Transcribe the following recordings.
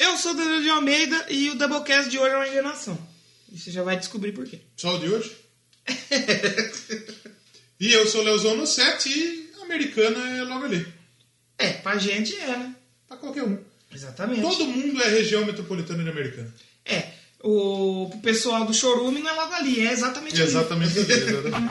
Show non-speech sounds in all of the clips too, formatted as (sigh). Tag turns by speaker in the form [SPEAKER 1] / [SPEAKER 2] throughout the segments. [SPEAKER 1] Eu sou o Danilo de Almeida e o Doublecast de hoje é uma enganação. E você já vai descobrir por quê.
[SPEAKER 2] Só o de hoje? e eu sou o Leozono 7 e a americana é logo ali.
[SPEAKER 1] É, pra gente é, né?
[SPEAKER 2] Pra qualquer um.
[SPEAKER 1] Exatamente.
[SPEAKER 2] Todo mundo é região metropolitana de americana.
[SPEAKER 1] É, o pro pessoal do Chorume não é logo ali, é exatamente ali.
[SPEAKER 2] Exatamente ali, (laughs) exatamente.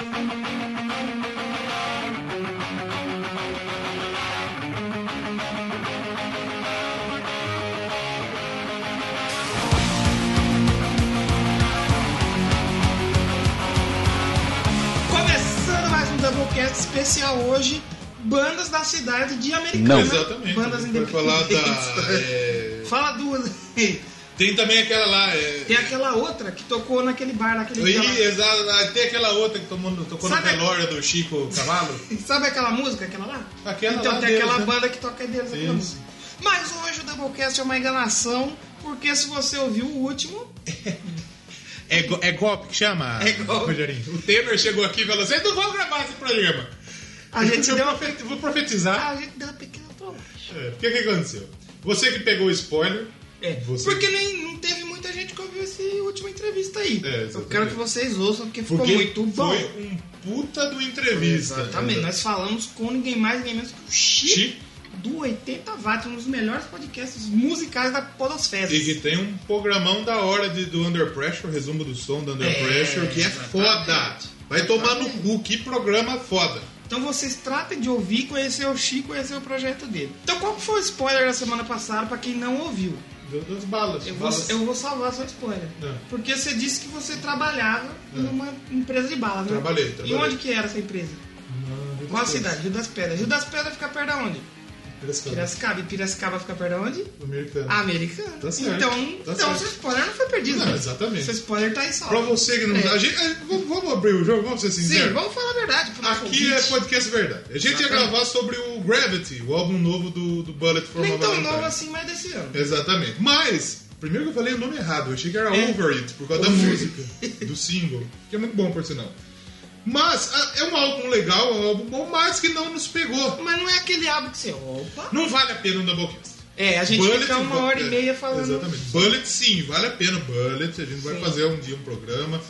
[SPEAKER 1] Começando mais um Doublecast especial hoje, bandas da cidade de Americana.
[SPEAKER 3] Não.
[SPEAKER 2] exatamente.
[SPEAKER 1] Bandas
[SPEAKER 2] Vai
[SPEAKER 1] independentes.
[SPEAKER 2] falar da. é,
[SPEAKER 1] Fala duas aí.
[SPEAKER 2] Tem também aquela lá. É...
[SPEAKER 1] Tem aquela outra que tocou naquele bar, naquele dia lá.
[SPEAKER 2] Aí, exato, tem aquela outra que tomou, no- tocou
[SPEAKER 1] Sabe-
[SPEAKER 2] na velória do Chico Cavalo.
[SPEAKER 1] Sabe aquela música, aquela lá?
[SPEAKER 2] Aquela
[SPEAKER 1] então
[SPEAKER 2] lá
[SPEAKER 1] tem
[SPEAKER 2] deles,
[SPEAKER 1] aquela
[SPEAKER 2] né?
[SPEAKER 1] banda que toca deles aquela
[SPEAKER 2] Isso.
[SPEAKER 1] música. Mas hoje o Doublecast é uma enganação, porque se você ouviu o último,
[SPEAKER 2] É, go- é golpe que chama?
[SPEAKER 1] É golpe.
[SPEAKER 2] Rogerinho. O Temer chegou aqui e falou assim: não vou gravar esse programa. (laughs)
[SPEAKER 1] a gente
[SPEAKER 2] Eu
[SPEAKER 1] deu uma,
[SPEAKER 2] profe- Vou profetizar.
[SPEAKER 1] a gente deu uma pequena trollagem.
[SPEAKER 2] É, Porque o que aconteceu? Você que pegou o spoiler.
[SPEAKER 1] É,
[SPEAKER 2] Você-
[SPEAKER 1] porque nem, não teve muita gente que ouviu essa última entrevista aí.
[SPEAKER 2] É,
[SPEAKER 1] Eu
[SPEAKER 2] exatamente.
[SPEAKER 1] quero que vocês ouçam, porque ficou
[SPEAKER 2] porque
[SPEAKER 1] muito bom.
[SPEAKER 2] Foi É, um puta do entrevista.
[SPEAKER 1] Exatamente, nós falamos com ninguém mais, ninguém menos que o Chico
[SPEAKER 2] Chico.
[SPEAKER 1] do 80 Watts, um dos melhores podcasts musicais da Podosfera.
[SPEAKER 2] E que tem um programão da hora de, do Under Pressure, resumo do som do Under
[SPEAKER 1] É,
[SPEAKER 2] Pressure, que é
[SPEAKER 1] exatamente.
[SPEAKER 2] foda. Vai tomar no cu, que programa foda.
[SPEAKER 1] Então vocês tratem de ouvir, conhecer o Chico, conhecer o projeto dele. Então qual que foi o spoiler da semana passada pra quem não ouviu?
[SPEAKER 2] Do- Dos balas.
[SPEAKER 1] Eu vou, um-
[SPEAKER 2] balas.
[SPEAKER 1] eu vou salvar seu spoiler.
[SPEAKER 2] É.
[SPEAKER 1] Porque você disse que você trabalhava numa empresa de bala, né?
[SPEAKER 2] Trabalhei,
[SPEAKER 1] E
[SPEAKER 2] trabalhei.
[SPEAKER 1] onde que era essa empresa?
[SPEAKER 2] Não,
[SPEAKER 1] Qual a cidade? Rio das Pedras. Rio das Pedras fica perto de onde?
[SPEAKER 2] Piracicaba.
[SPEAKER 1] Piracicaba. E Piracicaba fica perto de onde?
[SPEAKER 2] Americano.
[SPEAKER 1] Ah, Americana.
[SPEAKER 2] Tá certo.
[SPEAKER 1] Então,
[SPEAKER 2] Tá
[SPEAKER 1] então
[SPEAKER 2] certo.
[SPEAKER 1] seu spoiler não foi perdido.
[SPEAKER 2] Não,
[SPEAKER 1] né?
[SPEAKER 2] exatamente.
[SPEAKER 1] Seu spoiler tá aí só.
[SPEAKER 2] Pra você que não.
[SPEAKER 1] É.
[SPEAKER 2] a gente- é, vamos, vamos abrir o jogo, vamos ser
[SPEAKER 1] Sim,
[SPEAKER 2] sinceros.
[SPEAKER 1] vamos falar a verdade. pro nosso
[SPEAKER 2] Aqui é
[SPEAKER 1] ouvinte.
[SPEAKER 2] podcast verdade. A gente ia
[SPEAKER 1] Exatamente.
[SPEAKER 2] gravar sobre o Gravity, o álbum novo do, do Bullet for
[SPEAKER 1] Nem
[SPEAKER 2] My
[SPEAKER 1] tão
[SPEAKER 2] Valentine.
[SPEAKER 1] novo assim, mas desse ano.
[SPEAKER 2] Exatamente. Mas, primeiro que eu falei o nome errado, eu achei que era
[SPEAKER 1] É.
[SPEAKER 2] Over It, por causa da
[SPEAKER 1] Over
[SPEAKER 2] música, do single, que é muito bom, por sinal. Mas a- é um álbum legal, é um álbum bom, mas que não nos pegou.
[SPEAKER 1] Mas não é aquele álbum que você. Opa!
[SPEAKER 2] Não vale a pena um Doublecast.
[SPEAKER 1] É, a gente
[SPEAKER 2] Bullet,
[SPEAKER 1] fica uma hora
[SPEAKER 2] é,
[SPEAKER 1] e meia falando.
[SPEAKER 2] Exatamente. Bullet, sim, vale a pena. Bullet, a gente vai
[SPEAKER 1] Sim.
[SPEAKER 2] fazer um dia um programa.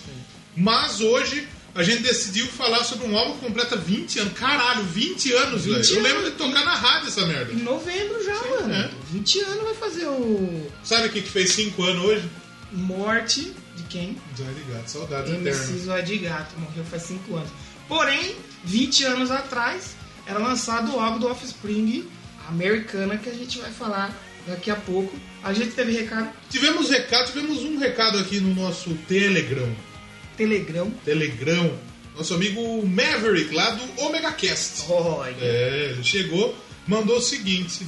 [SPEAKER 2] Mas hoje a gente decidiu falar sobre um álbum que completa 20 anos. Caralho, 20 anos,
[SPEAKER 1] 20
[SPEAKER 2] velho. Eu
[SPEAKER 1] anos.
[SPEAKER 2] lembro de tocar na rádio essa merda.
[SPEAKER 1] Em novembro já, mano.
[SPEAKER 2] né?
[SPEAKER 1] 20 anos vai fazer o.
[SPEAKER 2] Sabe o que, que fez 5 anos hoje?
[SPEAKER 1] Morte de quem?
[SPEAKER 2] Já ligado, saudades
[SPEAKER 1] MC
[SPEAKER 2] eternas.
[SPEAKER 1] Zoé de Gato, morreu faz 5 anos. Porém, 20 anos atrás, era lançado o álbum do Offspring americana que a gente vai falar daqui a pouco. A gente teve recado
[SPEAKER 2] Tivemos recado, tivemos um recado aqui no nosso Telegram.
[SPEAKER 1] Telegram.
[SPEAKER 2] Telegram. Nosso amigo Maverick, lá do Omega Cast.
[SPEAKER 1] Olha.
[SPEAKER 2] É, ele chegou, mandou o seguinte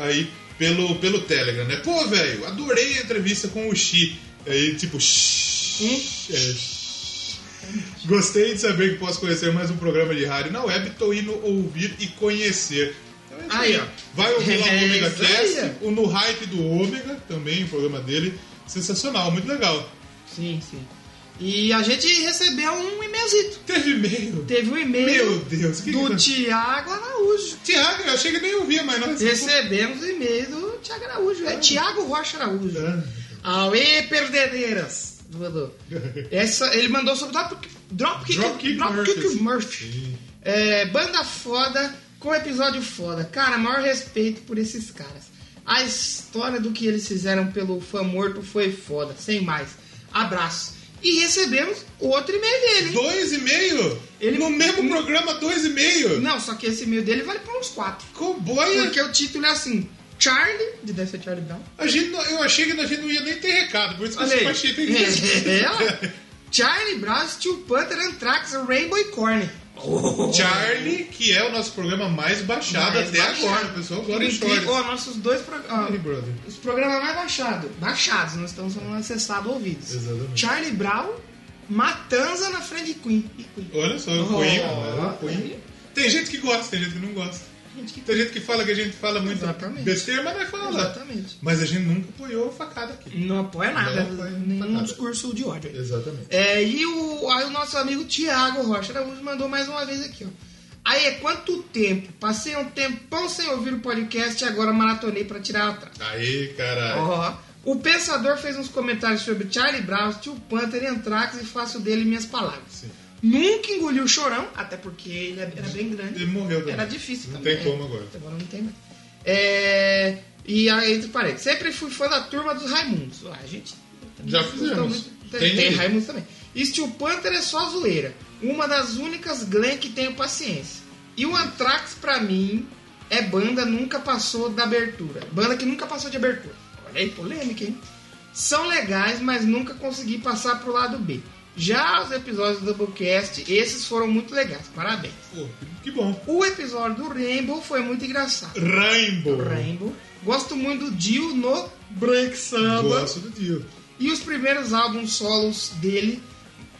[SPEAKER 2] aí pelo, pelo Telegram, né? Pô, velho, adorei a entrevista com o Xi. Aí, tipo,
[SPEAKER 1] Hum?
[SPEAKER 2] shh, é, shh. Gostei de saber que posso conhecer mais um programa de rádio na web. Tô indo ouvir e conhecer. Então é isso
[SPEAKER 1] Aí,
[SPEAKER 2] aí.
[SPEAKER 1] ó.
[SPEAKER 2] Vai ouvir
[SPEAKER 1] (laughs)
[SPEAKER 2] lá o
[SPEAKER 1] É
[SPEAKER 2] Omega
[SPEAKER 1] isso aí,
[SPEAKER 2] Cast, o No Hype do Ômega, também o programa dele. Sensacional, muito legal.
[SPEAKER 1] Sim, sim. E a gente recebeu um e-mailzito.
[SPEAKER 2] Teve e-mail.
[SPEAKER 1] Teve um
[SPEAKER 2] Meu
[SPEAKER 1] e-mail
[SPEAKER 2] Deus, que tá-
[SPEAKER 1] do
[SPEAKER 2] que...
[SPEAKER 1] Tiago Araújo.
[SPEAKER 2] Tiago, eu achei que nem ouvia, mas não.
[SPEAKER 1] é Recebemos o e-mail do Tiago Araújo. É Tiago Rocha Araújo. Aê, perdedeiras! Mandou. Essa, ele mandou sobre Dropkick, Dropkick,
[SPEAKER 2] Dropkick
[SPEAKER 1] Dropkick, Murphys.
[SPEAKER 2] Murphys.
[SPEAKER 1] É, banda foda, com episódio foda. Cara, maior respeito por esses caras. A história do que eles fizeram pelo fã morto foi foda, sem mais. Abraço. E recebemos outro e-mail dele. hein?
[SPEAKER 2] Dois e meio?
[SPEAKER 1] Ele-
[SPEAKER 2] No mesmo programa, dois e meio?
[SPEAKER 1] Não, só que esse e-mail dele vale pra uns quatro.
[SPEAKER 2] Coboia?
[SPEAKER 1] Porque o título é assim: Charlie, de deve ser Charlie Brown.
[SPEAKER 2] A gente, não- eu achei que a gente não ia nem ter recado, por isso que eu
[SPEAKER 1] Olha aí.
[SPEAKER 2] sempre achei que tem isso.
[SPEAKER 1] (laughs) É, ó. Charlie Brown, Steel Panther, Anthrax, Rainbow e Corny.
[SPEAKER 2] Charlie, que é o nosso programa mais baixado
[SPEAKER 1] Mais
[SPEAKER 2] até
[SPEAKER 1] baixado.
[SPEAKER 2] agora, né? pessoal.
[SPEAKER 1] Por
[SPEAKER 2] Glória e
[SPEAKER 1] incrível, ó,
[SPEAKER 2] Chores.
[SPEAKER 1] nossos dois pro- ó,
[SPEAKER 2] Charlie Brother.
[SPEAKER 1] os programas mais baixados. Baixados, não estamos falando acessado ouvidos.
[SPEAKER 2] Exatamente.
[SPEAKER 1] Charlie Brown, Matanza na frente de Queen. E Queen.
[SPEAKER 2] Olha só, o
[SPEAKER 1] Oh,
[SPEAKER 2] Coim, mano, o Coim.
[SPEAKER 1] aí.
[SPEAKER 2] Tem gente que gosta, tem gente que não gosta.
[SPEAKER 1] Gente, que-
[SPEAKER 2] Tem gente que fala que a gente fala muito
[SPEAKER 1] Exatamente.
[SPEAKER 2] besteira, mas vai falar.
[SPEAKER 1] Exatamente.
[SPEAKER 2] Mas a gente nunca apoiou a facada aqui.
[SPEAKER 1] Não apoia nada,
[SPEAKER 2] Não apoia
[SPEAKER 1] nenhum
[SPEAKER 2] nada.
[SPEAKER 1] discurso de ódio. aí.
[SPEAKER 2] Exatamente.
[SPEAKER 1] É, e o, aí o nosso amigo Tiago Rocha Araújo mandou mais uma vez aqui, ó. Aí é quanto tempo? Passei um tempão sem ouvir o podcast e agora maratonei pra tirar atrás.
[SPEAKER 2] Aí, caralho.
[SPEAKER 1] Ó, O Pensador fez uns comentários sobre Charlie Brown, Steel Panther e Anthrax e faço dele minhas palavras.
[SPEAKER 2] Sim.
[SPEAKER 1] Nunca engoliu o Chorão, até porque ele é, era bem grande.
[SPEAKER 2] Ele morreu também.
[SPEAKER 1] Era difícil
[SPEAKER 2] Não
[SPEAKER 1] também. né?
[SPEAKER 2] tem como agora.
[SPEAKER 1] Agora não tem mais. É, E aí, entre parênteses, sempre fui fã da turma dos Raimundos. Ah, a gente...
[SPEAKER 2] Já
[SPEAKER 1] Então,
[SPEAKER 2] fizemos.
[SPEAKER 1] Tem,
[SPEAKER 2] Tem
[SPEAKER 1] tem
[SPEAKER 2] aí.
[SPEAKER 1] Raimundos também. E Steel Panther é só zoeira. Uma das únicas Glenn que tenho paciência. E o Anthrax, pra mim, é banda nunca passou da abertura. Banda que nunca passou de abertura. Olha aí, polêmica, hein? São legais, mas nunca consegui passar pro lado B. Já os episódios do Doublecast, esses foram muito legais. Parabéns.
[SPEAKER 2] Pô, que bom.
[SPEAKER 1] O episódio do Rainbow foi muito engraçado.
[SPEAKER 2] Rainbow.
[SPEAKER 1] Rainbow. Gosto muito do Dio no Black Samba.
[SPEAKER 2] Gosto do Dio.
[SPEAKER 1] E os primeiros álbuns solos dele.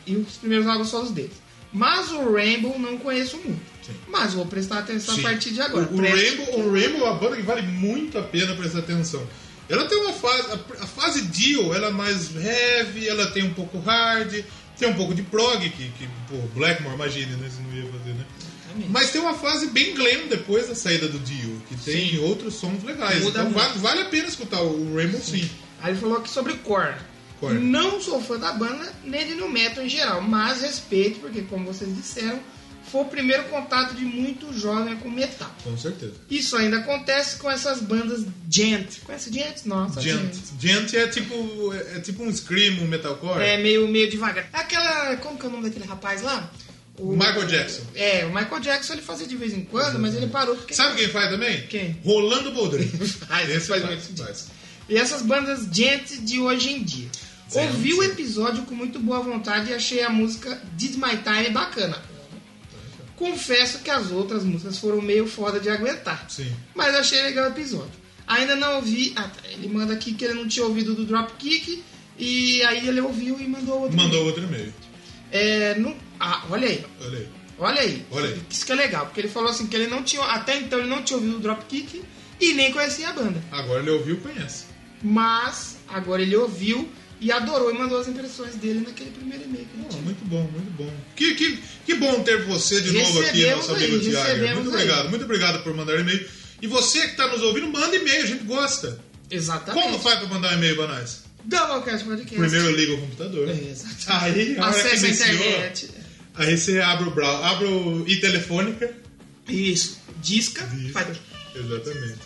[SPEAKER 1] E os primeiros álbuns solos dele. Mas o Rainbow não conheço muito.
[SPEAKER 2] Sim.
[SPEAKER 1] Mas vou prestar atenção
[SPEAKER 2] Sim.
[SPEAKER 1] Então, a partir de agora.
[SPEAKER 2] O, o
[SPEAKER 1] Preste-
[SPEAKER 2] Rainbow, o Rainbow é uma banda que vale muito a pena prestar atenção. Ela tem uma fase. A, a fase Dio, ela é mais heavy, ela tem um pouco hard, tem um pouco de prog, que, que pô, Blackmore, imagine, né? Você não ia fazer, né?
[SPEAKER 1] Exatamente.
[SPEAKER 2] Mas tem uma fase bem glam depois da saída do Dio, que tem outros sons legais.
[SPEAKER 1] Muda
[SPEAKER 2] então
[SPEAKER 1] muito.
[SPEAKER 2] vale, vale a pena escutar o Rainbow sim.
[SPEAKER 1] Aí ele falou aqui sobre o Korn.
[SPEAKER 2] Korn.
[SPEAKER 1] Não sou fã da banda, nem de no metal em geral, mas respeito, porque como vocês disseram, foi o primeiro contato de muito jovem com metal.
[SPEAKER 2] Com certeza.
[SPEAKER 1] Isso ainda acontece com essas bandas Gent. Conhece Gent? Nossa,
[SPEAKER 2] Gent. Gent é tipo, é, é tipo um scream, um metalcore.
[SPEAKER 1] É meio, meio devagar. Aquela. Como que é o nome daquele rapaz lá? O
[SPEAKER 2] Michael Jackson.
[SPEAKER 1] É, o Michael Jackson ele fazia de vez em quando, mas ele parou porque.
[SPEAKER 2] Sabe (laughs) quem faz também?
[SPEAKER 1] Quem?
[SPEAKER 2] Rolando Boldrin.
[SPEAKER 1] Faz,
[SPEAKER 2] (laughs) Esse faz
[SPEAKER 1] faz.
[SPEAKER 2] muito demais.
[SPEAKER 1] E essas bandas Gent de hoje em dia.
[SPEAKER 2] Sim,
[SPEAKER 1] Ouvi
[SPEAKER 2] sim.
[SPEAKER 1] o episódio com muito boa vontade e achei a música Did My Time bacana. Confesso que as outras músicas foram meio foda de aguentar.
[SPEAKER 2] Sim.
[SPEAKER 1] Mas achei legal o episódio. Ainda não ouvi. Ah, tá. Ele manda aqui que ele não tinha ouvido do Dropkick. E aí ele ouviu e mandou outro.
[SPEAKER 2] Mandou outro e-mail.
[SPEAKER 1] É, não... Ah, olha aí.
[SPEAKER 2] Olha aí.
[SPEAKER 1] Olha aí.
[SPEAKER 2] Olha aí.
[SPEAKER 1] Isso que é legal, porque ele falou assim que ele não tinha. Até então ele não tinha ouvido o Dropkick e nem conhecia a banda.
[SPEAKER 2] Agora ele ouviu e conhece.
[SPEAKER 1] Mas agora ele ouviu e adorou e mandou as impressões dele naquele primeiro e-mail que ele
[SPEAKER 2] Pô,
[SPEAKER 1] tinha.
[SPEAKER 2] muito bom, muito bom. Que, que, que bom ter você de novo aqui,
[SPEAKER 1] Recebemos
[SPEAKER 2] nosso amigo
[SPEAKER 1] aí,
[SPEAKER 2] Tiago.
[SPEAKER 1] recebemos
[SPEAKER 2] Muito
[SPEAKER 1] aí.
[SPEAKER 2] obrigado, muito obrigado por mandar e-mail. E você que está nos ouvindo, manda e-mail, a gente gosta.
[SPEAKER 1] Exatamente.
[SPEAKER 2] Como faz para mandar um e-mail para nós?
[SPEAKER 1] Doublecast Podcast.
[SPEAKER 2] Primeiro liga o computador.
[SPEAKER 1] É, exatamente.
[SPEAKER 2] Aí, a hora que
[SPEAKER 1] Acesse a
[SPEAKER 2] iniciou,
[SPEAKER 1] internet.
[SPEAKER 2] Aí você abre o browser, abre o e telefônica.
[SPEAKER 1] Isso. Disca.
[SPEAKER 2] Disca.
[SPEAKER 1] Faz...
[SPEAKER 2] Exatamente.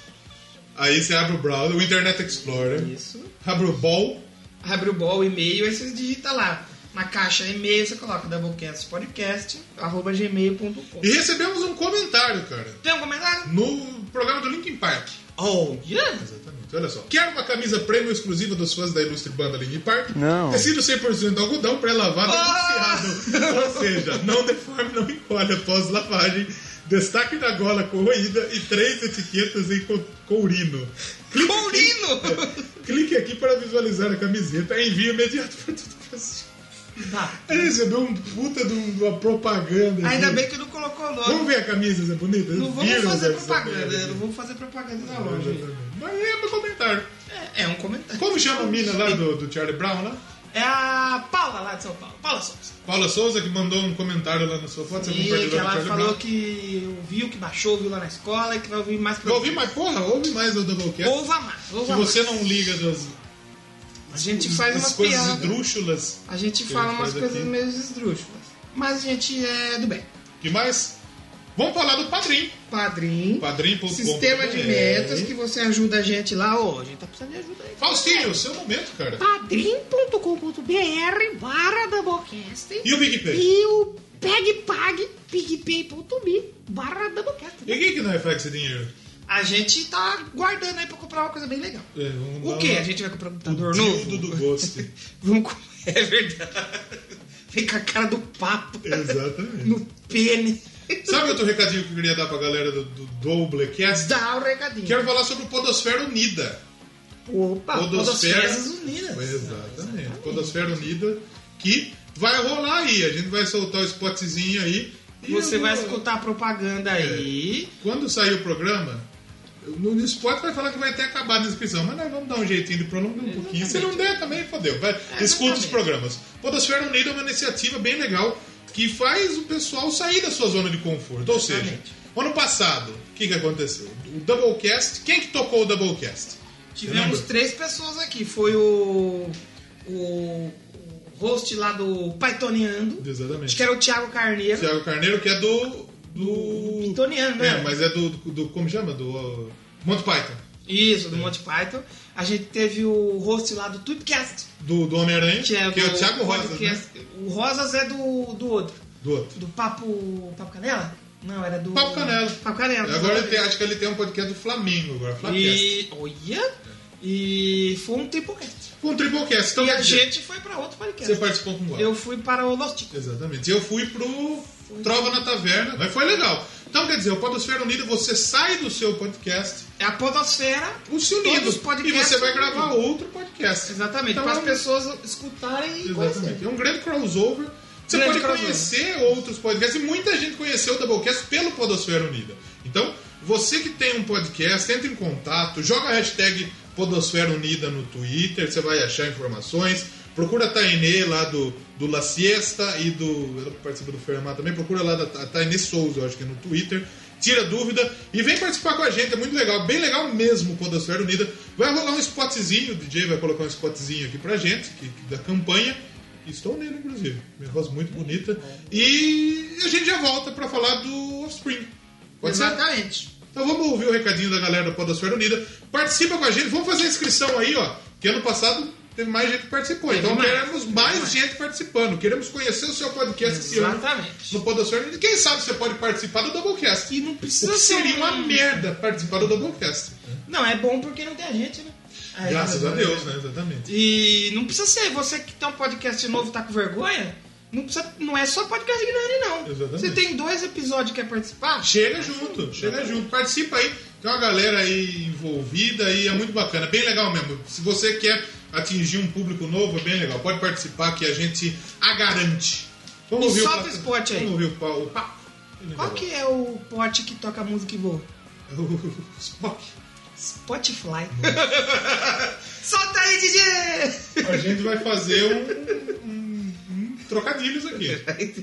[SPEAKER 2] Aí você abre o browser, o Internet Explorer.
[SPEAKER 1] Isso.
[SPEAKER 2] Abre o Ball.
[SPEAKER 1] Abre o bol, o e-mail, aí você digita lá. Na caixa e-mail, você coloca doublecastpodcast, arroba gmail.com.
[SPEAKER 2] E recebemos um comentário, cara.
[SPEAKER 1] Tem um comentário?
[SPEAKER 2] No programa do Linkin Park.
[SPEAKER 1] Oh, yeah.
[SPEAKER 2] Exatamente. Olha só. Quer uma camisa prêmio exclusiva dos fãs da ilustre banda Linkin Park?
[SPEAKER 3] Não.
[SPEAKER 2] Tecido 100% algodão pré-lavado
[SPEAKER 1] Ah!
[SPEAKER 2] e anunciado. Ou seja, não deforme, não encolhe após lavagem. Destaque da gola corroída e três etiquetas em co- courino. Clique aqui-
[SPEAKER 1] Paulino!
[SPEAKER 2] Clique aqui para visualizar a camiseta e envio imediato para todo o Brasil.
[SPEAKER 1] Tá.
[SPEAKER 2] Ele recebeu um puta de um- de uma propaganda.
[SPEAKER 1] (laughs) Ainda
[SPEAKER 2] aqui.
[SPEAKER 1] bem que não colocou o
[SPEAKER 2] Vamos
[SPEAKER 1] nome.
[SPEAKER 2] ver a camisa, se é bonita?
[SPEAKER 1] Não vamos
[SPEAKER 2] Viram
[SPEAKER 1] fazer
[SPEAKER 2] essa
[SPEAKER 1] propaganda, né?
[SPEAKER 2] merda?
[SPEAKER 1] não vamos fazer propaganda da
[SPEAKER 2] Exatamente.
[SPEAKER 1] loja.
[SPEAKER 2] Mas é meu comentário.
[SPEAKER 1] É, é um comentário.
[SPEAKER 2] Como chama a mina lá do, do Charlie Brown, né?
[SPEAKER 1] É a Paula lá de São Paulo, Paula Souza.
[SPEAKER 2] Paula Souza que mandou um comentário lá na sua foto, você
[SPEAKER 1] E que
[SPEAKER 2] compartilhou com o
[SPEAKER 1] ela
[SPEAKER 2] Charlie
[SPEAKER 1] falou
[SPEAKER 2] Brown.
[SPEAKER 1] que ouviu, que baixou, ouviu lá na escola e que vai ouvir mais
[SPEAKER 2] Eu ouvi mais, porra, ouve mais o Doublecast.
[SPEAKER 1] Ouva mais, ouva mais.
[SPEAKER 2] Se você não liga das,
[SPEAKER 1] A gente faz
[SPEAKER 2] das
[SPEAKER 1] umas
[SPEAKER 2] coisas
[SPEAKER 1] piadas.
[SPEAKER 2] esdrúxulas,
[SPEAKER 1] A gente
[SPEAKER 2] Que
[SPEAKER 1] fala
[SPEAKER 2] ele
[SPEAKER 1] umas
[SPEAKER 2] faz
[SPEAKER 1] coisas
[SPEAKER 2] aqui.
[SPEAKER 1] meio esdrúxulas. Mas a gente é do bem.
[SPEAKER 2] que mais? Vamos falar do padrinho.
[SPEAKER 1] Padrim,
[SPEAKER 2] Padrinho.com.
[SPEAKER 1] sistema de metas que você ajuda a gente lá. Ô, a gente tá precisando de ajuda aí.
[SPEAKER 2] Faustinho, seu momento, cara.
[SPEAKER 4] padrim.com.br barra Doublecast
[SPEAKER 2] E o PicPay?
[SPEAKER 4] e o PegPag pigpay.me barra Doublecast.
[SPEAKER 2] E quem que não faz esse dinheiro?
[SPEAKER 1] A gente tá guardando aí pra comprar uma coisa bem legal.
[SPEAKER 2] É, vamos
[SPEAKER 1] O
[SPEAKER 2] dar
[SPEAKER 1] quê?
[SPEAKER 2] uma-
[SPEAKER 1] A gente vai comprar um
[SPEAKER 2] O
[SPEAKER 1] computador
[SPEAKER 2] dildo
[SPEAKER 1] novo?
[SPEAKER 2] do gosto. (laughs)
[SPEAKER 1] Vamos com... (laughs) É verdade. Vem com a cara do papo.
[SPEAKER 2] Exatamente.
[SPEAKER 1] No pene.
[SPEAKER 2] Sabe outro recadinho que eu queria dar pra galera do, do Doublecast?
[SPEAKER 1] Dá o recadinho.
[SPEAKER 2] Quero falar sobre o Podosfera Unida.
[SPEAKER 1] Opa,
[SPEAKER 2] Um Podosfera-
[SPEAKER 1] Podosferas Unidas.
[SPEAKER 2] é. Exatamente. Podosfera Unida, que vai rolar aí. A gente vai soltar o spotzinho aí. E
[SPEAKER 1] Você
[SPEAKER 2] eu
[SPEAKER 1] vai
[SPEAKER 2] vou-
[SPEAKER 1] escutar a propaganda
[SPEAKER 2] É.
[SPEAKER 1] aí.
[SPEAKER 2] Quando sair o programa, no, no spot vai falar que vai ter acabado a inscrição. Mas nós vamos dar um jeitinho de prolongar um pouquinho. Se não der, também fodeu. Vai, escuta os
[SPEAKER 1] Exatamente.
[SPEAKER 2] programas. Podosfera Unida é uma iniciativa bem legal que faz o pessoal sair da sua zona de conforto. Ou seja,
[SPEAKER 1] Exatamente.
[SPEAKER 2] ano passado, o que, que aconteceu? O Doublecast, quem que tocou o Doublecast?
[SPEAKER 1] Tivemos
[SPEAKER 2] Lembra?
[SPEAKER 1] três pessoas aqui. Foi o. O o host lá do Pythoneando. Acho
[SPEAKER 2] Exatamente.
[SPEAKER 1] que era o Thiago Carneiro.
[SPEAKER 2] Thiago Carneiro, que é do. Do.
[SPEAKER 1] Pythoneando, né?
[SPEAKER 2] É, mas é do, do, do- Como chama? Do. uh, Monty Python.
[SPEAKER 1] Isso, do Monty Python. A gente teve o host lá do Tweepcast,
[SPEAKER 2] Do, do Homem-Aranha.
[SPEAKER 1] que é,
[SPEAKER 2] Que é o Thiago Rosas. Né?
[SPEAKER 1] podcast. O Rosas é do, do outro.
[SPEAKER 2] Do outro.
[SPEAKER 1] Do Papo. Papo Canela? Não, era do.
[SPEAKER 2] Papo Canela.
[SPEAKER 1] Papo Canela.
[SPEAKER 2] Agora ele tem, acho que ele tem um podcast do Flamengo agora. Flamengo.
[SPEAKER 1] E. Olha! E foi um triplecast.
[SPEAKER 2] Com o Triplecast. Então,
[SPEAKER 1] E a
[SPEAKER 2] quer dizer,
[SPEAKER 1] gente foi pra outro podcast.
[SPEAKER 2] Você participou com o
[SPEAKER 1] Eu fui para o Lost Tico.
[SPEAKER 2] Exatamente. Eu fui pro Trova na Taverna, mas foi legal. Então, quer dizer, o Podosfera Unida, você sai do seu podcast,
[SPEAKER 1] É a Podosfera.
[SPEAKER 2] o se
[SPEAKER 1] Todos
[SPEAKER 2] unindo,
[SPEAKER 1] os
[SPEAKER 2] e
[SPEAKER 1] podcasts
[SPEAKER 2] você vai
[SPEAKER 1] se
[SPEAKER 2] gravar
[SPEAKER 1] unindo.
[SPEAKER 2] outro podcast.
[SPEAKER 1] Exatamente.
[SPEAKER 2] Então,
[SPEAKER 1] para as
[SPEAKER 2] é um-
[SPEAKER 1] pessoas escutarem e
[SPEAKER 2] Exatamente.
[SPEAKER 1] conhecerem.
[SPEAKER 2] É um grande crossover. Você
[SPEAKER 1] Grande
[SPEAKER 2] pode
[SPEAKER 1] crossover.
[SPEAKER 2] conhecer outros podcasts, e muita gente conheceu o Doublecast pelo Podosfera Unida. Então, você que tem um podcast, entre em contato, joga a hashtag Podosfera Unida no Twitter, você vai achar informações. Procura a Tainê lá do, do La Siesta e do. Ela participa do Fermat também. Procura lá da Ta- Tainê Souza, eu acho que é no Twitter. Tira dúvida e vem participar com a gente, é muito legal, bem legal mesmo o Podosfera Unida. Vai rolar um spotzinho, o DJ vai colocar um spotzinho aqui pra gente, que- que- da campanha. Estou nele, inclusive. Minha voz muito bonita. E a gente já volta pra falar do Offspring. Pode ser?
[SPEAKER 1] Exatamente.
[SPEAKER 2] Então vamos ouvir o recadinho da galera do Podosfera Unida. Participa com a gente. Vamos fazer a inscrição aí, ó. Que ano passado teve mais gente que participou. então
[SPEAKER 1] mais.
[SPEAKER 2] queremos mais gente participando. Queremos conhecer o seu podcast esse ano
[SPEAKER 1] Exatamente.
[SPEAKER 2] no Podosfera Unida. Quem sabe você pode participar do Doublecast.
[SPEAKER 1] E não
[SPEAKER 2] O
[SPEAKER 1] precisa
[SPEAKER 2] que
[SPEAKER 1] ser
[SPEAKER 2] seria
[SPEAKER 1] um-
[SPEAKER 2] uma merda participar do Doublecast.
[SPEAKER 1] Não, é bom porque não tem a gente, né? Aí,
[SPEAKER 2] Graças a
[SPEAKER 1] tá-
[SPEAKER 2] Deus, né? Exatamente.
[SPEAKER 1] E não precisa ser você que tem um podcast novo tá com vergonha. Não, precisa, não é só podcast grande, não.
[SPEAKER 2] Exatamente.
[SPEAKER 1] Você tem dois episódios que quer participar?
[SPEAKER 2] Chega junto, chega junto, participa aí. Tem uma galera aí envolvida e é muito bacana, bem legal mesmo. Se você quer atingir um público novo, é bem legal. Pode participar que a gente a garante. Vamos
[SPEAKER 1] E
[SPEAKER 2] ouvir
[SPEAKER 1] solta
[SPEAKER 2] pa-
[SPEAKER 1] esse pote aí.
[SPEAKER 2] Vamos ouvir o pa- o papo. Ele
[SPEAKER 1] Qual
[SPEAKER 2] legal.
[SPEAKER 1] que é o pote que toca música e voa?
[SPEAKER 2] (laughs) O Spock. (laughs)
[SPEAKER 1] Spotify. Solta aí, DJ!
[SPEAKER 2] A gente vai fazer um, um- um trocadilhos aqui.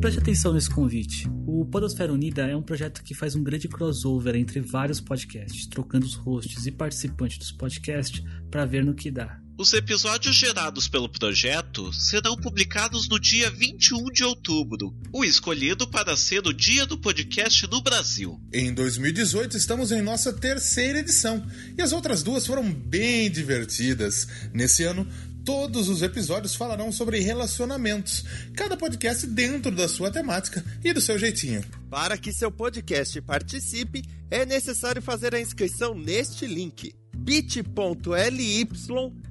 [SPEAKER 3] Preste atenção nesse convite. O Podosfera Unida é um projeto que faz um grande crossover entre vários podcasts, trocando os hosts e participantes dos podcasts para ver no que dá.
[SPEAKER 5] Os episódios gerados pelo projeto serão publicados no dia 21 de outubro, o escolhido para ser o dia do podcast no Brasil.
[SPEAKER 6] Em 2018 estamos em nossa terceira edição e as outras duas foram bem divertidas. Nesse ano, todos os episódios falarão sobre relacionamentos, cada podcast dentro da sua temática e do seu jeitinho.
[SPEAKER 7] Para que seu podcast participe, é necessário fazer a inscrição neste link bit.ly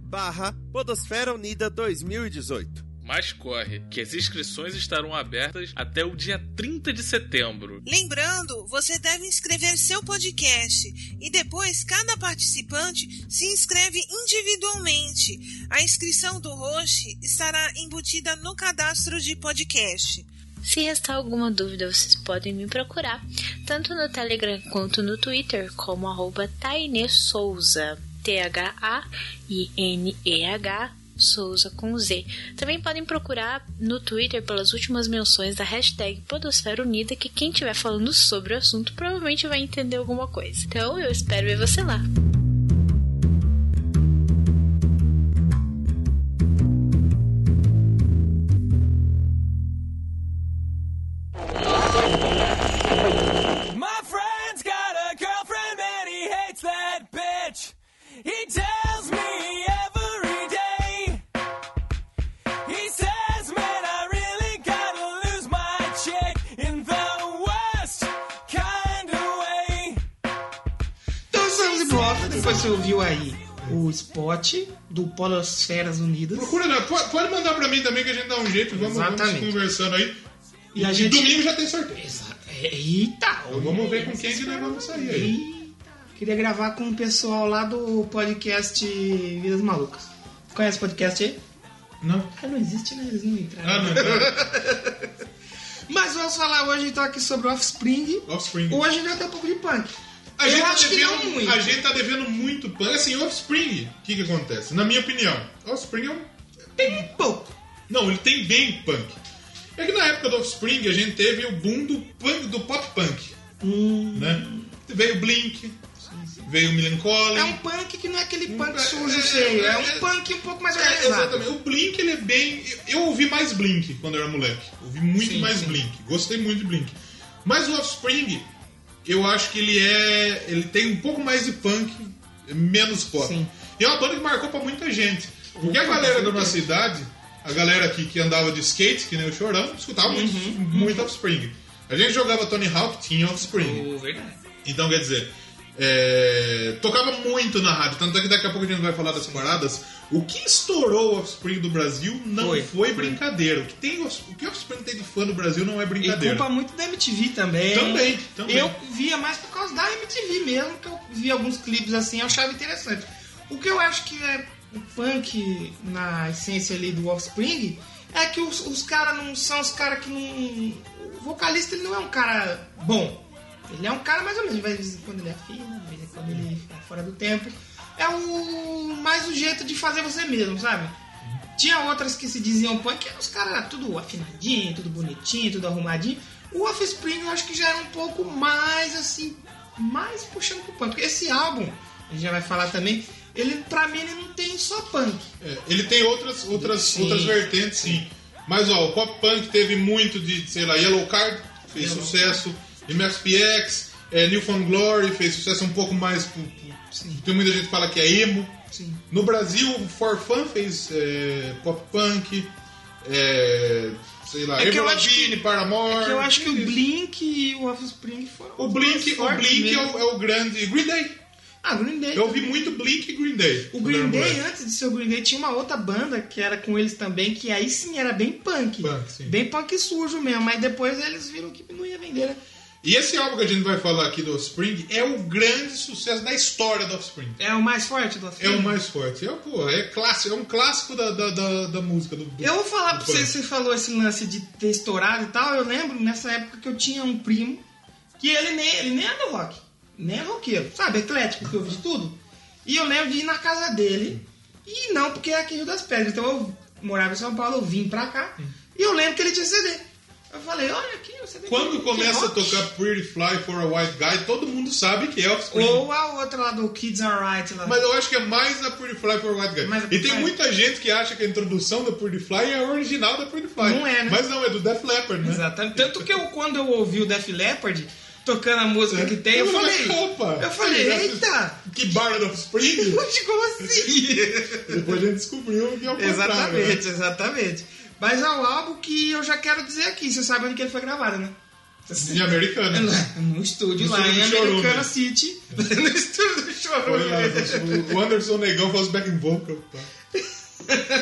[SPEAKER 7] barra Podosfera Unida 2018.
[SPEAKER 8] Mas corre, que as inscrições estarão abertas até o dia 30 de setembro.
[SPEAKER 9] Lembrando, você deve inscrever seu podcast e depois cada participante se inscreve individualmente. A inscrição do host estará embutida no cadastro de podcast.
[SPEAKER 10] Se restar alguma dúvida, vocês podem me procurar, tanto no Telegram quanto no Twitter, como arroba Tainê Souza, T-H-A-I-N-E-H, Souza com Z. Também podem procurar no Twitter pelas últimas menções da hashtag Podosfera Unida, que quem estiver falando sobre o assunto provavelmente vai entender alguma coisa. Então, eu espero ver você lá.
[SPEAKER 11] My friend's got a girlfriend and he hates that bitch. He tells me every day. He says, man, I really gotta lose my chick in the worst kind of way.
[SPEAKER 1] Então estamos de volta, depois você ouviu aí o spot do Podosferas Unidas.
[SPEAKER 2] Procura, né? pode pode mandar pra mim também que a gente dá um jeito. Vamos, vamos
[SPEAKER 1] Exatamente.
[SPEAKER 2] conversando aí.
[SPEAKER 1] E a gente.
[SPEAKER 2] domingo já tem sorteio.
[SPEAKER 1] Exato. Eita!
[SPEAKER 2] Então vamos ver com quem que nós vamos sair aí.
[SPEAKER 1] Queria gravar com o pessoal lá do podcast Vidas Malucas. Conhece o podcast aí?
[SPEAKER 2] Não?
[SPEAKER 1] Ah, não existe, né? Eles não entraram.
[SPEAKER 2] Ah, não. não.
[SPEAKER 1] (laughs) Mas vamos falar hoje então aqui sobre Offspring.
[SPEAKER 2] Offspring.
[SPEAKER 1] Hoje não é até um pouco de punk.
[SPEAKER 2] A
[SPEAKER 1] Eu
[SPEAKER 2] gente, tá
[SPEAKER 1] acho que
[SPEAKER 2] devendo,
[SPEAKER 1] não muito.
[SPEAKER 2] a gente tá devendo muito pano. Assim, Offspring, o que que acontece? Na minha opinião, Offspring é um... tem pouco. Não, ele tem bem punk. É que na época do Offspring a gente teve o boom do punk, do pop punk. Né? Veio Blink, veio Millencolin.
[SPEAKER 1] É um punk que não é aquele punk
[SPEAKER 2] é-
[SPEAKER 1] sujo
[SPEAKER 2] é-
[SPEAKER 1] feio, é,
[SPEAKER 2] é-
[SPEAKER 1] um punk um pouco mais
[SPEAKER 2] É,
[SPEAKER 1] organizado.
[SPEAKER 2] exatamente. O Blink, ele é bem. eu- Eu ouvi mais Blink quando eu era moleque. Ouvi muito mais Blink. Gostei muito de Blink. Mas o Offspring, eu acho que ele é. Ele tem um pouco mais de punk, menos pop. E é uma banda que marcou pra muita gente. Porque a galera da nossa idade, a galera aqui que andava de skate, que nem o Chorão, escutava muito,
[SPEAKER 1] Uhum,
[SPEAKER 2] muito Offspring. A gente jogava Tony Hawk, tinha Offspring. Então, quer dizer, é, tocava muito na rádio. Tanto é que daqui a pouco a gente vai falar das paradas. O que estourou o Offspring do Brasil não foi, brincadeira. O que, tem, off- o que o Offspring tem de fã do Brasil não é
[SPEAKER 1] E
[SPEAKER 2] brincadeira.
[SPEAKER 1] culpa muito da MTV também.
[SPEAKER 2] Também, também.
[SPEAKER 1] Eu via mais por causa da MTV mesmo, que eu via alguns clipes assim, eu achava interessante. O que eu acho que é o punk na essência ali do Offspring é que os, os caras não são os caras que não. O vocalista ele não é um cara bom. Ele é um cara mais ou menos, de vez em quando ele afina, de vez em quando ele fica fora do tempo. É o mais o jeito de fazer você mesmo, sabe? Tinha outras que se diziam punk, que os caras eram tudo afinadinho, tudo bonitinho, tudo arrumadinho. O Offspring eu acho que já era um pouco mais assim, mais puxando pro punk. Porque Esse álbum, a gente já vai falar também, ele pra mim ele não tem só punk.
[SPEAKER 2] É, ele tem outras, outras,
[SPEAKER 1] Sim.
[SPEAKER 2] outras vertentes, sim. Mas ó, o pop punk teve muito de, sei lá, Yellow Card, fez
[SPEAKER 1] Yellow.
[SPEAKER 2] sucesso, MXPX, é, New Found Glory, fez sucesso um pouco mais. pro- pro- Tem muita gente que fala que é emo.
[SPEAKER 1] Sim.
[SPEAKER 2] No Brasil, o For Fun fez é, pop punk, é, sei lá,
[SPEAKER 1] É que
[SPEAKER 2] Avril
[SPEAKER 1] eu acho que-
[SPEAKER 2] Lavigne, Paramore.
[SPEAKER 1] É que eu acho que o Blink e o Offspring foram.
[SPEAKER 2] O
[SPEAKER 1] os
[SPEAKER 2] Blink,
[SPEAKER 1] mais
[SPEAKER 2] o
[SPEAKER 1] fortes
[SPEAKER 2] Blink é
[SPEAKER 1] mesmo.
[SPEAKER 2] o, é o grande. Green Day.
[SPEAKER 1] Ah, Green Day.
[SPEAKER 2] Eu é. ouvi muito Blink e Green Day.
[SPEAKER 1] O Green Day, antes de ser o Green Day, tinha uma outra banda que era com eles também, que aí sim era bem punk.
[SPEAKER 2] Punk, sim.
[SPEAKER 1] Bem punk sujo mesmo, mas depois eles viram que não ia vender, né?
[SPEAKER 2] E esse álbum que a gente vai falar aqui do Offspring é o grande sucesso da história do Offspring.
[SPEAKER 1] É o mais forte do
[SPEAKER 2] É
[SPEAKER 1] Offspring?
[SPEAKER 2] o mais forte. É, pô, é, clássico, é um clássico da, da, da, da música. Do, do-
[SPEAKER 1] Eu vou falar
[SPEAKER 2] do
[SPEAKER 1] pra você,
[SPEAKER 2] punk.
[SPEAKER 1] você falou esse lance de ter estourado e tal. Eu lembro nessa época que eu tinha um primo que ele nem, ele nem era do rock, nem era roqueiro, sabe? Eclético, que ouve de tudo. E eu lembro de ir na casa dele, e não porque é aqui em Rio das Pedras. Então eu morava em São Paulo, eu vim pra cá, e eu lembro que ele tinha CD. Eu falei, olha aqui, o CD.
[SPEAKER 2] Quando
[SPEAKER 1] que
[SPEAKER 2] começa a
[SPEAKER 1] rock.
[SPEAKER 2] tocar Pretty Fly for a White Guy, todo mundo sabe que é Offspring.
[SPEAKER 1] Ou a outra lá do Kids Are Right lá.
[SPEAKER 2] Mas eu acho que é mais a Pretty Fly for a White Guy.
[SPEAKER 1] Mais a
[SPEAKER 2] E
[SPEAKER 1] Pretty
[SPEAKER 2] tem
[SPEAKER 1] Fly.
[SPEAKER 2] muita gente que acha que a introdução da Pretty Fly é a original da Pretty Fly.
[SPEAKER 1] Não é, né?
[SPEAKER 2] Mas não, é do Def Leppard, né?
[SPEAKER 1] Exatamente. Tanto que eu, quando eu ouvi o Def Leppard tocando a música que tem, eu,
[SPEAKER 2] Eu falei,
[SPEAKER 1] falei.
[SPEAKER 2] É. opa,
[SPEAKER 1] eu falei,
[SPEAKER 2] que
[SPEAKER 1] eita!
[SPEAKER 2] Que barra do Offspring?
[SPEAKER 1] Mas Como assim?
[SPEAKER 2] (laughs) Depois a gente descobriu que é o
[SPEAKER 1] (laughs)
[SPEAKER 2] contrário.
[SPEAKER 1] exatamente,
[SPEAKER 2] né?
[SPEAKER 1] exatamente. Mas é um álbum que eu já quero dizer aqui, você sabe onde que ele foi gravado, né?
[SPEAKER 2] Em americano.
[SPEAKER 1] No estúdio
[SPEAKER 2] No
[SPEAKER 1] lá em
[SPEAKER 2] estúdio do Chorume.
[SPEAKER 1] Americana City, (laughs) no estúdio do
[SPEAKER 2] Olha lá,
[SPEAKER 1] Chorume.
[SPEAKER 2] o Anderson Negão faz back and vocal. Tá?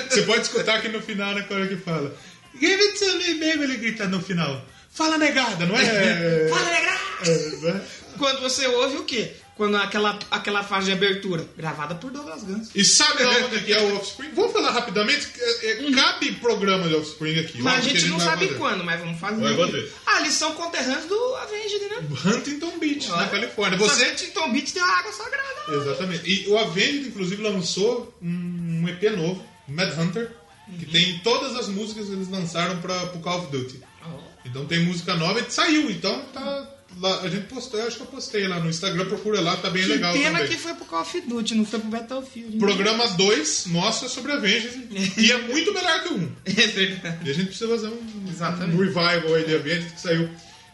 [SPEAKER 2] Você pode escutar aqui no final na hora que fala. Give it to me, baby, ele grita no final. Fala negada, não (laughs) é?
[SPEAKER 1] (laughs) Fala, negra!
[SPEAKER 2] É, né?
[SPEAKER 1] Quando você ouve o quê? Quando aquela, aquela fase de abertura, gravada por Douglas Guns.
[SPEAKER 2] E sabe da onde que é o Offspring? Vamos falar rapidamente. que, é, é, Cabe programa de Offspring aqui.
[SPEAKER 1] Uhum. Mas a
[SPEAKER 2] óbvio que
[SPEAKER 1] gente não
[SPEAKER 2] vai
[SPEAKER 1] sabe
[SPEAKER 2] fazer.
[SPEAKER 1] quando, mas vamos fazer.
[SPEAKER 2] Vai fazer.
[SPEAKER 1] Ah, eles são conterrâneos do Avenged, né?
[SPEAKER 2] Huntington Beach, na
[SPEAKER 1] Olha.
[SPEAKER 2] Califórnia.
[SPEAKER 1] Só
[SPEAKER 2] Você...
[SPEAKER 1] que Huntington Beach tem uma água sagrada.
[SPEAKER 2] Exatamente. E o Avenged, inclusive, lançou um um EP novo, Mad Hunter, que
[SPEAKER 1] Uhum.
[SPEAKER 2] tem todas as músicas que eles lançaram para o Call of Duty.
[SPEAKER 1] Oh.
[SPEAKER 2] Então tem música nova e saiu. Então tá lá, a gente postou, eu acho que eu postei lá no Instagram, procura lá, tá bem
[SPEAKER 1] Que
[SPEAKER 2] legal
[SPEAKER 1] pena
[SPEAKER 2] também.
[SPEAKER 1] que foi pro Call of Duty, não foi pro Battlefield. né?
[SPEAKER 2] Programa 2, nosso é sobre
[SPEAKER 1] (laughs)
[SPEAKER 2] Avengers, e é muito melhor que o 1. Um.
[SPEAKER 1] É verdade.
[SPEAKER 2] E a gente precisa fazer um, um
[SPEAKER 1] Exatamente.
[SPEAKER 2] revival aí de Avengers, que saiu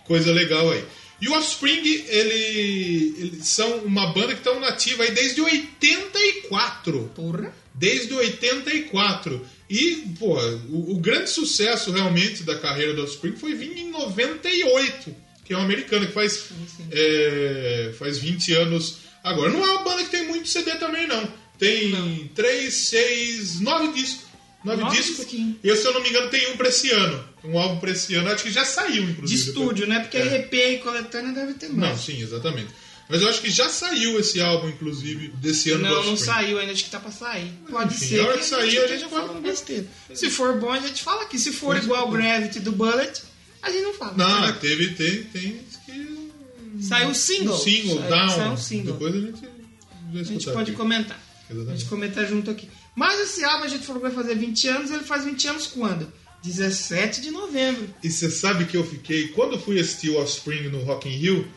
[SPEAKER 2] coisa legal aí. E o Offspring, ele, eles são uma banda que estão nativa aí desde 84.
[SPEAKER 1] Porra.
[SPEAKER 2] Desde 84. E, pô, o, o grande sucesso realmente da carreira do Offspring foi vir em 98, que é uma americana que faz, é, faz 20 anos agora. Não é uma banda que tem muito CD também, não. Tem 3, 6, 9 discos. 9
[SPEAKER 1] Nove
[SPEAKER 2] discos.
[SPEAKER 1] disquinhos.
[SPEAKER 2] E eu, se eu não me engano, tem um pra esse ano. Um álbum pra esse ano. Acho que já saiu,
[SPEAKER 1] De
[SPEAKER 2] inclusive.
[SPEAKER 1] estúdio, né? Porque
[SPEAKER 2] É.
[SPEAKER 1] EP e coletânea deve ter
[SPEAKER 2] Não,
[SPEAKER 1] mais.
[SPEAKER 2] sim, exatamente. Mas eu acho que já saiu esse álbum, inclusive, desse ano do
[SPEAKER 1] não, não
[SPEAKER 2] Offspring.
[SPEAKER 1] saiu ainda, acho que tá pra sair. Pode
[SPEAKER 2] Enfim,
[SPEAKER 1] ser.
[SPEAKER 2] a hora que sair, a
[SPEAKER 1] esteja
[SPEAKER 2] gente
[SPEAKER 1] falando
[SPEAKER 2] fala.
[SPEAKER 1] besteira. Se for bom, a gente fala aqui. Se for
[SPEAKER 2] Mas-
[SPEAKER 1] igual o Gravity do Bullet, a gente não fala.
[SPEAKER 2] Não, teve, tem, tem que
[SPEAKER 1] Saiu o single.
[SPEAKER 2] Um single,
[SPEAKER 1] Saiu-
[SPEAKER 2] down.
[SPEAKER 1] saiu um single.
[SPEAKER 2] Depois a gente vai
[SPEAKER 1] A gente
[SPEAKER 2] escutar
[SPEAKER 1] pode
[SPEAKER 2] aqui.
[SPEAKER 1] comentar. A gente
[SPEAKER 2] Exatamente.
[SPEAKER 1] comenta junto aqui. Mas esse álbum a gente falou que vai fazer 20 anos, ele faz 20 anos quando? 17 de novembro.
[SPEAKER 2] E você sabe que eu fiquei, quando eu fui assistir o Offspring no Rock in Rio,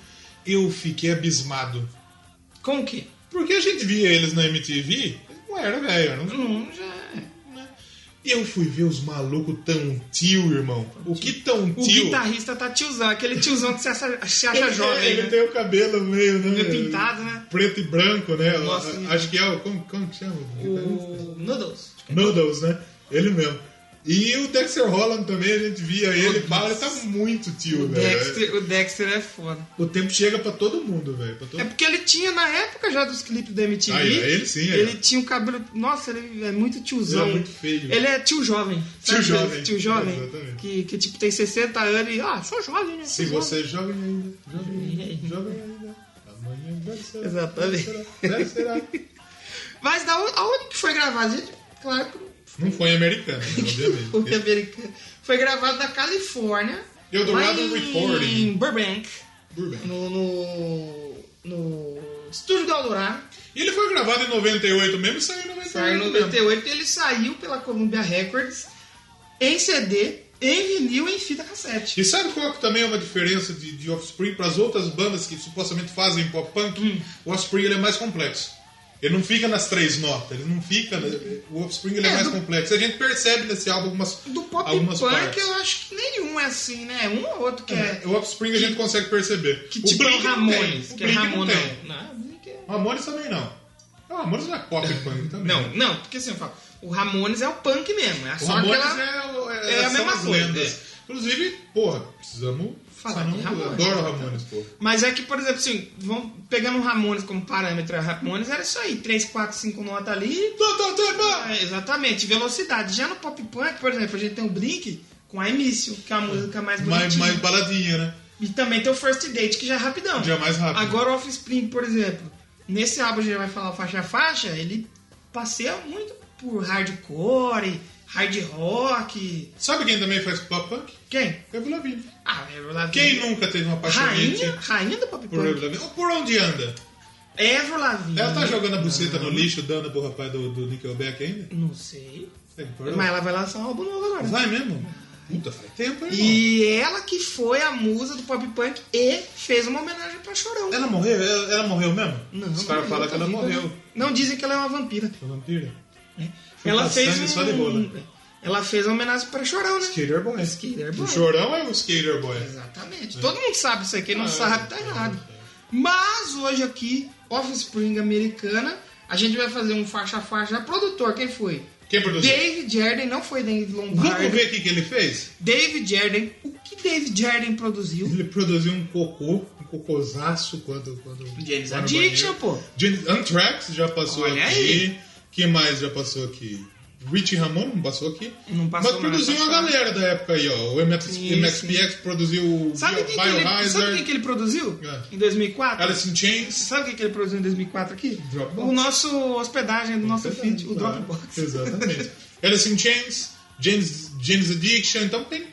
[SPEAKER 2] eu fiquei abismado.
[SPEAKER 1] Com o quê?
[SPEAKER 2] Porque a gente via eles na MTV, não era velho, não
[SPEAKER 1] Não, um, já é.
[SPEAKER 2] Eu fui ver os malucos tão tio, irmão. O que tão
[SPEAKER 1] O
[SPEAKER 2] tio?
[SPEAKER 1] guitarrista tá tiozão, aquele tiozão que se acha, se acha
[SPEAKER 2] (laughs) Ele-
[SPEAKER 1] jovem.
[SPEAKER 2] Ele
[SPEAKER 1] né?
[SPEAKER 2] tem o cabelo meio, né?
[SPEAKER 1] Meio pintado, né?
[SPEAKER 2] Preto e branco, né?
[SPEAKER 1] Nossa,
[SPEAKER 2] A-
[SPEAKER 1] sim.
[SPEAKER 2] Acho que é o. Como, como que chama? O guitarrista?
[SPEAKER 1] O Noodles.
[SPEAKER 2] Noodles, né? Ele mesmo. E o Dexter Holland também, a gente via ele, pá, ele tá muito tio,
[SPEAKER 1] O
[SPEAKER 2] velho.
[SPEAKER 1] Dexter, o Dexter é foda.
[SPEAKER 2] O tempo chega pra todo mundo, velho. pra todo-
[SPEAKER 1] É porque ele tinha na época já dos clipes da MTV.
[SPEAKER 2] Aí, ó, Ah, é? ele sim, aí,
[SPEAKER 1] Ele
[SPEAKER 2] ó.
[SPEAKER 1] tinha o cabelo. Nossa, ele é muito tiozão.
[SPEAKER 2] Ele é muito feio.
[SPEAKER 1] Ele é tio jovem.
[SPEAKER 2] Tio
[SPEAKER 1] sabe?
[SPEAKER 2] jovem.
[SPEAKER 1] Tio jovem.
[SPEAKER 2] Exatamente.
[SPEAKER 1] Que, que tipo tem 60 anos e. Ah, sou jovem, né?
[SPEAKER 2] Se
[SPEAKER 1] Sou
[SPEAKER 2] você é jovem ainda, jovem ainda, jovem ainda, amanhã vai ser.
[SPEAKER 1] Exatamente.
[SPEAKER 2] Vai ser, vai ser.
[SPEAKER 1] jovem. Mas da onde, aonde que foi gravado? Gente, claro que
[SPEAKER 2] Não foi americano, né?
[SPEAKER 1] não
[SPEAKER 2] obviamente.
[SPEAKER 1] (laughs) foi americano. Foi gravado na Califórnia. lá
[SPEAKER 2] Eldorado
[SPEAKER 1] em
[SPEAKER 2] Recording.
[SPEAKER 1] Burbank.
[SPEAKER 2] Burbank.
[SPEAKER 1] No. No. no Estúdio do Eldorado.
[SPEAKER 2] E ele foi gravado em 98 mesmo e saiu em 98.
[SPEAKER 1] Saiu em
[SPEAKER 2] mesmo.
[SPEAKER 1] 98 ele saiu pela Columbia Records em CD, em vinil e em fita cassete.
[SPEAKER 2] E sabe qual que também é uma diferença de, de Offspring para as outras bandas que supostamente fazem pop punk?
[SPEAKER 1] Hum.
[SPEAKER 2] O Offspring ele é mais complexo. Ele não fica nas três notas, ele não fica. na- O Offspring ele é,
[SPEAKER 1] É,
[SPEAKER 2] mais
[SPEAKER 1] do-
[SPEAKER 2] complexo. A gente percebe nesse álbum algumas.
[SPEAKER 1] Do pop
[SPEAKER 2] algumas
[SPEAKER 1] punk
[SPEAKER 2] partes.
[SPEAKER 1] eu acho que nenhum é assim, né? Um ou outro que é.
[SPEAKER 2] O Offspring a gente consegue perceber.
[SPEAKER 1] Que tipo é o
[SPEAKER 2] Blink não tem,
[SPEAKER 1] Ramones,
[SPEAKER 2] o
[SPEAKER 1] que é
[SPEAKER 2] Blink não
[SPEAKER 1] Ramones.
[SPEAKER 2] tem.
[SPEAKER 1] Não, não, Blink é-
[SPEAKER 2] O Ramones também não. O Ramones não é pop punk também.
[SPEAKER 1] não, não, porque assim eu falo, o Ramones é o punk mesmo. É
[SPEAKER 2] O
[SPEAKER 1] só
[SPEAKER 2] Ramones
[SPEAKER 1] aquela.
[SPEAKER 2] é, o- é,
[SPEAKER 1] é a
[SPEAKER 2] são
[SPEAKER 1] mesma
[SPEAKER 2] as
[SPEAKER 1] coisa,
[SPEAKER 2] lendas.
[SPEAKER 1] é.
[SPEAKER 2] Inclusive, porra, precisamos
[SPEAKER 1] Falar
[SPEAKER 2] falar.
[SPEAKER 1] de
[SPEAKER 2] Eu
[SPEAKER 1] Ramones.
[SPEAKER 2] adoro Ramones, porra.
[SPEAKER 1] Mas é que, por exemplo, assim, vamos pegando o Ramones como parâmetro, o Ramones era isso aí, 3, 4, 5 notas ali. É, exatamente, velocidade. Já no pop punk, por exemplo, a gente tem o Blink com a Emício, que é a música mais
[SPEAKER 2] Mais,
[SPEAKER 1] bonitinha.
[SPEAKER 2] mais baladinha, né?
[SPEAKER 1] E também tem o First Date, que já é rapidão.
[SPEAKER 2] Já é mais rápido.
[SPEAKER 1] Agora o Offspring, por exemplo, nesse álbum a gente vai falar faixa a faixa, ele passeia muito por hardcore, hard rock.
[SPEAKER 2] Sabe quem também faz pop punk?
[SPEAKER 1] Quem?
[SPEAKER 2] Avril Lavigne.
[SPEAKER 1] Ah, Avril Lavigne.
[SPEAKER 2] Quem nunca teve uma paixonite
[SPEAKER 1] Rainha, rainha do pop
[SPEAKER 2] por Avril
[SPEAKER 1] punk.
[SPEAKER 2] Lavigne? Ou Por onde anda?
[SPEAKER 1] É Avril Lavigne.
[SPEAKER 2] Ela tá jogando a buceta no lixo, dando pro rapaz do, do Nickelback ainda?
[SPEAKER 1] Não sei.
[SPEAKER 2] É, por onde?
[SPEAKER 1] Mas ela vai lançar um álbum novo agora.
[SPEAKER 2] Vai um mesmo? Puta, faz tempo, irmão.
[SPEAKER 1] E ela que foi a musa do pop punk e fez uma homenagem pra Chorão.
[SPEAKER 2] Ela morreu? Ela, ela morreu mesmo?
[SPEAKER 1] Não,
[SPEAKER 2] Os
[SPEAKER 1] não
[SPEAKER 2] caras
[SPEAKER 1] morreu,
[SPEAKER 2] falam que
[SPEAKER 1] tá
[SPEAKER 2] ela
[SPEAKER 1] viva,
[SPEAKER 2] morreu.
[SPEAKER 1] Não dizem que ela é uma vampira.
[SPEAKER 2] Foi vampira? Foi
[SPEAKER 1] Ela
[SPEAKER 2] pra
[SPEAKER 1] fez,
[SPEAKER 2] sangue
[SPEAKER 1] um...
[SPEAKER 2] só de rola.
[SPEAKER 1] ela fez uma homenagem pra Chorão, né?
[SPEAKER 2] Skater boy.
[SPEAKER 1] Skater boy.
[SPEAKER 2] O chorão é o skater boy.
[SPEAKER 1] Exatamente. Todo mundo sabe isso aqui, quem não
[SPEAKER 2] é.
[SPEAKER 1] sabe tá errado. Mas hoje aqui, Offspring americana, a gente vai fazer um faixa a faixa. Produtor, quem foi?
[SPEAKER 2] Quem produziu?
[SPEAKER 1] David Jerden, não foi David
[SPEAKER 2] é. Vamos
[SPEAKER 1] Lombardi.
[SPEAKER 2] ver o que que ele fez?
[SPEAKER 1] David Jerden, o que David Jerden produziu?
[SPEAKER 2] Ele produziu um cocô, um cocôzaço quando. quando
[SPEAKER 1] James
[SPEAKER 2] quando
[SPEAKER 1] Addiction,
[SPEAKER 2] banheiro.
[SPEAKER 1] pô.
[SPEAKER 2] James Anthrax já passou
[SPEAKER 1] Olha
[SPEAKER 2] aqui.
[SPEAKER 1] aí.
[SPEAKER 2] Quem mais já passou aqui? Richie Ramon não passou aqui.
[SPEAKER 1] Não passou
[SPEAKER 2] Mas
[SPEAKER 1] mais,
[SPEAKER 2] produziu uma
[SPEAKER 1] passou.
[SPEAKER 2] galera da época aí, ó. O MX,
[SPEAKER 1] Sim,
[SPEAKER 2] MXPX produziu o
[SPEAKER 1] Sabe quem, que ele, sabe quem que ele produziu?
[SPEAKER 2] É.
[SPEAKER 1] Em 2004?
[SPEAKER 2] Alice in Chains.
[SPEAKER 1] Sabe o que que ele produziu em 2004 aqui?
[SPEAKER 2] Dropbox.
[SPEAKER 1] O nosso hospedagem do nosso feed, o
[SPEAKER 2] é Claro,
[SPEAKER 1] Dropbox.
[SPEAKER 2] Exatamente. Alice in Chains, James, James Addiction, então tem.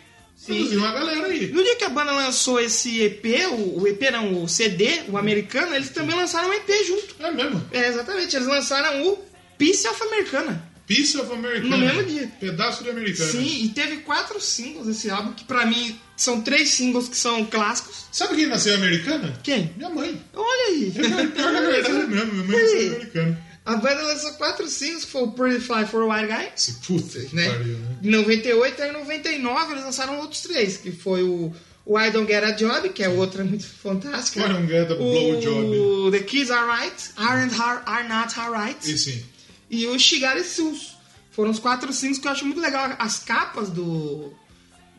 [SPEAKER 2] Produziu uma galera aí.
[SPEAKER 1] No dia que a banda lançou esse EP, o, o EP não, o CD, o americano, eles também lançaram um EP junto.
[SPEAKER 2] É mesmo.
[SPEAKER 1] É, exatamente, eles lançaram o Peace of Americana.
[SPEAKER 2] Piece of American.
[SPEAKER 1] No mesmo dia.
[SPEAKER 2] Pedaço de americano.
[SPEAKER 1] Sim, e teve quatro singles esse álbum, que pra mim são três singles que são clássicos.
[SPEAKER 2] Sabe quem nasceu americana?
[SPEAKER 1] Quem?
[SPEAKER 2] Minha mãe.
[SPEAKER 1] Olha (laughs) aí!
[SPEAKER 2] Pior que a verdade é mesmo, minha mãe
[SPEAKER 1] Ui.
[SPEAKER 2] nasceu americana.
[SPEAKER 1] A banda lançou quatro singles, que foi o Pretty Fly for a White Guy,
[SPEAKER 2] Esse puta que
[SPEAKER 1] né?
[SPEAKER 2] pariu, né?
[SPEAKER 1] Em 98 e em 99 eles lançaram outros três, que foi o, o I Don't Get a Job, que é outra (laughs) muito fantástica.
[SPEAKER 2] I Don't Get a Blow
[SPEAKER 1] O
[SPEAKER 2] Job.
[SPEAKER 1] The Kids Are Right, Aren't Har- Are Not Alright.
[SPEAKER 2] E sim.
[SPEAKER 1] E o Shigari Sus. Foram os quatro singles que eu acho muito legal. As capas do,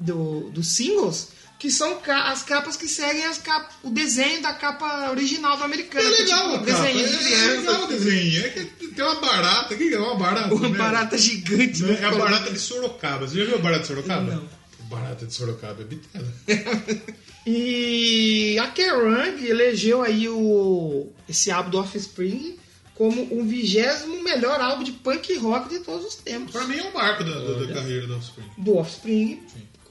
[SPEAKER 1] do dos singles, que são ca- as capas que seguem as cap- o desenho da capa original do
[SPEAKER 2] É
[SPEAKER 1] americano. que é
[SPEAKER 2] legal,
[SPEAKER 1] tipo,
[SPEAKER 2] cara.
[SPEAKER 1] desenho de
[SPEAKER 2] É,
[SPEAKER 1] criança.
[SPEAKER 2] legal o desenho. É que tem uma barata. O que que é uma barata?
[SPEAKER 1] Uma
[SPEAKER 2] né?
[SPEAKER 1] barata gigante.
[SPEAKER 2] Né? É a
[SPEAKER 1] do-
[SPEAKER 2] barata de Sorocaba. Você já viu a barata de Sorocaba?
[SPEAKER 1] Não.
[SPEAKER 2] Barata de Sorocaba é bitela.
[SPEAKER 1] E a Kerrang elegeu aí o esse álbum do Offspring como o vigésimo melhor álbum de punk rock de todos os tempos.
[SPEAKER 2] pra mim é um marco da, da- da carreira do Offspring.
[SPEAKER 1] Do Offspring,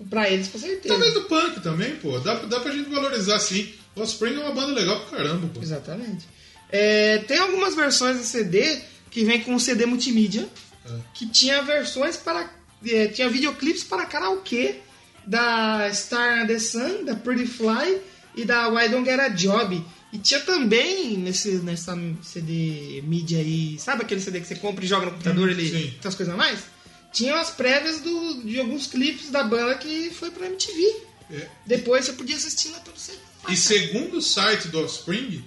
[SPEAKER 1] pra eles com certeza.
[SPEAKER 2] Talvez do punk também, pô. Dá, dá pra gente valorizar sim. O Offspring é uma banda legal pra caramba. Pô.
[SPEAKER 1] Exatamente. É, tem algumas versões do CD que vem com um CD multimídia,
[SPEAKER 2] É.
[SPEAKER 1] que tinha versões para. é, tinha videoclipes para karaokê da Star and the Sun, da Pretty Fly e da Why Don't Get a Job. E tinha também nesse, nessa CD mídia aí, sabe aquele CD que você compra e joga no
[SPEAKER 2] Hum,
[SPEAKER 1] computador ele tem as coisas a mais? Tinha as prévias do, de alguns clipes da banda que foi pra MTV.
[SPEAKER 2] É.
[SPEAKER 1] Depois você podia assistir lá todo CD.
[SPEAKER 2] E segundo o site do Offspring,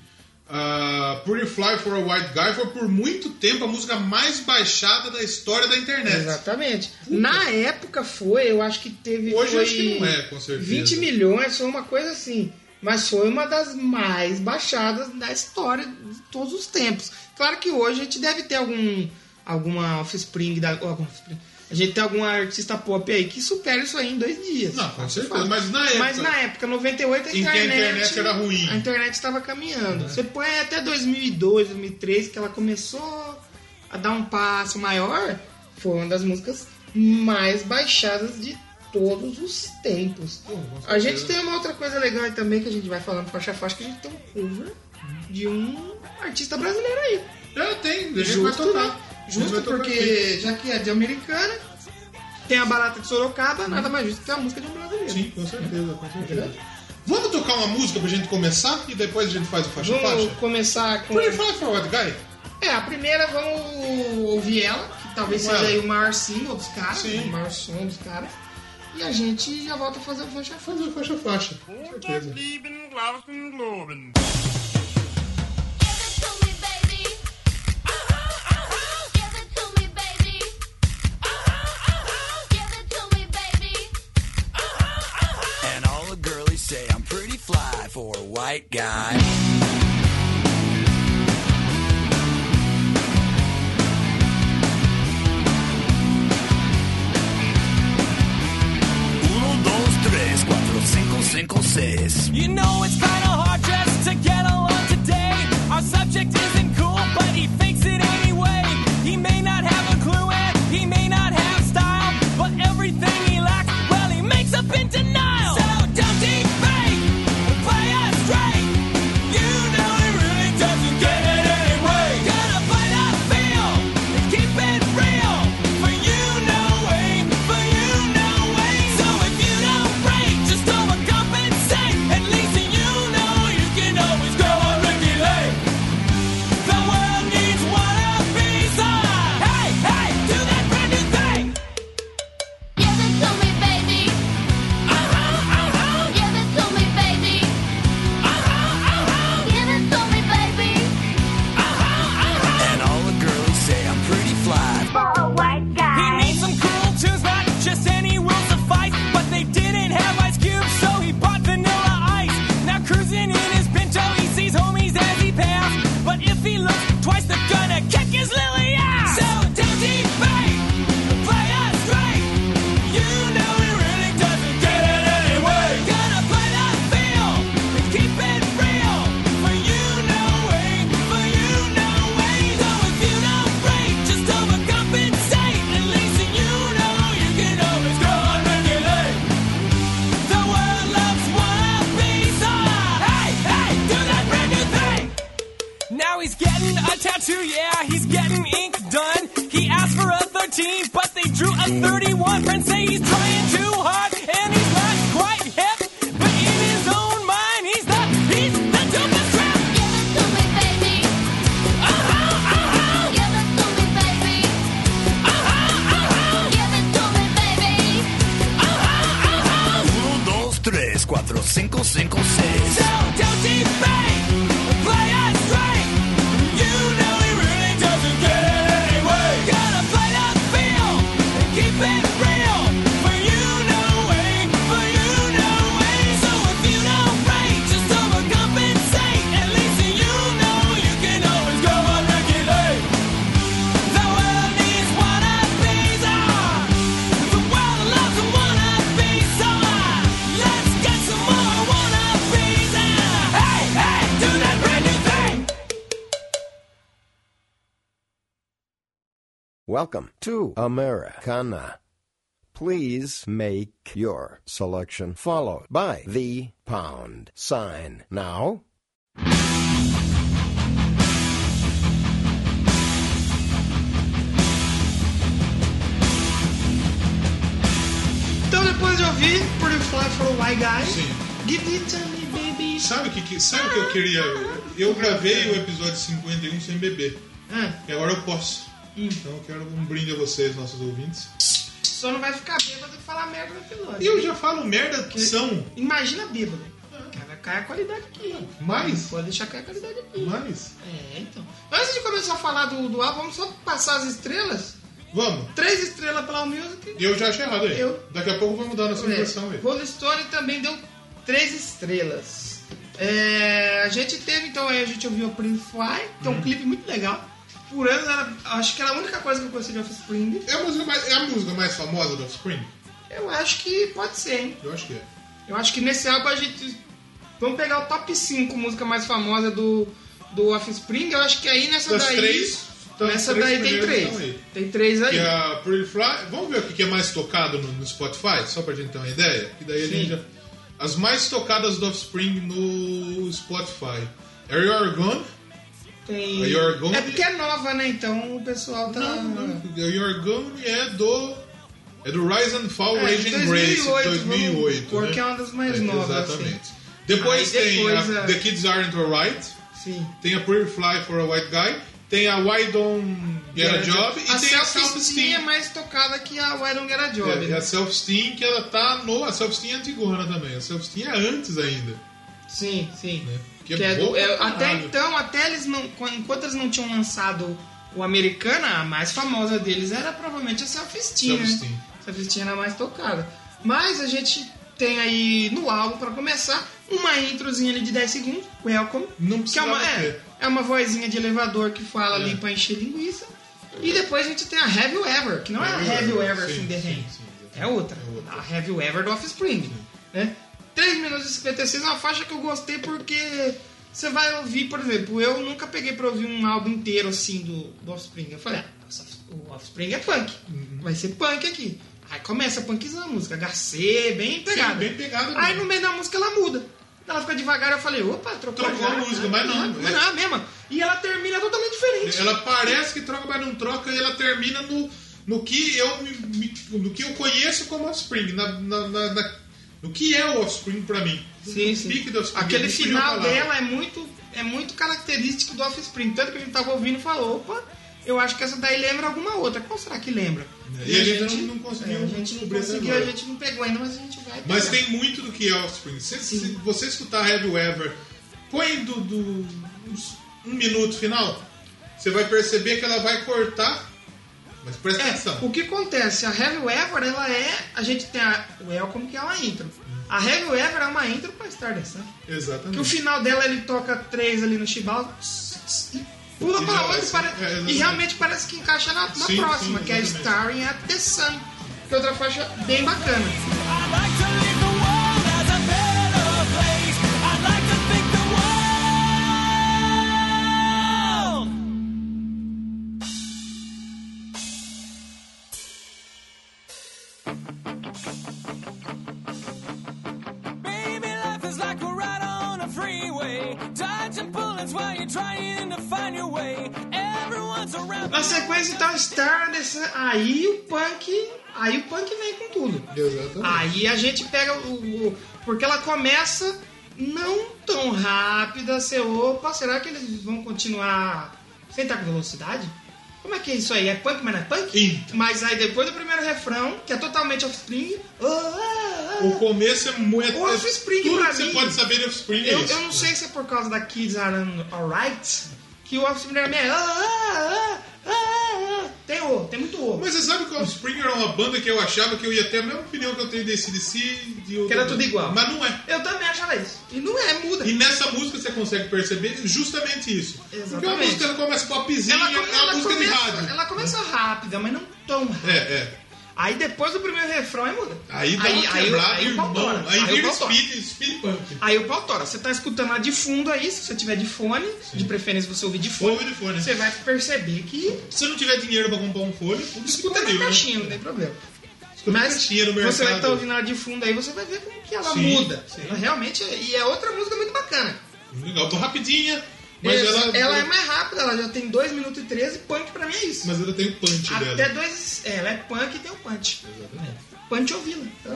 [SPEAKER 2] a Pretty Fly for a White Guy foi por muito tempo a música mais baixada da história da internet.
[SPEAKER 1] Exatamente. Na época foi, eu acho que teve.
[SPEAKER 2] Hoje
[SPEAKER 1] foi
[SPEAKER 2] acho que não é, com certeza.
[SPEAKER 1] 20 milhões, foi uma coisa assim. Mas foi uma das mais baixadas da história de todos os tempos. Claro que hoje a gente deve ter algum. alguma offspring da. algum offspring. A gente tem alguma artista pop aí que supera isso aí em dois dias.
[SPEAKER 2] Não, com
[SPEAKER 1] Fácil,
[SPEAKER 2] certeza,
[SPEAKER 1] fácil.
[SPEAKER 2] mas na época-
[SPEAKER 1] Mas na época, 98, a
[SPEAKER 2] Em que a
[SPEAKER 1] internet.
[SPEAKER 2] internet era ruim.
[SPEAKER 1] A internet estava caminhando. Você põe até 2002, 2003, que ela começou a dar um passo maior, foi uma das músicas mais baixadas de todos os tempos. a gente tem uma outra coisa legal aí também que a gente vai falando faixa a faixa, que a gente tem um cover de um artista brasileiro aí.
[SPEAKER 2] É, tem, a gente
[SPEAKER 1] Justo,
[SPEAKER 2] vai tocar.
[SPEAKER 1] né?
[SPEAKER 2] A gente
[SPEAKER 1] Justo
[SPEAKER 2] vai tocar
[SPEAKER 1] porque
[SPEAKER 2] aqui.
[SPEAKER 1] já que é de americana, tem a barata de Sorocaba, nada mais justo que a música de um brasileiro.
[SPEAKER 2] Sim, com certeza, com certeza. Vamos tocar uma música pra gente começar e depois a gente faz o faixa a
[SPEAKER 1] Vamos
[SPEAKER 2] faixa?
[SPEAKER 1] começar com.
[SPEAKER 2] Pretty Fly for a White Guy?
[SPEAKER 1] É, a primeira vamos ouvir ela, que talvez
[SPEAKER 2] Vamos
[SPEAKER 1] seja
[SPEAKER 2] ela.
[SPEAKER 1] aí o maior single dos caras, né? o maior som dos caras. E a gente já volta a fazer o faixa fazer o
[SPEAKER 2] faixa faixa.
[SPEAKER 1] Com certeza.
[SPEAKER 11] And all the girlies say I'm pretty fly for a white guy. Uno, dos, tres, cuatro, cinco, cinco, seis.
[SPEAKER 12] You know it's kinda hard just to get along today. Our subject isn't cool, but he fakes it anyway. He may not have a clue and he may not have style, but everything he lacks, well, he makes up in denial. So don't deep fake, play us straight. You know he really doesn't get it anyway. Gotta fight our feel, keep it real. For you no way, for you no way. So if you don't break, just overcompensate. At least you know you can always go on Ricky Lake. The world needs one of these. Hey, hey, do that brand new thing. Give it to me, baby. Uh huh, uh huh. Give it to me, baby. Uh huh, uh huh. Give it to me, baby.
[SPEAKER 11] And all the girlies say I'm pretty fly.
[SPEAKER 12] He made some cool tunes, not just any will suffice. But they didn't have ice cubes, so he bought vanilla ice. Now cruising in his pinto, he sees homies as he passed. But if he looks twice, they're gonna kick his lily ass. So don't debate, play us straight. You know he really doesn't get it anyway. Gotta play that field and keep it real. For you know way, for you know way. So if you don't break, just overcompensate. At least you know you can always go on regulate. The world loves one piece of- Hey, hey, do that brand new thing. Now he's getting a tattoo, yeah, he's getting ink done. He asked for a 13, but they drew a 31. Friends say he's trying too hard, and he's not quite hip. But in his own mind, he's the, he's the dopest crap. Give it to me, baby. Uh-huh, uh-huh. Give it to me, baby. Uh-huh, uh-huh. Give it to me, baby. Uh-huh, uh-huh.
[SPEAKER 11] Uno, dos, tres, cuatro, cinco, cinco, seis.
[SPEAKER 12] So don't debate, play us straight. You know he really doesn't get it anyway. Gotta play that field and keep it real. For you know way, for you know way. So if you don't break, just overcompensate. At least you know you can always go on regulate. The world needs one of these. ah. The world loves one of these. So ah, let's get some more one of these. ah. Hey, hey, do that brand new thing.
[SPEAKER 7] Welcome to Americana.
[SPEAKER 13] Please make your selection followed by the pound sign now.
[SPEAKER 1] Então depois de ouvir, por falar foram Why Guy. Give it to me, baby.
[SPEAKER 2] Sabe o que, que- sabe o que eu queria? Eu gravei o episódio 51 sem beber.
[SPEAKER 1] Ah,
[SPEAKER 2] E agora eu posso.
[SPEAKER 1] Hum.
[SPEAKER 2] Então eu quero um brinde a vocês, nossos ouvintes.
[SPEAKER 1] Só não vai ficar bêbado de falar merda no episódio.
[SPEAKER 2] Eu já falo merda que são.
[SPEAKER 1] Imagina bêbado. Cara, Vai cair a qualidade aqui.
[SPEAKER 2] Mas?
[SPEAKER 1] Pode deixar cair a qualidade aqui.
[SPEAKER 2] Mas?
[SPEAKER 1] É, então. Antes de começar a falar do, do álbum, vamos só passar as estrelas?
[SPEAKER 2] Vamos.
[SPEAKER 1] Três estrelas pela Allmusic.
[SPEAKER 2] Eu já achei errado aí.
[SPEAKER 1] Eu.
[SPEAKER 2] Daqui a pouco vai mudar a nossa
[SPEAKER 1] É,
[SPEAKER 2] versão aí.
[SPEAKER 1] Rolling Stone também deu três estrelas. É, a gente teve, então, aí a gente ouviu a Prince Fly, que é
[SPEAKER 2] Uhum.
[SPEAKER 1] um clipe muito legal. Por anos, era- acho que era a única coisa que eu gostei de Offspring.
[SPEAKER 2] É a música mais, é a música mais famosa do Offspring?
[SPEAKER 1] Eu acho que pode ser, hein?
[SPEAKER 2] Eu acho que é.
[SPEAKER 1] Eu acho que nesse álbum a gente. Vamos pegar o top 5 música mais famosa do, do Offspring. Eu acho que aí nessa
[SPEAKER 2] Das
[SPEAKER 1] daí.
[SPEAKER 2] três, das
[SPEAKER 1] nessa
[SPEAKER 2] três
[SPEAKER 1] daí tem
[SPEAKER 2] primeiras
[SPEAKER 1] três.
[SPEAKER 2] estão aí.
[SPEAKER 1] Tem três aí.
[SPEAKER 2] Que é a Pretty Fly. Vamos ver o que que é mais tocado no, no Spotify, só pra gente ter uma ideia? Que daí a gente já. As mais tocadas do Offspring no Spotify. Are You Are Gone?
[SPEAKER 1] Tem-
[SPEAKER 2] Are You Are Gone?
[SPEAKER 1] É porque é nova, né? Então o pessoal tá.
[SPEAKER 2] Não, não. Are You Are Gone é do. É do Rise and Fall
[SPEAKER 1] É,
[SPEAKER 2] Raging
[SPEAKER 1] de
[SPEAKER 2] Grace,
[SPEAKER 1] 2008,
[SPEAKER 2] 2008.
[SPEAKER 1] vamos pôr
[SPEAKER 2] né?
[SPEAKER 1] que é uma das mais
[SPEAKER 2] É,
[SPEAKER 1] novas,
[SPEAKER 2] Exatamente.
[SPEAKER 1] assim.
[SPEAKER 2] Depois
[SPEAKER 1] Aí
[SPEAKER 2] tem
[SPEAKER 1] depois é.
[SPEAKER 2] a
[SPEAKER 1] a-
[SPEAKER 2] The Kids Aren't Alright.
[SPEAKER 1] Sim.
[SPEAKER 2] Tem a Pretty Fly for a White Guy. Tem a Why Don't Get a Job. E
[SPEAKER 1] a
[SPEAKER 2] tem a Self
[SPEAKER 1] Self-Esteem é
[SPEAKER 2] Esteem.
[SPEAKER 1] mais tocada que a Why Don't Get a Job.
[SPEAKER 2] É,
[SPEAKER 1] né?
[SPEAKER 2] a Self Esteem que ela tá no. A Self Esteem é antigona também. A Self Esteem é antes ainda.
[SPEAKER 1] Sim, sim.
[SPEAKER 2] Que é
[SPEAKER 1] Que é do-
[SPEAKER 2] boa
[SPEAKER 1] é,
[SPEAKER 2] pra
[SPEAKER 1] até
[SPEAKER 2] caralho.
[SPEAKER 1] então, até eles não. quan- Enquanto eles não tinham lançado o Americana, a mais famosa deles era provavelmente a Self-Esteem,
[SPEAKER 2] Self-Esteem.
[SPEAKER 1] né? Self-Esteem era a mais tocada. Mas a gente tem aí no álbum, pra começar, uma introzinha ali de 10 segundos, Welcome.
[SPEAKER 2] Não
[SPEAKER 1] que é uma,
[SPEAKER 2] precisava
[SPEAKER 1] é,
[SPEAKER 2] ter. É.
[SPEAKER 1] é uma vozinha de elevador que fala ali pra encher linguiça. E depois a gente tem a Have You Ever, que não é a
[SPEAKER 2] Have You
[SPEAKER 1] Have You
[SPEAKER 2] Ever,
[SPEAKER 1] Ever
[SPEAKER 2] sim,
[SPEAKER 1] assim, The
[SPEAKER 2] sim,
[SPEAKER 1] Hand. É outra. A Have You Ever do Offspring. Né? 3 minutos e 56 é uma faixa que eu gostei porque você vai ouvir, por exemplo, eu nunca peguei pra ouvir um álbum inteiro assim do, do Offspring. Eu falei, ah, nossa, o Offspring é punk.
[SPEAKER 2] Uhum.
[SPEAKER 1] Vai ser punk aqui. Aí começa punkzão, a música HC, bem é pegada.
[SPEAKER 2] bem pegada mesmo.
[SPEAKER 1] Aí no meio da música ela muda. Ela fica devagar, eu falei, opa, trocou,
[SPEAKER 2] Trocou a
[SPEAKER 1] já,
[SPEAKER 2] música,
[SPEAKER 1] tá,
[SPEAKER 2] mas não,
[SPEAKER 1] Mas
[SPEAKER 2] é.
[SPEAKER 1] não é a mesma. E ela termina totalmente diferente.
[SPEAKER 2] Ela parece que troca, mas não troca, e ela termina no, no que eu me- me- no que eu conheço como Offspring, na, na- na- na- no que é o Offspring pra mim.
[SPEAKER 1] Sim,
[SPEAKER 2] O
[SPEAKER 1] sim.
[SPEAKER 2] pique do Offspring,
[SPEAKER 1] Aquele
[SPEAKER 2] eu não podia
[SPEAKER 1] final
[SPEAKER 2] falar.
[SPEAKER 1] dela é muito, é muito característico do Offspring. Tanto que a gente tava ouvindo e falou, opa, eu acho que essa daí lembra alguma outra. Qual será que lembra?
[SPEAKER 2] É, E a gente não- não conseguiu
[SPEAKER 1] é, a gente não
[SPEAKER 2] descobrir até
[SPEAKER 1] conseguiu, a
[SPEAKER 2] agora.
[SPEAKER 1] gente não pegou ainda, mas a gente vai
[SPEAKER 2] Mas
[SPEAKER 1] pegar.
[SPEAKER 2] tem muito do que é Offspring. Se, se você escutar Have You Ever, põe do, do- uns- um minuto final, você vai perceber que ela vai cortar, mas presta atenção.
[SPEAKER 1] É, O que acontece? A Heavy Ever, ela é. A gente tem a Welcome, que é uma intro. A Heavy Ever é uma intro pra Star Sun.
[SPEAKER 2] Exatamente.
[SPEAKER 1] Que o final dela ele toca três ali no chibal tss, tss, e pula
[SPEAKER 2] E já
[SPEAKER 1] pra outra e,
[SPEAKER 2] vai-
[SPEAKER 1] pare-
[SPEAKER 2] é, exatamente.
[SPEAKER 1] e realmente parece que encaixa na, na
[SPEAKER 2] Sim,
[SPEAKER 1] próxima,
[SPEAKER 2] sim,
[SPEAKER 1] que é
[SPEAKER 2] exatamente.
[SPEAKER 1] Starring at the Sun, que é outra faixa bem bacana.
[SPEAKER 11] Baby, life is like a ride on a freeway. Dodging bullets while you're trying to find your way. Everyone's around.
[SPEAKER 1] Na sequência então Star at the Sun, aí o punk, aí o punk vem com tudo. Aí a gente pega o, o- porque ela começa não tão rápida, você opa, será que eles vão continuar sem estar com velocidade? Como é que é isso aí? É punk, mas não é punk? Mas aí depois do primeiro refrão, que é totalmente offspring, oh, ah, ah,
[SPEAKER 2] O começo é muito.
[SPEAKER 1] O Offspring
[SPEAKER 2] tudo
[SPEAKER 1] pra
[SPEAKER 2] que você
[SPEAKER 1] mim-
[SPEAKER 2] pode saber de Offspring é
[SPEAKER 1] eu,
[SPEAKER 2] isso.
[SPEAKER 1] eu não sei se é por causa da Kids Are Un- Alright que o offspring pra mim é ah, ah, ah, ah, ah. tem o, tem muito o.
[SPEAKER 2] Mas você sabe que o Offspring era uma banda que eu achava que eu ia ter a mesma opinião que eu tenho desse DC de outra
[SPEAKER 1] Que era
[SPEAKER 2] banda.
[SPEAKER 1] tudo igual.
[SPEAKER 2] Mas não é.
[SPEAKER 1] Eu também achava isso. E não é, muda.
[SPEAKER 2] E nessa música você consegue perceber justamente isso. Porque a
[SPEAKER 1] Exatamente.
[SPEAKER 2] música começa popzinha,
[SPEAKER 1] Ela, come-
[SPEAKER 2] é uma
[SPEAKER 1] ela
[SPEAKER 2] música de
[SPEAKER 1] começa,
[SPEAKER 2] rádio.
[SPEAKER 1] ela começa rápida, mas não tão rápida.
[SPEAKER 2] É, é.
[SPEAKER 1] Aí depois do primeiro refrão é muda.
[SPEAKER 2] Aí dá um uma quebrada,
[SPEAKER 1] aí, o
[SPEAKER 2] irmão.
[SPEAKER 1] pau tora.
[SPEAKER 2] Aí
[SPEAKER 1] o
[SPEAKER 2] vira
[SPEAKER 1] pau tora.
[SPEAKER 2] speed, speed punk.
[SPEAKER 1] Aí o pau tora. Você tá escutando ela de fundo aí, se você tiver de fone, de preferência você ouvir de fone,
[SPEAKER 2] Ouve de fone.
[SPEAKER 1] você vai perceber que
[SPEAKER 2] Se você não tiver dinheiro pra comprar um fone,
[SPEAKER 1] escuta na caixinha, não tem problema. né? Mas
[SPEAKER 2] tinha no
[SPEAKER 1] você vai
[SPEAKER 2] mercado.
[SPEAKER 1] estar ouvindo ela de fundo aí, você vai ver como que ela
[SPEAKER 2] Sim,
[SPEAKER 1] muda.
[SPEAKER 2] sim.
[SPEAKER 1] Ela realmente, é- e é outra música muito bacana.
[SPEAKER 2] Legal, tô rapidinha. Mas
[SPEAKER 1] Isso,
[SPEAKER 2] ela,
[SPEAKER 1] é mais rápida, ela já tem 2 minutos e 13, punk pra mim é isso.
[SPEAKER 2] Mas ela tem o punch dela.
[SPEAKER 1] Até dois. É, ela é punk e tem o punch. Exatamente. Punch ouvindo.
[SPEAKER 2] Ah,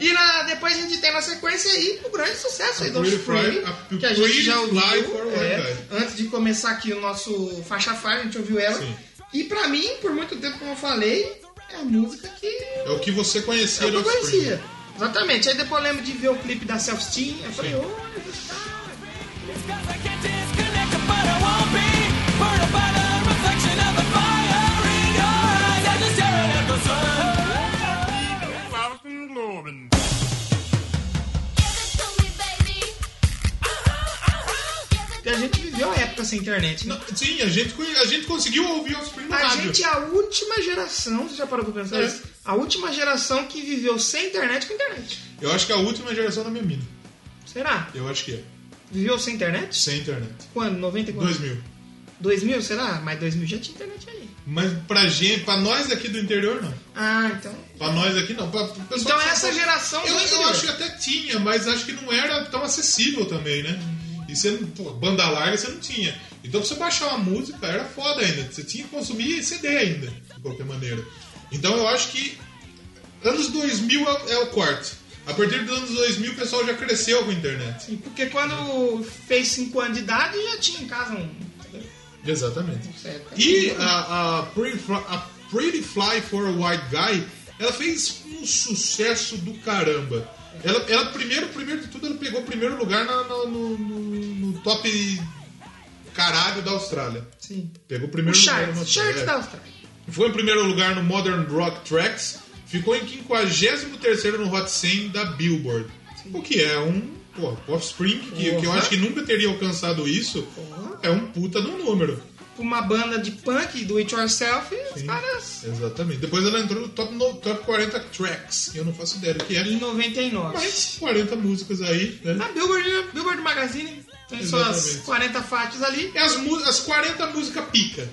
[SPEAKER 1] E na- depois a gente tem na sequência aí o grande sucesso aí do
[SPEAKER 2] Pretty
[SPEAKER 1] Free,
[SPEAKER 2] Fly- a
[SPEAKER 1] que a gente já ouviu.
[SPEAKER 2] Pretty Fly for One
[SPEAKER 1] é,
[SPEAKER 2] Guy.
[SPEAKER 1] antes de começar aqui o nosso faixa faixa, a gente ouviu ela. E pra mim, por muito tempo, como eu falei, é a música que
[SPEAKER 2] É o que você conhecia.
[SPEAKER 1] eu não
[SPEAKER 2] do Offspring.
[SPEAKER 1] conhecia. Exatamente. Aí depois eu lembro de ver o clipe da Self Steam. Eu falei, ô, que a gente viveu a época sem internet. né?
[SPEAKER 2] Sim, a gente, conhe- a gente conseguiu ouvir Offspring no
[SPEAKER 1] A
[SPEAKER 2] rádio.
[SPEAKER 1] gente é a última geração, você já parou pra pensar
[SPEAKER 2] É.
[SPEAKER 1] isso? A última geração que viveu sem internet com internet.
[SPEAKER 2] Eu acho que é a última geração da minha mina.
[SPEAKER 1] Será?
[SPEAKER 2] Eu acho que é.
[SPEAKER 1] Viveu sem internet?
[SPEAKER 2] Sem internet.
[SPEAKER 1] Quando? 90 e quando?
[SPEAKER 2] 2000.
[SPEAKER 1] 2000, será? Mas 2000 já tinha internet aí.
[SPEAKER 2] Mas pra gente, pra nós aqui do interior, não.
[SPEAKER 1] Ah, então.
[SPEAKER 2] Pra nós aqui, não. Pra, pro pessoal
[SPEAKER 1] Então
[SPEAKER 2] que-
[SPEAKER 1] essa geração
[SPEAKER 2] Eu,
[SPEAKER 1] do
[SPEAKER 2] eu
[SPEAKER 1] interior.
[SPEAKER 2] acho que até tinha, mas acho que não era tão acessível também, né? E você, não- pô, banda larga você não tinha. Então pra você baixar uma música era foda ainda. Você tinha que consumir CD ainda, de qualquer maneira. Então eu acho que anos 2000 é, o- é o corte. A partir dos anos 2000 o pessoal já cresceu com a internet.
[SPEAKER 1] Sim, porque quando fez 5 anos de idade já tinha em casa um.
[SPEAKER 2] Exatamente.
[SPEAKER 1] certo.
[SPEAKER 2] E a, a, Pretty Fly, a Pretty Fly for a White Guy, ela fez um sucesso do caramba. Ela, ela primeiro, primeiro de tudo, ela pegou o primeiro lugar na- na- no, no- no top caralho da Austrália.
[SPEAKER 1] Sim.
[SPEAKER 2] Pegou o
[SPEAKER 1] O
[SPEAKER 2] primeiro lugar na
[SPEAKER 1] Sharks, Sharks
[SPEAKER 2] Austrália. É.
[SPEAKER 1] da Austrália.
[SPEAKER 2] Foi em primeiro lugar no Modern Rock Tracks, ficou em 53 no Hot 100 da Billboard. O que é um pô, Offspring, que, que eu
[SPEAKER 1] Porra.
[SPEAKER 2] acho que nunca teria alcançado isso, é um puta de um número.
[SPEAKER 1] Pra uma banda de punk do It Yourself, os caras.
[SPEAKER 2] Exatamente. Depois ela entrou no top, no top 40 tracks, que eu não faço ideia do que é.
[SPEAKER 1] Em 99.
[SPEAKER 2] Mas 40 músicas aí, né?
[SPEAKER 1] Na Billboard, né? Billboard Magazine tem suas
[SPEAKER 2] Exatamente.
[SPEAKER 1] 40 faixas ali.
[SPEAKER 2] É as, mu- as 40 músicas pica.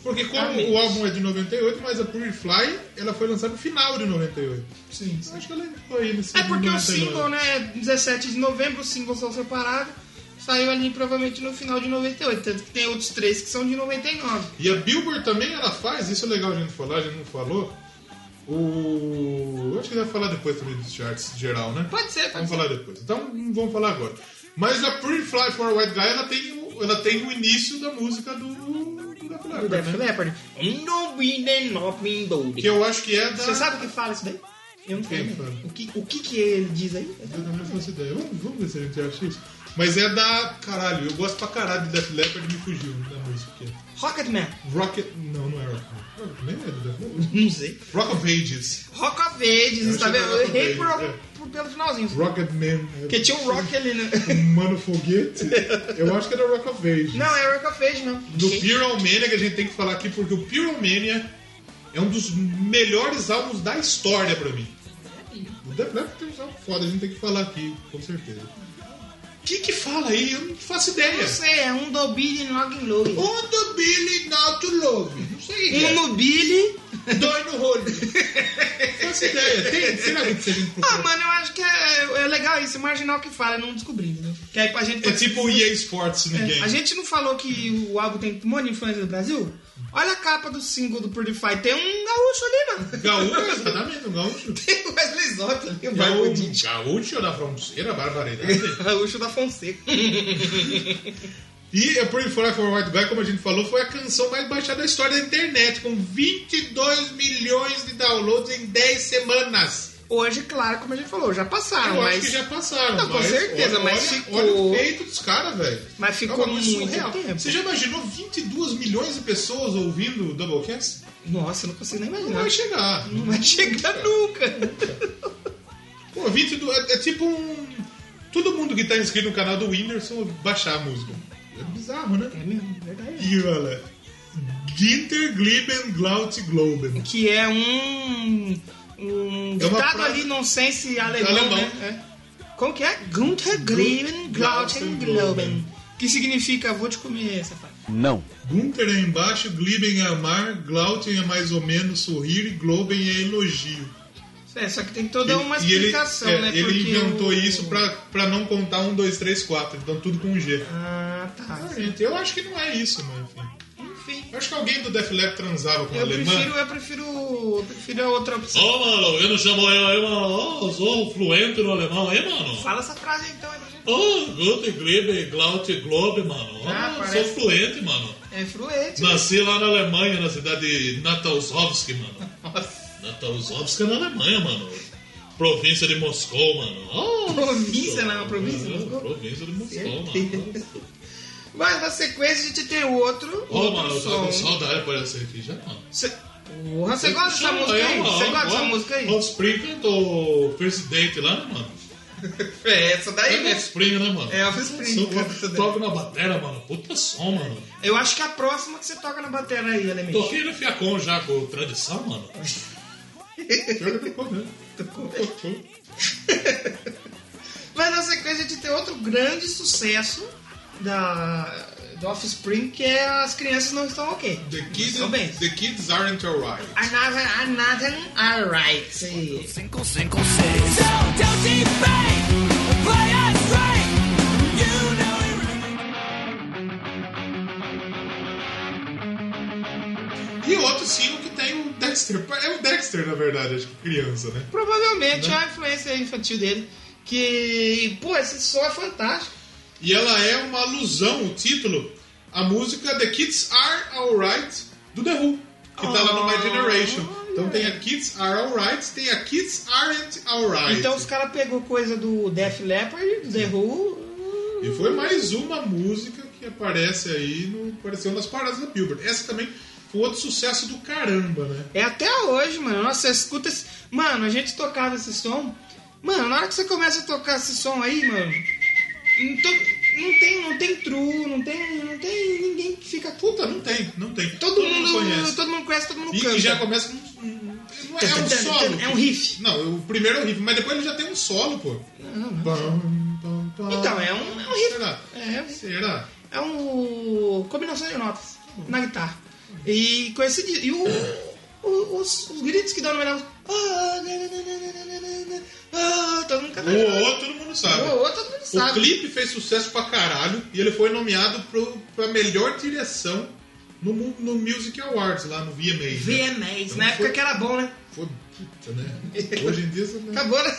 [SPEAKER 2] Porque como
[SPEAKER 1] Exatamente.
[SPEAKER 2] o álbum é de 98, mas a Pretty Fly, ela foi lançada no final de 98. Sim. Acho que ela entrou aí nesse
[SPEAKER 1] É porque o
[SPEAKER 2] 99.
[SPEAKER 1] single, né? 17 de novembro, os singles são separados. Saiu ali provavelmente no final de 98. Tanto que tem outros três que são de 99.
[SPEAKER 2] E a Billboard também ela faz, isso é legal a gente falar, a gente não falou. O. eu Acho que deve falar depois também dos charts geral, né?
[SPEAKER 1] Pode ser, pode
[SPEAKER 2] Vamos
[SPEAKER 1] ser.
[SPEAKER 2] falar depois. Então não vamos falar agora. Mas a Pretty Fly for a White Guy ela tem o, ela tem o início da música do. do Def
[SPEAKER 1] Do
[SPEAKER 2] Leppard,
[SPEAKER 1] Def
[SPEAKER 2] né?
[SPEAKER 1] Leppard.
[SPEAKER 2] Que eu acho que é da.
[SPEAKER 1] Você sabe o que fala isso daí? Eu não
[SPEAKER 2] Quem
[SPEAKER 1] sei.
[SPEAKER 2] fala?
[SPEAKER 1] O que, o que que ele diz aí?
[SPEAKER 2] Eu não faço ideia. Vamos, vamos ver se a gente acha isso. Mas é da. Caralho, eu gosto pra caralho de Def Leppard me fugiu da música. que é.
[SPEAKER 1] Rocketman.
[SPEAKER 2] Rocket. Não, não é Rocketman. Rocketman é do Def Leppard?
[SPEAKER 1] Não sei.
[SPEAKER 2] Rock of Ages.
[SPEAKER 1] Rock of Ages,
[SPEAKER 2] Eu
[SPEAKER 1] tá
[SPEAKER 2] achei
[SPEAKER 1] vendo?
[SPEAKER 2] que era
[SPEAKER 1] Eu
[SPEAKER 2] Rock of
[SPEAKER 1] errei por,
[SPEAKER 2] Ages,
[SPEAKER 1] algum- por- pelo finalzinho.
[SPEAKER 2] Rocketman.
[SPEAKER 1] Porque tinha um rock ali, né?
[SPEAKER 2] (laughs) Mano (laughs) Foguete? Eu acho que era Rock of
[SPEAKER 1] (laughs)
[SPEAKER 2] Ages.
[SPEAKER 1] Não, é Rock of Ages, não.
[SPEAKER 2] Do Pyromania que a gente tem que falar aqui, porque o Pyromania é um dos melhores álbuns da história pra mim. O Def Leppard tem um álbum foda, a gente tem que falar aqui, com certeza. O que que fala aí? Eu não faço ideia.
[SPEAKER 1] Não sei, é um do Billy Noggin Love.
[SPEAKER 2] Um do Billy Not to Love. Não sei.
[SPEAKER 1] Um no Billy.
[SPEAKER 2] Dói no (laughs) rolo. não faço ideia. Tem, será que um se a gente
[SPEAKER 1] Ah,
[SPEAKER 2] procurar?
[SPEAKER 1] mano, eu acho que é, é legal isso, imaginar o que fala, não descobrir, entendeu? Que aí pra gente.
[SPEAKER 2] É tipo o EA Sports no game.
[SPEAKER 1] É, a gente não falou que o álbum tem um monte de influência do Brasil? Olha a capa do single do Purify, tem um gaúcho ali, mano. (laughs)
[SPEAKER 2] Gaúcho, exatamente, um gaúcho.
[SPEAKER 1] Tem o Wesley Zop ali, o
[SPEAKER 2] Gaúcho,
[SPEAKER 1] Barbudinho.
[SPEAKER 2] gaúcho da fronteira, barbaridade.
[SPEAKER 1] Gaúcho da Fonseca.
[SPEAKER 2] E a Pretty Fly for a White Guy, como a gente falou, foi a canção mais baixada da história da internet, com 22 milhões de downloads em 10 semanas.
[SPEAKER 1] Hoje, claro, como a gente falou, já passaram,
[SPEAKER 2] Eu
[SPEAKER 1] Ah, mas.
[SPEAKER 2] acho que já passaram.
[SPEAKER 1] Não, com
[SPEAKER 2] mas
[SPEAKER 1] certeza,
[SPEAKER 2] olha,
[SPEAKER 1] mas
[SPEAKER 2] olha,
[SPEAKER 1] ficou-
[SPEAKER 2] olha o peito dos caras, velho. É
[SPEAKER 1] Mas ficou
[SPEAKER 2] uma coisa
[SPEAKER 1] muito
[SPEAKER 2] surreal.
[SPEAKER 1] tempo.
[SPEAKER 2] Você já imaginou 22 milhões de pessoas ouvindo o Doublecast?
[SPEAKER 1] Nossa, eu não consigo nem
[SPEAKER 2] Não
[SPEAKER 1] imaginar.
[SPEAKER 2] vai chegar.
[SPEAKER 1] (laughs) Não vai chegar nunca.
[SPEAKER 2] Pô, 22... É, é tipo um... Todo mundo que tá inscrito no canal do Whindersson baixar a música. É bizarro, né?
[SPEAKER 1] É mesmo, verdade.
[SPEAKER 2] E olha... Ginter Gliben Glaut Globen.
[SPEAKER 1] Que é um. Um
[SPEAKER 2] É uma
[SPEAKER 1] ditado
[SPEAKER 2] frase-
[SPEAKER 1] ali, nonsense alemão.
[SPEAKER 2] Alemão.
[SPEAKER 1] Né? É. Como que é? Gunther Gleben, é? Glauben, Globen. Que significa vou te comer, safado.
[SPEAKER 2] Não. Gunther é embaixo, Gliben é amar, Glauten é mais ou menos sorrir e Globen é elogio.
[SPEAKER 1] É, só que tem toda uma
[SPEAKER 2] E ele,
[SPEAKER 1] explicação,
[SPEAKER 2] é,
[SPEAKER 1] né?
[SPEAKER 2] ele
[SPEAKER 1] porque
[SPEAKER 2] inventou
[SPEAKER 1] o-
[SPEAKER 2] isso pra, pra não contar um, dois, três, quatro. Então tudo com G.
[SPEAKER 1] Ah, tá.
[SPEAKER 2] Eu acho que não é isso, mas enfim.
[SPEAKER 1] Enfim.
[SPEAKER 2] Eu acho que alguém do Def Leppard transava com o
[SPEAKER 1] Eu
[SPEAKER 2] alemã.
[SPEAKER 1] prefiro, eu prefiro. Eu prefiro a outra opção.
[SPEAKER 14] Ô, mano, eu não chamo eu aí, mano. Ó, eu sou fluente no alemão aí,
[SPEAKER 2] Oh.
[SPEAKER 14] mano.
[SPEAKER 1] Fala essa frase então, hein, pra gente.
[SPEAKER 14] Ô, Gute, Glebe, Glaute, Globe, mano. Ó, eu
[SPEAKER 1] Ah,
[SPEAKER 14] sou
[SPEAKER 1] parece-
[SPEAKER 14] fluente, mano.
[SPEAKER 1] É fluente.
[SPEAKER 14] Nasci lá na Alemanha, na cidade de Natalsovsk, mano.
[SPEAKER 1] Nossa.
[SPEAKER 14] Natalsovsk é na Alemanha, mano. Província de Moscou, mano. Ó,
[SPEAKER 1] Província, não, província,
[SPEAKER 14] é,
[SPEAKER 1] Moscou.
[SPEAKER 14] Província de Moscou, mano.
[SPEAKER 1] Certeza. Mas na sequência a gente tem outro.
[SPEAKER 14] Ô,
[SPEAKER 1] outro
[SPEAKER 14] mano, eu tava
[SPEAKER 1] som.
[SPEAKER 14] com saudade por essa aqui já, mano.
[SPEAKER 1] Cê- Porra, você gosta dessa música aí? Você gosta dessa música aí?
[SPEAKER 14] Offspring cantou First Date lá, né, mano?
[SPEAKER 1] É, essa daí
[SPEAKER 14] é Offspring, né, mano?
[SPEAKER 1] É Offspring,
[SPEAKER 14] Nossa,
[SPEAKER 1] canta essa
[SPEAKER 14] Eu
[SPEAKER 1] daí.
[SPEAKER 14] toco na batera, mano. Puta som, mano.
[SPEAKER 1] Eu acho que é a próxima que você toca na bateria aí, Alemão.
[SPEAKER 14] Toquei no Fiacon já com tradição,
[SPEAKER 1] (laughs)
[SPEAKER 14] mano. Pior que tocou mesmo.
[SPEAKER 1] Mas na sequência a gente tem outro grande sucesso da, do Offspring, que é As Crianças Não Estão Ok.
[SPEAKER 2] The kids,
[SPEAKER 1] Estão bem.
[SPEAKER 2] the kids aren't alright.
[SPEAKER 1] Another, another, alright. Cinco,
[SPEAKER 11] So
[SPEAKER 1] cinco,
[SPEAKER 11] don't debate, play us straight. You know it
[SPEAKER 2] E outro sino que tem o Dexter. É o Dexter, na verdade, acho que criança, né?
[SPEAKER 1] Provavelmente é a influência infantil dele. Que, pô, esse som é fantástico.
[SPEAKER 2] E ela é uma alusão, o título, à música The Kids Are Alright do The Who, que tá lá no My Generation. Então tem a Kids Are Alright, tem a Kids Aren't Alright.
[SPEAKER 1] Então os caras pegou coisa do Def Leppard, do The Who.
[SPEAKER 2] E foi mais uma música que aparece aí, no, apareceu nas paradas da Billboard. Essa também foi outro sucesso do caramba, né?
[SPEAKER 1] É até hoje, mano. Nossa, você escuta esse... Mano, a gente tocava esse som. Mano, na hora que você começa a tocar esse som aí, mano. Não, to- não tem, não tem true, não tem, não tem ninguém que fica.
[SPEAKER 2] Puta, não tem, não tem.
[SPEAKER 1] Todo, mundo,
[SPEAKER 2] conhece.
[SPEAKER 1] todo mundo conhece, todo mundo
[SPEAKER 2] E
[SPEAKER 1] canta.
[SPEAKER 2] que já começa com. um- um- não é, é (laughs) um solo.
[SPEAKER 1] É um riff.
[SPEAKER 2] Não, o primeiro é um riff, mas depois ele já tem um solo, pô.
[SPEAKER 1] Então, é um, é um riff.
[SPEAKER 2] Será?
[SPEAKER 1] É, um riff.
[SPEAKER 2] Será?
[SPEAKER 1] É um. combinação de notas na guitarra. E com esse. di- E o, o- os, os gritos que dão no melhor. Todo mundo canta.
[SPEAKER 2] O outro todo mundo sabe.
[SPEAKER 1] É um O outro todo mundo sabe.
[SPEAKER 2] O clipe fez sucesso pra caralho e ele foi nomeado pro, pra melhor direção no, mu- no Music Awards, lá no VMA. né?
[SPEAKER 1] VMAs,
[SPEAKER 2] Então
[SPEAKER 1] na época
[SPEAKER 2] foi-
[SPEAKER 1] que era bom, né?
[SPEAKER 2] Foi
[SPEAKER 1] (laughs)
[SPEAKER 2] puta, né? Hoje em dia isso não.
[SPEAKER 1] Acabou, né?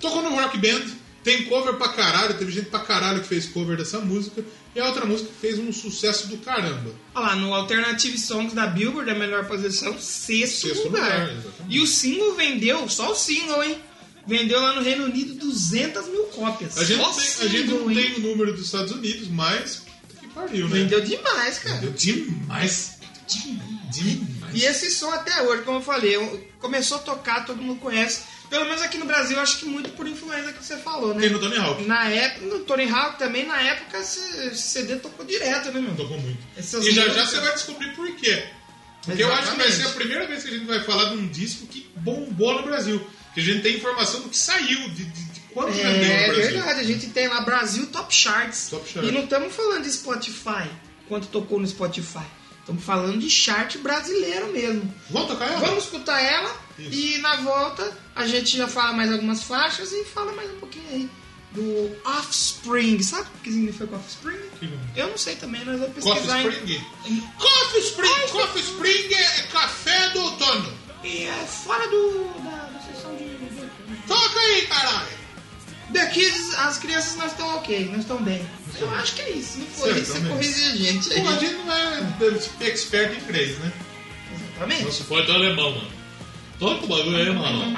[SPEAKER 2] Tocou no Rock Band, tem cover pra caralho, teve gente pra caralho que fez cover dessa música, e a outra música fez um sucesso do caramba.
[SPEAKER 1] Olha lá, no Alternative Songs da Billboard, a melhor posição, sexto,
[SPEAKER 2] Sexto
[SPEAKER 1] lugar.
[SPEAKER 2] lugar, exatamente.
[SPEAKER 1] e o single vendeu, só o single, hein? Vendeu lá no Reino Unido 200 mil cópias.
[SPEAKER 2] A gente,
[SPEAKER 1] só
[SPEAKER 2] não tem, a gente não tem o número dos Estados Unidos, mas puta que pariu, né?
[SPEAKER 1] Vendeu demais, cara.
[SPEAKER 2] Vendeu demais. Demais.
[SPEAKER 1] E esse som até hoje, como eu falei, eu- começou a tocar, todo mundo conhece. Pelo menos aqui no Brasil, acho que muito por influência que você falou, né?
[SPEAKER 2] Tem no Tony Hawk.
[SPEAKER 1] Na época, no Tony Hawk também, na época, esse CD tocou direto, né, meu?
[SPEAKER 2] Tocou muito.
[SPEAKER 1] Essas
[SPEAKER 2] e já já
[SPEAKER 1] músicas-
[SPEAKER 2] você vai descobrir por quê. Porque eu acho que vai
[SPEAKER 1] Exatamente.
[SPEAKER 2] ser a primeira vez que a gente vai falar de um disco que bombou no Brasil. Que a gente tem informação do que saiu, de, de, de quanto vendeu
[SPEAKER 1] É,
[SPEAKER 2] no Brasil.
[SPEAKER 1] verdade, a gente tem lá Brasil Top Charts.
[SPEAKER 2] Top Charts.
[SPEAKER 1] E não estamos falando de Spotify, quanto tocou no Spotify. Estamos falando de chart brasileiro mesmo.
[SPEAKER 2] Vamos tocar ela?
[SPEAKER 1] Vamos escutar ela e na volta a gente já fala mais algumas faixas e fala mais um pouquinho aí do Offspring. Sabe o que significa Offspring? Eu não sei também, nós vamos
[SPEAKER 2] é? Coffee
[SPEAKER 1] pesquisar. em-
[SPEAKER 2] Spring? Coffee Spring! Coffee Spring é café do outono.
[SPEAKER 1] E é fora do, da, da sessão de.
[SPEAKER 2] Toca aí, caralho!
[SPEAKER 1] Daqui as crianças não estão ok, não estão bem. Eu acho que é isso. Não foi
[SPEAKER 2] Certo,
[SPEAKER 1] isso, você
[SPEAKER 2] também.
[SPEAKER 1] corrige a gente aí.
[SPEAKER 2] Pô, a gente não é expert em inglês, né?
[SPEAKER 1] Exatamente.
[SPEAKER 14] Nossa, foi do alemão, mano. Toca o bagulho aí, mano.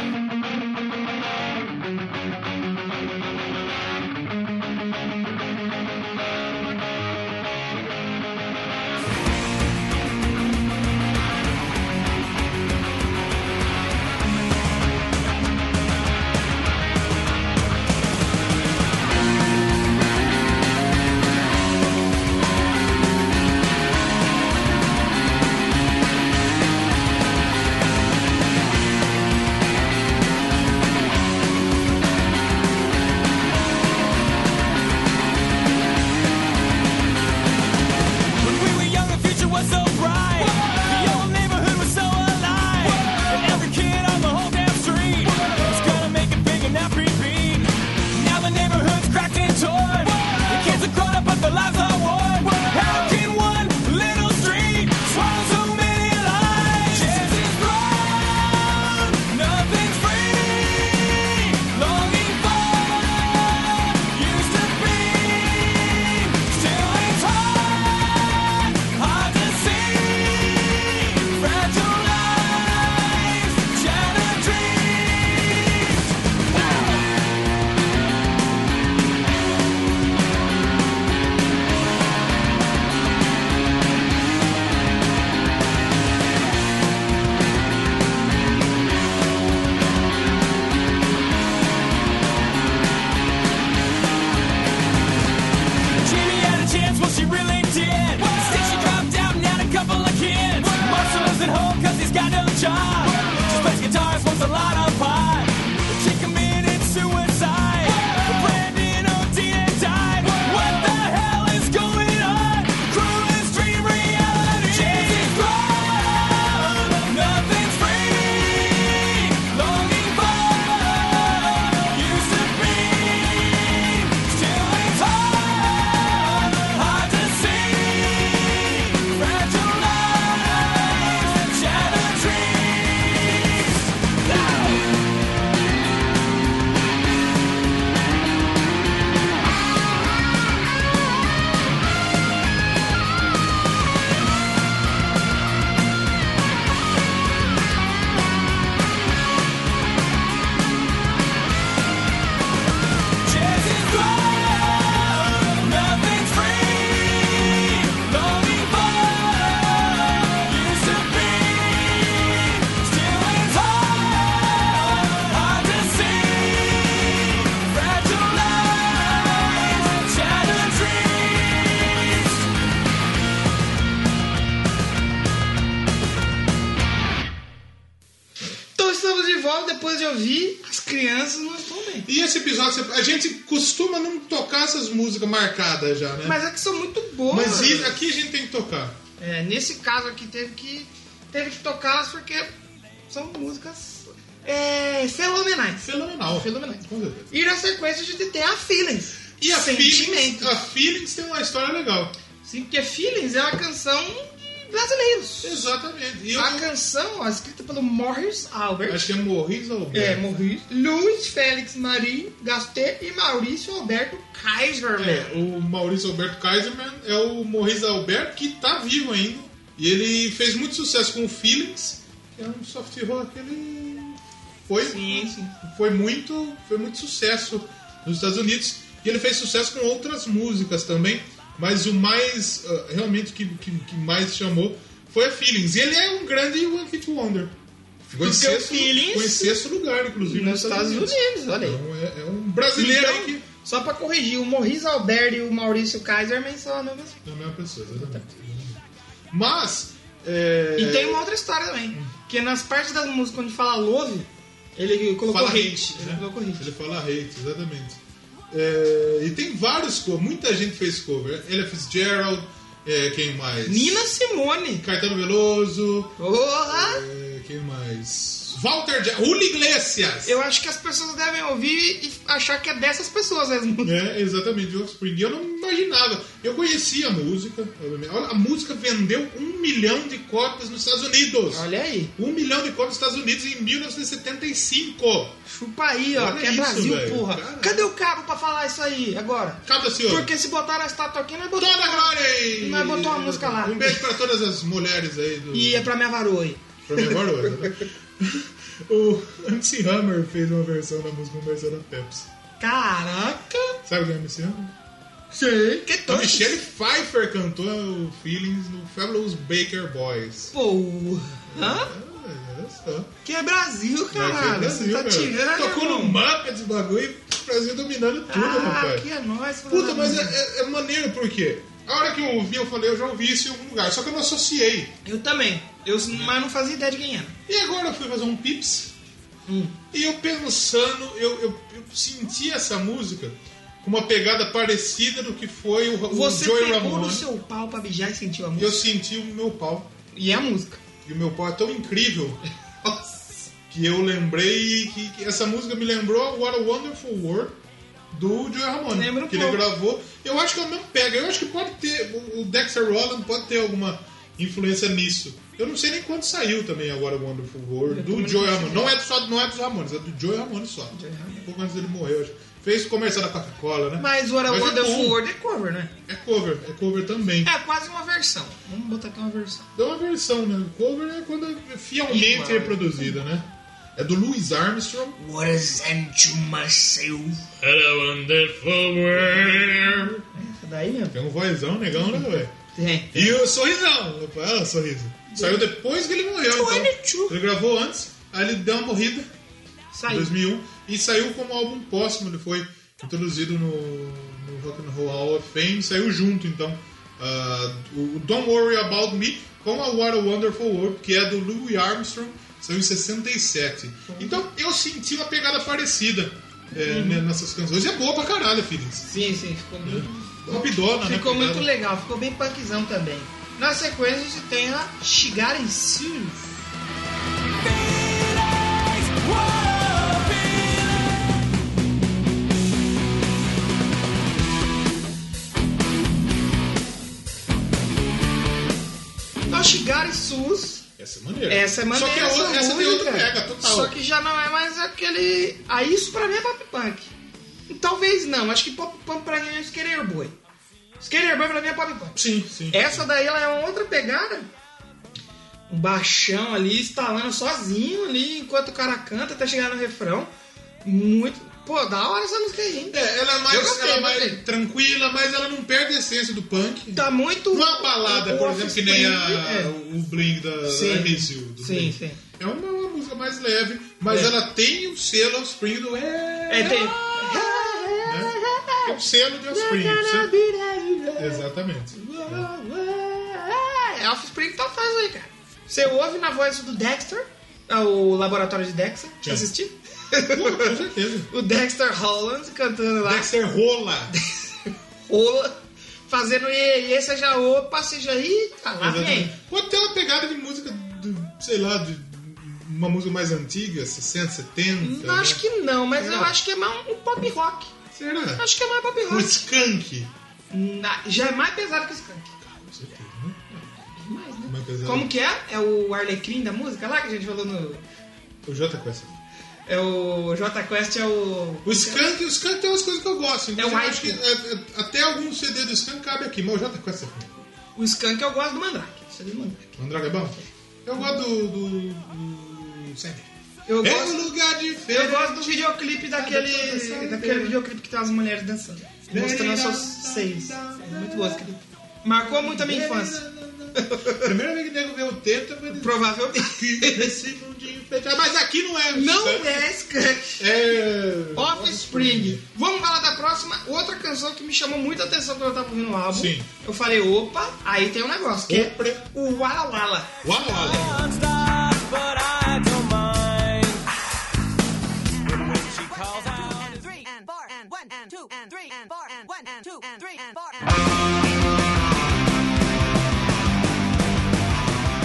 [SPEAKER 12] she really did. Said she dropped out and had a couple of kids. Marshall lives at home cause he's got no job. Just plays guitar, smokes a lot of pot. She committed suicide. Brandon O'Dean died. What the hell is going on? Cruelest dream reality. Chances grow. Nothing's free. Longing for used to be. Still it's hard, hard to see. Fragile lives and shattered dreams. Now.
[SPEAKER 1] Então estamos de volta depois de ouvir As Crianças Não Estão Bem.
[SPEAKER 2] E esse episódio, a gente costuma não tocar essas músicas marcadas já, né?
[SPEAKER 1] Mas é que são muito boas.
[SPEAKER 2] Mas e- aqui a gente tem que tocar.
[SPEAKER 1] É, nesse caso aqui teve que, teve que tocá-las porque são músicas é, fenomenais.
[SPEAKER 2] Fenomenal.
[SPEAKER 1] Fenomenais.
[SPEAKER 2] Com certeza.
[SPEAKER 1] E na sequência a gente tem a Feelings.
[SPEAKER 2] E a
[SPEAKER 1] Sentimento.
[SPEAKER 2] Feelings, a Feelings tem uma história legal.
[SPEAKER 1] Sim, porque Feelings é uma canção de brasileiros.
[SPEAKER 2] Exatamente.
[SPEAKER 1] A canção ó, escrita pelo Morris Albert.
[SPEAKER 2] Acho que é Morris Albert.
[SPEAKER 1] É, Morris. Luiz Félix Marie Gasté e Maurício Alberto Kaiserman.
[SPEAKER 2] É, o Maurício Alberto Kaiserman é o Morris Alberto que tá vivo ainda. E ele fez muito sucesso com o Feelings, que é um soft rock. Ele foi, foi muito, foi muito sucesso nos Estados Unidos. E ele fez sucesso com outras músicas também, mas o mais ah, realmente que, que, que mais chamou foi a Feelings. E ele é um grande One Hit Wonder. Ficou
[SPEAKER 1] Porque
[SPEAKER 2] em
[SPEAKER 1] o
[SPEAKER 2] sexto,
[SPEAKER 1] Feelings-
[SPEAKER 2] ficou em sexto lugar, inclusive,
[SPEAKER 1] nos Estados Unidos, olha aí.
[SPEAKER 2] Então, é, é um brasileiro
[SPEAKER 1] Então,
[SPEAKER 2] aí que
[SPEAKER 1] Só pra corrigir, o Morris Alberto e o Maurício Kaiserman são a mesma pessoa.
[SPEAKER 2] É a mesma pessoa, exatamente. Mas. é,
[SPEAKER 1] E tem um uma outra história também. Que é nas partes da música onde fala love, ele colocou
[SPEAKER 2] fala
[SPEAKER 1] hate.
[SPEAKER 2] né? Ele fala hate, exatamente. É, e tem vários covers, muita gente fez cover. Ella Fitzgerald, é, quem mais?
[SPEAKER 1] Nina Simone.
[SPEAKER 2] Caetano Veloso.
[SPEAKER 1] Porra!
[SPEAKER 2] É, quem mais? Walter Ja- Julio Iglesias.
[SPEAKER 1] Eu acho que as pessoas devem ouvir e achar que é dessas pessoas as músicas.
[SPEAKER 2] É, exatamente, de Offspring. E Eu não imaginava. Eu conhecia a música. obviamente. Olha, A música vendeu um milhão de cópias nos Estados Unidos.
[SPEAKER 1] Olha aí.
[SPEAKER 2] Um milhão de cópias nos Estados Unidos em 1975.
[SPEAKER 1] Chupa aí, ó,
[SPEAKER 2] Olha
[SPEAKER 1] que é
[SPEAKER 2] isso,
[SPEAKER 1] Brasil,
[SPEAKER 2] velho.
[SPEAKER 1] porra.
[SPEAKER 2] Cara.
[SPEAKER 1] Cadê o cabo pra falar isso aí agora?
[SPEAKER 2] Cabo, senhor.
[SPEAKER 1] Porque se botaram a estátua aqui, nós botamos.
[SPEAKER 2] Toda a glória aí!
[SPEAKER 1] Nós botou uma música lá.
[SPEAKER 2] Um beijo pra todas as mulheres aí do.
[SPEAKER 1] E é pra minha varoa aí.
[SPEAKER 2] Pra minha varoa. né? (laughs) o MC Hammer fez uma versão da música Conversão da Pepsi.
[SPEAKER 1] Caraca!
[SPEAKER 2] Sabe quem é o MC Hammer?
[SPEAKER 1] Sei, que
[SPEAKER 2] A
[SPEAKER 1] todo.
[SPEAKER 2] Michelle Pfeiffer cantou o Feelings no Fabulous Baker Boys.
[SPEAKER 1] Porra!
[SPEAKER 2] É, olha só.
[SPEAKER 1] Que é Brasil,
[SPEAKER 2] Vai
[SPEAKER 1] caralho.
[SPEAKER 2] ver
[SPEAKER 1] Você tá
[SPEAKER 2] cara.
[SPEAKER 1] tirando.
[SPEAKER 2] Tocou no
[SPEAKER 1] irmão.
[SPEAKER 2] mapa desse bagulho e o Brasil dominando tudo,
[SPEAKER 1] Ah,
[SPEAKER 2] rapaz.
[SPEAKER 1] aqui é nóis.
[SPEAKER 2] Puta, mas é,
[SPEAKER 1] mano.
[SPEAKER 2] é- é maneiro porque a hora que eu ouvi, eu falei, eu já ouvi isso em algum lugar, só que eu não associei.
[SPEAKER 1] Eu também. Eu, mas não fazia ideia de quem era.
[SPEAKER 2] E agora eu fui fazer um pips
[SPEAKER 1] Hum.
[SPEAKER 2] e eu pensando, eu, eu, eu senti essa música com uma pegada parecida do que foi o, o
[SPEAKER 1] Você
[SPEAKER 2] Um Joey
[SPEAKER 1] pegou
[SPEAKER 2] Ramone.
[SPEAKER 1] no seu pau pra mijar e sentiu a
[SPEAKER 2] Eu
[SPEAKER 1] música?
[SPEAKER 2] senti o meu pau.
[SPEAKER 1] E a música?
[SPEAKER 2] E o meu pau é tão incrível (laughs) que eu lembrei que, que essa música me lembrou What a Wonderful World do Joey Ramone.
[SPEAKER 1] Lembra um
[SPEAKER 2] que
[SPEAKER 1] pouco.
[SPEAKER 2] ele gravou. Eu acho que ela não pega. Eu acho que pode ter. o- O Dexter Roland pode ter alguma influência nisso. Eu não sei nem quando saiu também agora o Wonderful World
[SPEAKER 1] também
[SPEAKER 2] do
[SPEAKER 1] não
[SPEAKER 2] Joey
[SPEAKER 1] sei.
[SPEAKER 2] Ramone. Não é só não é dos Ramones, é do Joey Ramone só. Um pouco antes dele morrer, eu acho. Fez comercial da Coca-Cola, né?
[SPEAKER 1] Mas o What a
[SPEAKER 2] Mas é
[SPEAKER 1] Wonderful
[SPEAKER 2] bom.
[SPEAKER 1] World é cover, né?
[SPEAKER 2] É cover, é cover também.
[SPEAKER 1] É quase uma versão. Vamos botar aqui uma versão.
[SPEAKER 2] Deu uma versão, né? O cover é quando é fielmente
[SPEAKER 1] Igual.
[SPEAKER 2] reproduzida, né? É do Louis Armstrong.
[SPEAKER 1] What is into myself?
[SPEAKER 2] Hello, wonderful world.
[SPEAKER 1] Essa daí mesmo?
[SPEAKER 2] Tem um vozão negão, né, velho?
[SPEAKER 1] Tem.
[SPEAKER 2] E o sorrisão. Olha o sorriso. Saiu depois que ele morreu. Então. Ele gravou antes, aí ele deu uma morrida em
[SPEAKER 1] Saiu.
[SPEAKER 2] 2001 e saiu como álbum póstumo. Ele foi introduzido no, no Rock and Roll Hall of Fame, saiu junto, então. Uh, o Don't Worry About Me com a What a Wonderful World, que é do Louis Armstrong, saiu em 67.
[SPEAKER 1] Uhum.
[SPEAKER 2] Então eu senti uma pegada parecida é, né, nessas canções. E é boa pra caralho, Felix.
[SPEAKER 1] Sim, sim, ficou muito.
[SPEAKER 2] Rapidona, né?
[SPEAKER 1] Ficou muito
[SPEAKER 2] pegada.
[SPEAKER 1] legal, ficou bem punkzão também. Na sequência a gente tem a Shigaren Series. Então, Shigaren Sus
[SPEAKER 2] Essa é maneira.
[SPEAKER 1] essa é maneira.
[SPEAKER 2] Só que a outra, essa tem outra pega, total.
[SPEAKER 1] Só que já não é mais aquele. Aí isso pra mim é pop punk. Talvez não, acho que pop punk pra mim é Skater Boy. Skater Boy pra mim é pop punk.
[SPEAKER 2] Sim, sim.
[SPEAKER 1] Essa daí ela é uma outra pegada. Um baixão ali, estalando sozinho ali, enquanto o cara canta até chegar no refrão. Muito. Pô, da hora essa música aí, hein?
[SPEAKER 2] É, ela é
[SPEAKER 1] Eu
[SPEAKER 2] mais,
[SPEAKER 1] gostei,
[SPEAKER 2] ela é mais
[SPEAKER 1] gostei.
[SPEAKER 2] tranquila, mas ela não perde a essência do punk.
[SPEAKER 1] Tá muito.
[SPEAKER 2] Uma balada,
[SPEAKER 1] o- o
[SPEAKER 2] por exemplo, que nem a,
[SPEAKER 1] Offspring, é.
[SPEAKER 2] o Bling da
[SPEAKER 1] Sim.
[SPEAKER 2] Resil.
[SPEAKER 1] Sim, sim.
[SPEAKER 2] É uma, uma música mais leve, mas
[SPEAKER 1] É.
[SPEAKER 2] ela tem o selo Offspring do...
[SPEAKER 1] É, tem.
[SPEAKER 2] É o selo de Offspring. você- Exatamente.
[SPEAKER 1] É, Offspring tá faz aí, cara. Você ouve na voz do Dexter, ah, o laboratório de Dexter. Já assistiu?
[SPEAKER 2] Com certeza.
[SPEAKER 1] o Dexter Holland cantando lá.
[SPEAKER 2] Dexter Rola.
[SPEAKER 1] Rola. Fazendo e, e seja opa, seja aí, tá lá
[SPEAKER 2] Exatamente.
[SPEAKER 1] vem.
[SPEAKER 2] Ou até uma pegada de música, de, sei lá, de uma música mais antiga, né? 60, 70.
[SPEAKER 1] Não, acho que não, mas
[SPEAKER 2] Não.
[SPEAKER 1] eu acho que é mais um pop rock.
[SPEAKER 2] Será?
[SPEAKER 1] Acho que é mais pop
[SPEAKER 2] O
[SPEAKER 1] rock.
[SPEAKER 2] Skunk.
[SPEAKER 1] Na- já é mais pesado que o Skunk. Mais, né?
[SPEAKER 2] Uma coisa-
[SPEAKER 1] Como que é? É o Arlecrim da música lá que a gente falou no.
[SPEAKER 2] O Jota Quest.
[SPEAKER 1] É o J Quest é o.
[SPEAKER 2] O Skunk, o Skunk tem umas coisas que eu gosto.
[SPEAKER 1] É o
[SPEAKER 2] inclusive, eu acho que
[SPEAKER 1] hype.
[SPEAKER 2] é, é, até algum CD do Skunk cabe aqui, mas o Jota Quest é ruim.
[SPEAKER 1] O Skunk eu gosto do Mandrake. Isso é do Mandrake.
[SPEAKER 2] Mandraga é bom? Eu gosto do. do. do Sandy.
[SPEAKER 1] Eu
[SPEAKER 2] É
[SPEAKER 1] gosto-
[SPEAKER 2] um lugar diferente.
[SPEAKER 1] Eu gosto do videoclipe daquele. daquele videoclipe que tem as mulheres dançando. Mostrando as suas seis. É muito bom esse clipe. Marcou muito a minha infância.
[SPEAKER 2] Primeira vez que o nego vê o teto, eu
[SPEAKER 1] Provavelmente. (laughs)
[SPEAKER 2] Esse mundinho fechado. Mas aqui não é.
[SPEAKER 1] Não
[SPEAKER 2] Skunk.
[SPEAKER 1] é Skunk.
[SPEAKER 2] É.
[SPEAKER 1] Offspring. Vamos falar da próxima. Outra canção que me chamou muita atenção quando eu tava ouvindo o álbum.
[SPEAKER 2] Sim.
[SPEAKER 1] Eu falei, opa, aí tem um negócio. Que é
[SPEAKER 2] Opa.
[SPEAKER 1] o Wala Wala.
[SPEAKER 2] Wala Wala.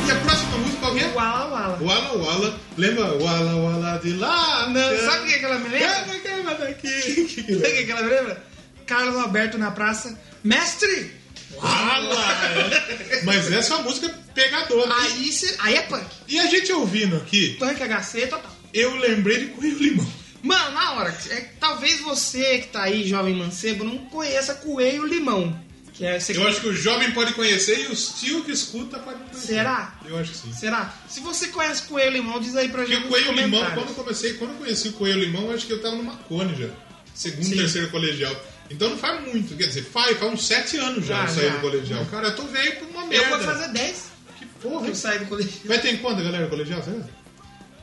[SPEAKER 2] E a próxima música, qual que é?
[SPEAKER 1] Wala Wala.
[SPEAKER 2] Wala Wala. Lembra? Wala Wala de lá.
[SPEAKER 1] Não, sabe o que que ela me lembra?
[SPEAKER 2] Quebra, quebra daqui. Que
[SPEAKER 1] (laughs)
[SPEAKER 2] que
[SPEAKER 1] Sabe
[SPEAKER 2] lembra?
[SPEAKER 1] o que ela me lembra? Carlos Alberto na praça. Mestre! (laughs)
[SPEAKER 2] Wala. Mas essa é uma música pegadora.
[SPEAKER 1] Aí, cê- aí é punk.
[SPEAKER 2] E a gente ouvindo aqui,
[SPEAKER 1] Punk HC total.
[SPEAKER 2] eu lembrei de Coelho Limão.
[SPEAKER 1] Mano, na hora, é, que talvez você que tá aí, jovem mancebo, não conheça Coelho Limão. Que é você
[SPEAKER 2] Eu acho que o jovem pode conhecer e os tio que escuta pode conhecer.
[SPEAKER 1] Será?
[SPEAKER 2] Eu acho que sim.
[SPEAKER 1] Será? Se você conhece Coelho Limão, diz aí pra
[SPEAKER 2] Porque
[SPEAKER 1] gente.
[SPEAKER 2] o
[SPEAKER 1] nos
[SPEAKER 2] Coelho Limão,
[SPEAKER 1] comentários.
[SPEAKER 2] quando eu comecei, quando eu conheci o Coelho Limão, eu acho que eu tava numa cone já. Segundo,
[SPEAKER 1] Sim.
[SPEAKER 2] terceiro colegial. Então não faz muito, quer dizer, faz, faz uns sete anos
[SPEAKER 1] Já,
[SPEAKER 2] já, que eu saí
[SPEAKER 1] Ah, já. Uhum.
[SPEAKER 2] do colegial. Cara, eu tô veio por uma
[SPEAKER 1] Eu
[SPEAKER 2] merda.
[SPEAKER 1] vou fazer 10.
[SPEAKER 2] Que
[SPEAKER 1] Porra,
[SPEAKER 2] porra.
[SPEAKER 1] eu saí do colégio.
[SPEAKER 2] Vai ter em conta, galera, do colegial, sabe?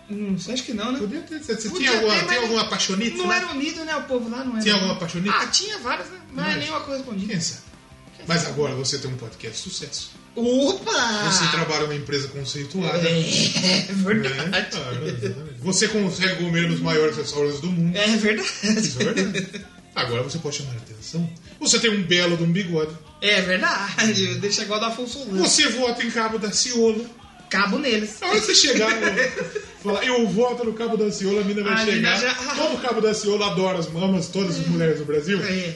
[SPEAKER 1] Não sei, acho que não, né?
[SPEAKER 2] Podia ter. Você você
[SPEAKER 1] Podia
[SPEAKER 2] tinha alguma,
[SPEAKER 1] ter, mas
[SPEAKER 2] tinha alguma apaixonite?
[SPEAKER 1] Não
[SPEAKER 2] né?
[SPEAKER 1] era unido, né? O povo lá não era.
[SPEAKER 2] Tinha alguma apaixonite?
[SPEAKER 1] Ah, tinha várias, né? Mas
[SPEAKER 2] Mas-
[SPEAKER 1] nenhuma correspondida.
[SPEAKER 2] Quem sabe? Mas agora você tem um podcast de sucesso.
[SPEAKER 1] Opa!
[SPEAKER 2] Você trabalha numa empresa um conceituada.
[SPEAKER 1] É verdade.
[SPEAKER 2] né? Claro, exatamente. Você consegue comer nos maiores restaurantes do mundo.
[SPEAKER 1] É verdade.
[SPEAKER 2] Isso é verdade. Agora você pode chamar a atenção. Você tem um belo de um bigode.
[SPEAKER 1] É verdade. Deixa igual da Afonso Luz.
[SPEAKER 2] Você vota em Cabo da Ciola.
[SPEAKER 1] Cabo neles.
[SPEAKER 2] A hora que você chegar, no- falar, eu voto no Cabo da Ciola, a mina vai
[SPEAKER 1] Ah, A mina
[SPEAKER 2] chegar.
[SPEAKER 1] já-
[SPEAKER 2] Como o Cabo da Ciola adora as mamas, todas as mulheres do Brasil,
[SPEAKER 1] É.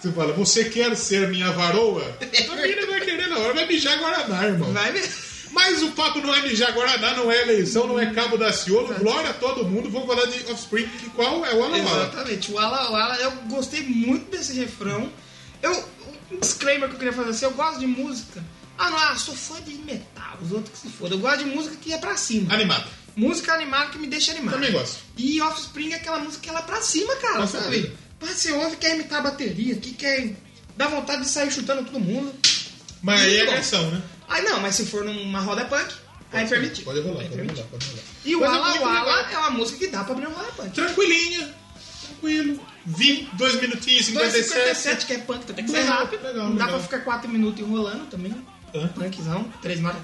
[SPEAKER 2] você fala, você quer ser minha varoa? A mina vai querer na hora, vai mijar Guaraná, irmão.
[SPEAKER 1] Vai ver.
[SPEAKER 2] Mas o papo não é mijar Guaraná, não é eleição, não é Cabo da Ciola. Glória a todo mundo. Vamos falar de Offspring, que qual é o Ala Wala.
[SPEAKER 1] Exatamente. O Ala Ala, eu gostei muito desse refrão. Eu, um disclaimer que eu queria fazer assim, eu gosto de música. Ah, não, ah, sou fã de metal, os outros que se foda. Eu gosto de música que é pra cima.
[SPEAKER 2] Animado.
[SPEAKER 1] Música animada que me deixa animado.
[SPEAKER 2] Também gosto.
[SPEAKER 1] E Offspring é aquela música que ela é pra cima, cara,
[SPEAKER 2] Com
[SPEAKER 1] sabe?
[SPEAKER 2] certeza.
[SPEAKER 1] Pá, Você ouve, quer imitar a bateria, que quer dar vontade de sair chutando todo mundo.
[SPEAKER 2] Mas aí é
[SPEAKER 1] Muito bom.
[SPEAKER 2] agressão, né?
[SPEAKER 1] Aí não, mas se for numa roda punk, aí é permitido.
[SPEAKER 2] Pode rolar,
[SPEAKER 1] Aí é
[SPEAKER 2] pode
[SPEAKER 1] permitido.
[SPEAKER 2] rolar, pode rolar.
[SPEAKER 1] E o
[SPEAKER 2] Mas é
[SPEAKER 1] Ala
[SPEAKER 2] muito
[SPEAKER 1] Wala
[SPEAKER 2] legal.
[SPEAKER 1] é uma música que dá pra abrir um roda punk.
[SPEAKER 2] Tranquilinha. tranquilo. 20, 2 minutinhos, 57.
[SPEAKER 1] 2,57, que é punk, tá? tem que ser
[SPEAKER 2] Legal,
[SPEAKER 1] rápido.
[SPEAKER 2] legal,
[SPEAKER 1] não dá
[SPEAKER 2] legal.
[SPEAKER 1] pra ficar 4 minutos enrolando também. né?
[SPEAKER 2] Hã?
[SPEAKER 1] Punkzão, 3 horas.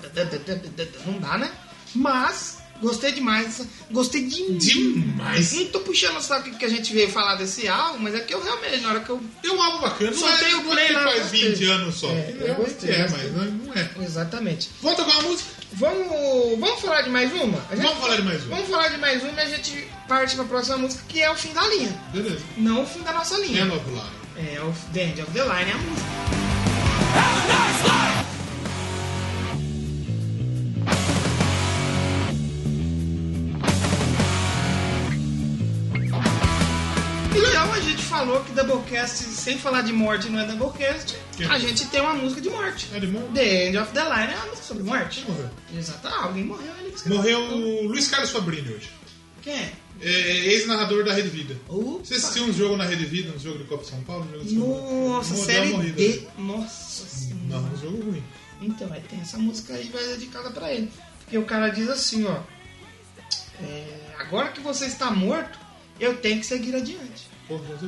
[SPEAKER 1] Não dá, né? Mas, gostei demais. dessa- Gostei demais. Então,
[SPEAKER 2] Demais.
[SPEAKER 1] Não tô puxando o saco que a gente veio falar desse álbum, mas é que eu realmente, na hora que eu.
[SPEAKER 2] É um álbum bacana, não
[SPEAKER 1] Soltei
[SPEAKER 2] é-
[SPEAKER 1] o
[SPEAKER 2] não é
[SPEAKER 1] play
[SPEAKER 2] que
[SPEAKER 1] lá. eu
[SPEAKER 2] faz
[SPEAKER 1] gostei.
[SPEAKER 2] 20 anos só.
[SPEAKER 1] É, eu
[SPEAKER 2] Realmente
[SPEAKER 1] gostei.
[SPEAKER 2] é,
[SPEAKER 1] gostei.
[SPEAKER 2] mas não é.
[SPEAKER 1] Exatamente.
[SPEAKER 2] Volta com a música.
[SPEAKER 1] Vamos, vamos falar de mais uma? A
[SPEAKER 2] Vamos falar de mais um. uma.
[SPEAKER 1] Vamos falar de mais uma e a gente parte pra próxima música, que é o fim da linha.
[SPEAKER 2] Beleza.
[SPEAKER 1] Não o fim da nossa linha.
[SPEAKER 2] End of Line.
[SPEAKER 1] É, o The End of the Line é a música. E legal, a gente falou que Doublecast, sem falar de morte, não é Doublecast.
[SPEAKER 2] Que?
[SPEAKER 1] A gente tem uma música de morte.
[SPEAKER 2] É de morte?
[SPEAKER 1] The End of the Line é uma música sobre morte.
[SPEAKER 2] Morreu.
[SPEAKER 1] Exato, ah, alguém morreu. Ele escreveu.
[SPEAKER 2] Morreu o Luiz Carlos Fabrini hoje.
[SPEAKER 1] Quem é?
[SPEAKER 2] É, é ex-narrador da Rede Vida. Você assistiu um jogo na Rede Vida, um jogo de Copa de São Paulo? Um jogo de São Paulo?
[SPEAKER 1] Nossa,
[SPEAKER 2] Morreu
[SPEAKER 1] série
[SPEAKER 2] a morrida.
[SPEAKER 1] D. Nossa senhora.
[SPEAKER 2] Não, um jogo ruim.
[SPEAKER 1] Então, aí tem essa música aí, vai dedicada pra ele. Porque o cara diz assim, ó. é, agora que você está morto, eu tenho que seguir adiante.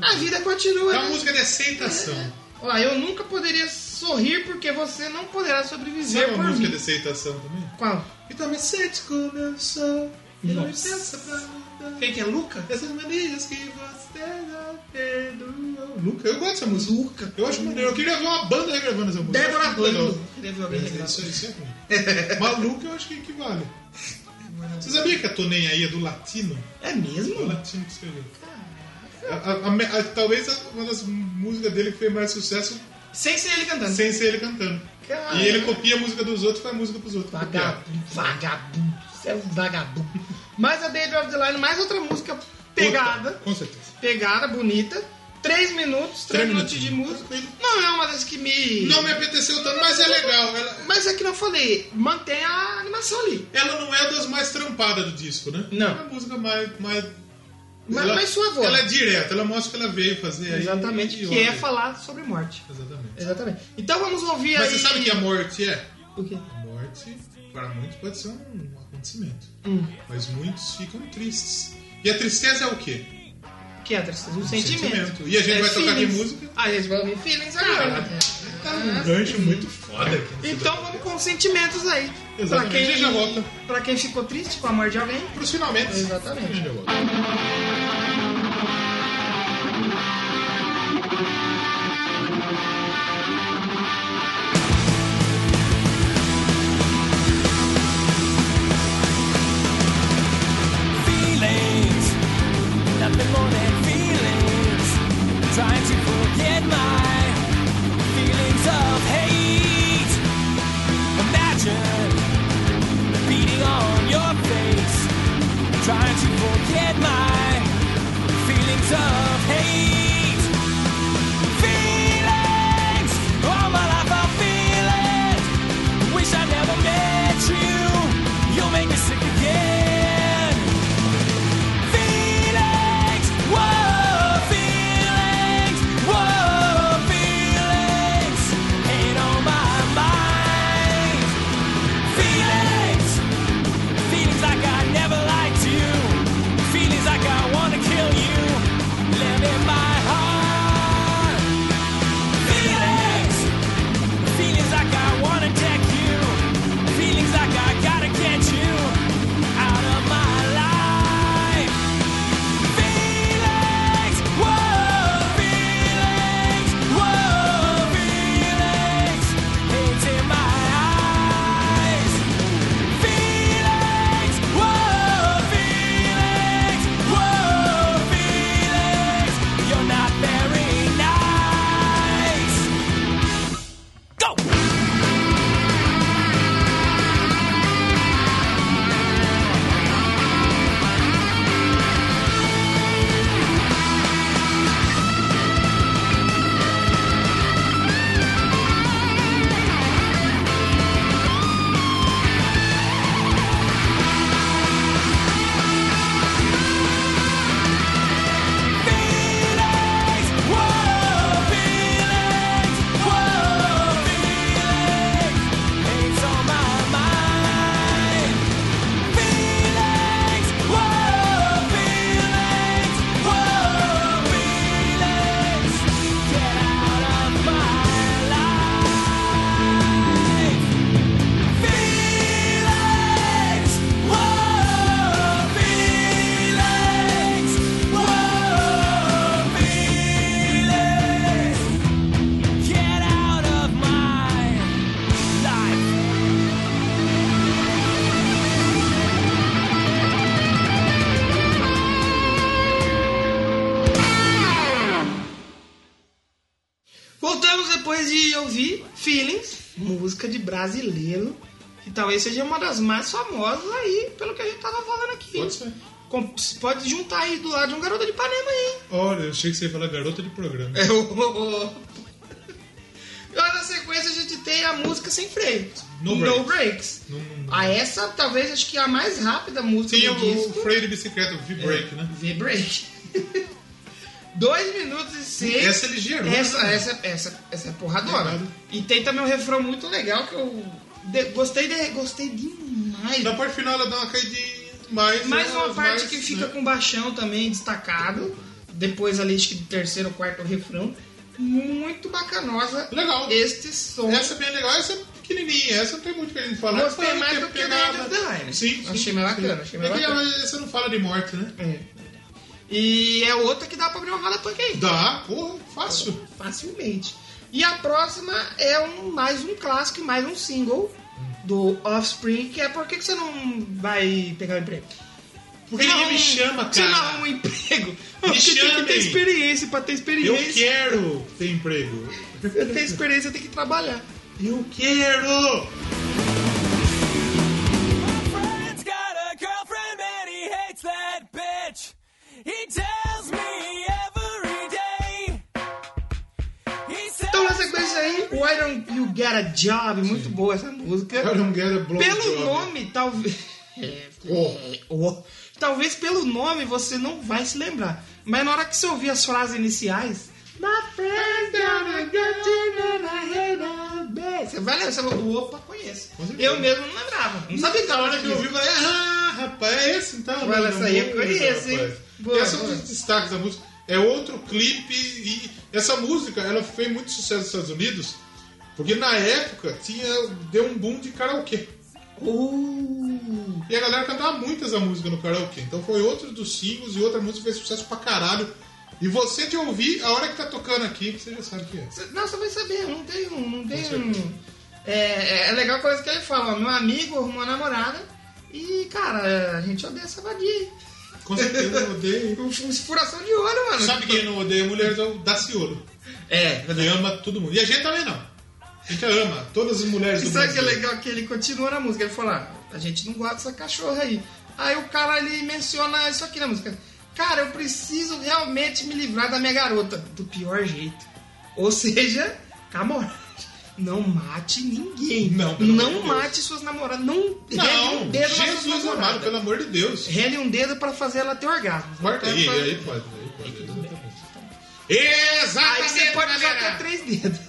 [SPEAKER 1] A vida continua.
[SPEAKER 2] É uma
[SPEAKER 1] né?
[SPEAKER 2] música de aceitação.
[SPEAKER 1] Olha lá, eu nunca poderia sorrir porque você não poderá
[SPEAKER 2] Sabe
[SPEAKER 1] sobreviver
[SPEAKER 2] uma
[SPEAKER 1] por
[SPEAKER 2] música
[SPEAKER 1] mim.
[SPEAKER 2] de aceitação também?
[SPEAKER 1] Qual?
[SPEAKER 2] Então me sente como eu sou. E
[SPEAKER 1] Nossa.
[SPEAKER 2] não licença pra mudar.
[SPEAKER 1] Quem que é? Luca?
[SPEAKER 2] Essas maneiras que você não perdoou. Luca, eu gosto dessa música. Luca. Eu acho maneiro. Eu queria ver uma banda regravando essa música.
[SPEAKER 1] Débora
[SPEAKER 2] Legal.
[SPEAKER 1] Bando. Queria ver alguém
[SPEAKER 2] É,
[SPEAKER 1] reclamar.
[SPEAKER 2] Isso, isso é ruim. Maluco eu acho que equivale. Você sabia que a Tô Nem Aí é do latino?
[SPEAKER 1] É
[SPEAKER 2] É o
[SPEAKER 1] mesmo?
[SPEAKER 2] latino que escreveu. A- a- a me- a- Talvez a- uma das músicas dele que fez mais sucesso
[SPEAKER 1] Sem ser ele cantando.
[SPEAKER 2] sem ser ele cantando.
[SPEAKER 1] Caramba.
[SPEAKER 2] E ele copia a música dos outros e faz música pros outros. Copiar.
[SPEAKER 1] Vagabundo, vagabundo, você é um vagabundo. Mas a Day of the Line, mais outra música pegada.
[SPEAKER 2] Com certeza.
[SPEAKER 1] pegada, bonita. Três minutos, três,
[SPEAKER 2] Três
[SPEAKER 1] minutos de música. Não é uma das que me.
[SPEAKER 2] Não me apeteceu tanto, mas é legal. Ela,
[SPEAKER 1] Mas é que não falei, mantém a animação ali.
[SPEAKER 2] ela não é das mais trampadas do disco, né?
[SPEAKER 1] Não.
[SPEAKER 2] É uma música mais. mais
[SPEAKER 1] Mas,
[SPEAKER 2] ela,
[SPEAKER 1] mas sua voz.
[SPEAKER 2] Ela é direta, ela mostra o que ela veio fazer aí.
[SPEAKER 1] Exatamente,
[SPEAKER 2] e
[SPEAKER 1] que é
[SPEAKER 2] olha.
[SPEAKER 1] falar sobre morte.
[SPEAKER 2] Exatamente.
[SPEAKER 1] Exatamente. Então vamos ouvir
[SPEAKER 2] Mas
[SPEAKER 1] aí.
[SPEAKER 2] você sabe que a morte é?
[SPEAKER 1] O quê?
[SPEAKER 2] A morte, para muitos, pode ser um, um acontecimento.
[SPEAKER 1] Hum.
[SPEAKER 2] Mas muitos ficam tristes. E a tristeza é o quê?
[SPEAKER 1] Que é tristeza, um, sentimento. É
[SPEAKER 2] sentimento. E a gente vai tocar que
[SPEAKER 1] feelings.
[SPEAKER 2] música?
[SPEAKER 1] Ah, A gente vai ouvir feelings agora. É.
[SPEAKER 2] Tá
[SPEAKER 1] Ah,
[SPEAKER 2] um gancho muito foda aqui.
[SPEAKER 1] Então vamos com os sentimentos aí.
[SPEAKER 2] Exatamente.
[SPEAKER 1] Pra
[SPEAKER 2] A
[SPEAKER 1] quem,
[SPEAKER 2] gente já volta.
[SPEAKER 1] pra quem ficou triste com a morte de alguém.
[SPEAKER 2] Pros finalmente. A
[SPEAKER 1] Exatamente.
[SPEAKER 2] gente já volta.
[SPEAKER 11] feelings. Nothing more than feelings. Trying to forget my feelings of hate. Imagine the beating on your face. Trying to forget my
[SPEAKER 1] Depois de ouvir Feelings, música de brasileiro, que talvez seja uma das mais famosas aí, pelo que a gente tava falando aqui.
[SPEAKER 2] Pode ser.
[SPEAKER 1] Com- pode juntar aí do lado de um garoto de Ipanema aí, hein?
[SPEAKER 2] Olha, eu achei que você ia falar garota de programa.
[SPEAKER 1] É o. Lá na sequência a gente tem a música sem freio.
[SPEAKER 2] No Breaks.
[SPEAKER 1] Breaks.
[SPEAKER 2] Não- não-
[SPEAKER 1] A essa talvez acho que é a mais rápida música
[SPEAKER 2] Tinha
[SPEAKER 1] do
[SPEAKER 2] o
[SPEAKER 1] disco.
[SPEAKER 2] freio de bicicleta, o V-brake,
[SPEAKER 1] É.
[SPEAKER 2] né?
[SPEAKER 1] (laughs) V-brake. 2 minutos e 6.
[SPEAKER 2] Essa é ligeira,
[SPEAKER 1] Essa,
[SPEAKER 2] né?
[SPEAKER 1] essa, essa, essa é porradona. E tem também um refrão muito legal que eu de- gostei, de- gostei demais.
[SPEAKER 2] Na parte final ela dá uma caidinha, mas...
[SPEAKER 1] Mais
[SPEAKER 2] ela-
[SPEAKER 1] uma parte
[SPEAKER 2] mas,
[SPEAKER 1] que fica
[SPEAKER 2] né?
[SPEAKER 1] com baixão também destacado. Depois ali, acho que do terceiro, quarto refrão. Muito bacanosa.
[SPEAKER 2] Legal.
[SPEAKER 1] Este som.
[SPEAKER 2] Essa é bem legal, essa é pequenininha, essa não tem muito o que a gente falar.
[SPEAKER 1] Gostei
[SPEAKER 2] Essa
[SPEAKER 1] mais
[SPEAKER 2] tem
[SPEAKER 1] do que
[SPEAKER 2] pegada.
[SPEAKER 1] Night of the Line.
[SPEAKER 2] Sim, sim,
[SPEAKER 1] Achei mais
[SPEAKER 2] sim.
[SPEAKER 1] bacana, achei mais
[SPEAKER 2] É que
[SPEAKER 1] bacana. É.
[SPEAKER 2] ela- essa não fala de morte, né?
[SPEAKER 1] E é outra que dá pra abrir uma roda punk aí.
[SPEAKER 2] Dá, porra, fácil.
[SPEAKER 1] Facilmente. E a próxima é um, mais um clássico, e mais um single do Offspring, que é Por que, que você não vai pegar um emprego?
[SPEAKER 2] Por que
[SPEAKER 1] Você não
[SPEAKER 2] ninguém
[SPEAKER 1] arruma um-
[SPEAKER 2] me chama,
[SPEAKER 1] Você não
[SPEAKER 2] cara?
[SPEAKER 1] arruma um emprego.
[SPEAKER 2] Me
[SPEAKER 1] Porque tem que ter
[SPEAKER 2] chamem.
[SPEAKER 1] experiência pra ter
[SPEAKER 2] Eu
[SPEAKER 1] experiência.
[SPEAKER 2] quero ter emprego.
[SPEAKER 1] Pra ter experiência tem que trabalhar.
[SPEAKER 2] Eu quero!
[SPEAKER 12] Friend's got a girlfriend and he hates that bitch. He tells me every day. He says.
[SPEAKER 1] Então na sequência aí, Why Don't You Get a Job, muito boa essa música.
[SPEAKER 2] Why Don't Get a Blow
[SPEAKER 1] Pelo
[SPEAKER 2] Job.
[SPEAKER 1] nome, talvez. É, é, oh. Talvez pelo nome você não vai se lembrar. Mas na hora que você ouvir as frases iniciais. My friend's gonna get you and I hate that bitch. Você vai lembrar, você vai, opa, conheço. Eu mesmo não lembrava. Não sabia que
[SPEAKER 2] Na hora que eu
[SPEAKER 1] disso.
[SPEAKER 2] vi, eu falei, ah, rapaz, é esse então?
[SPEAKER 1] Olha,
[SPEAKER 2] Não,
[SPEAKER 1] essa
[SPEAKER 2] não,
[SPEAKER 1] aí eu
[SPEAKER 2] não,
[SPEAKER 1] conheço, hein?
[SPEAKER 2] rapaz.
[SPEAKER 1] Boa,
[SPEAKER 2] Essa é um
[SPEAKER 1] boa.
[SPEAKER 2] dos destaques da música. É outro clipe e essa música, ela fez muito sucesso nos Estados Unidos, porque na época tinha, deu um boom de karaokê. E a galera cantava muito essa música no karaokê. Então foi outro dos singles e outra música que fez sucesso pra caralho. E você de ouvir, a hora que tá tocando aqui, você já sabe o que é.
[SPEAKER 1] Não, você vai saber, não tem um. Não tem um é, é legal a coisa que ele fala, ó, meu amigo arrumou uma namorada e, cara, a gente odeia essa vadia. aí.
[SPEAKER 2] Com certeza eu odeio.
[SPEAKER 1] Um fu- Furação de olho, mano.
[SPEAKER 2] Sabe quem não odeia mulheres? É o Daciolo.
[SPEAKER 1] É,
[SPEAKER 2] Ele ama todo mundo. E a gente também não. A gente ama todas as mulheres
[SPEAKER 1] E
[SPEAKER 2] do
[SPEAKER 1] sabe
[SPEAKER 2] mundo.
[SPEAKER 1] que é legal que ele continua na música? Ele fala, ah, a gente não gosta dessa cachorra aí. Aí o cara ele menciona isso aqui na música. Cara, eu preciso realmente me livrar da minha garota. Do pior jeito. Ou seja, (laughs) camorra. Não mate ninguém.
[SPEAKER 2] Não, pelo amor
[SPEAKER 1] não
[SPEAKER 2] de
[SPEAKER 1] mate suas namoradas. Não, rele um
[SPEAKER 2] Não,
[SPEAKER 1] dedo na sua
[SPEAKER 2] Jesus amado,
[SPEAKER 1] namorada.
[SPEAKER 2] pelo amor de Deus.
[SPEAKER 1] Rele um dedo pra fazer ela ter orgasmo.
[SPEAKER 2] Corta aí,
[SPEAKER 1] Pra-
[SPEAKER 2] aí pode. Aí pode. Exatamente.
[SPEAKER 1] Aí você pode usar até três dedos.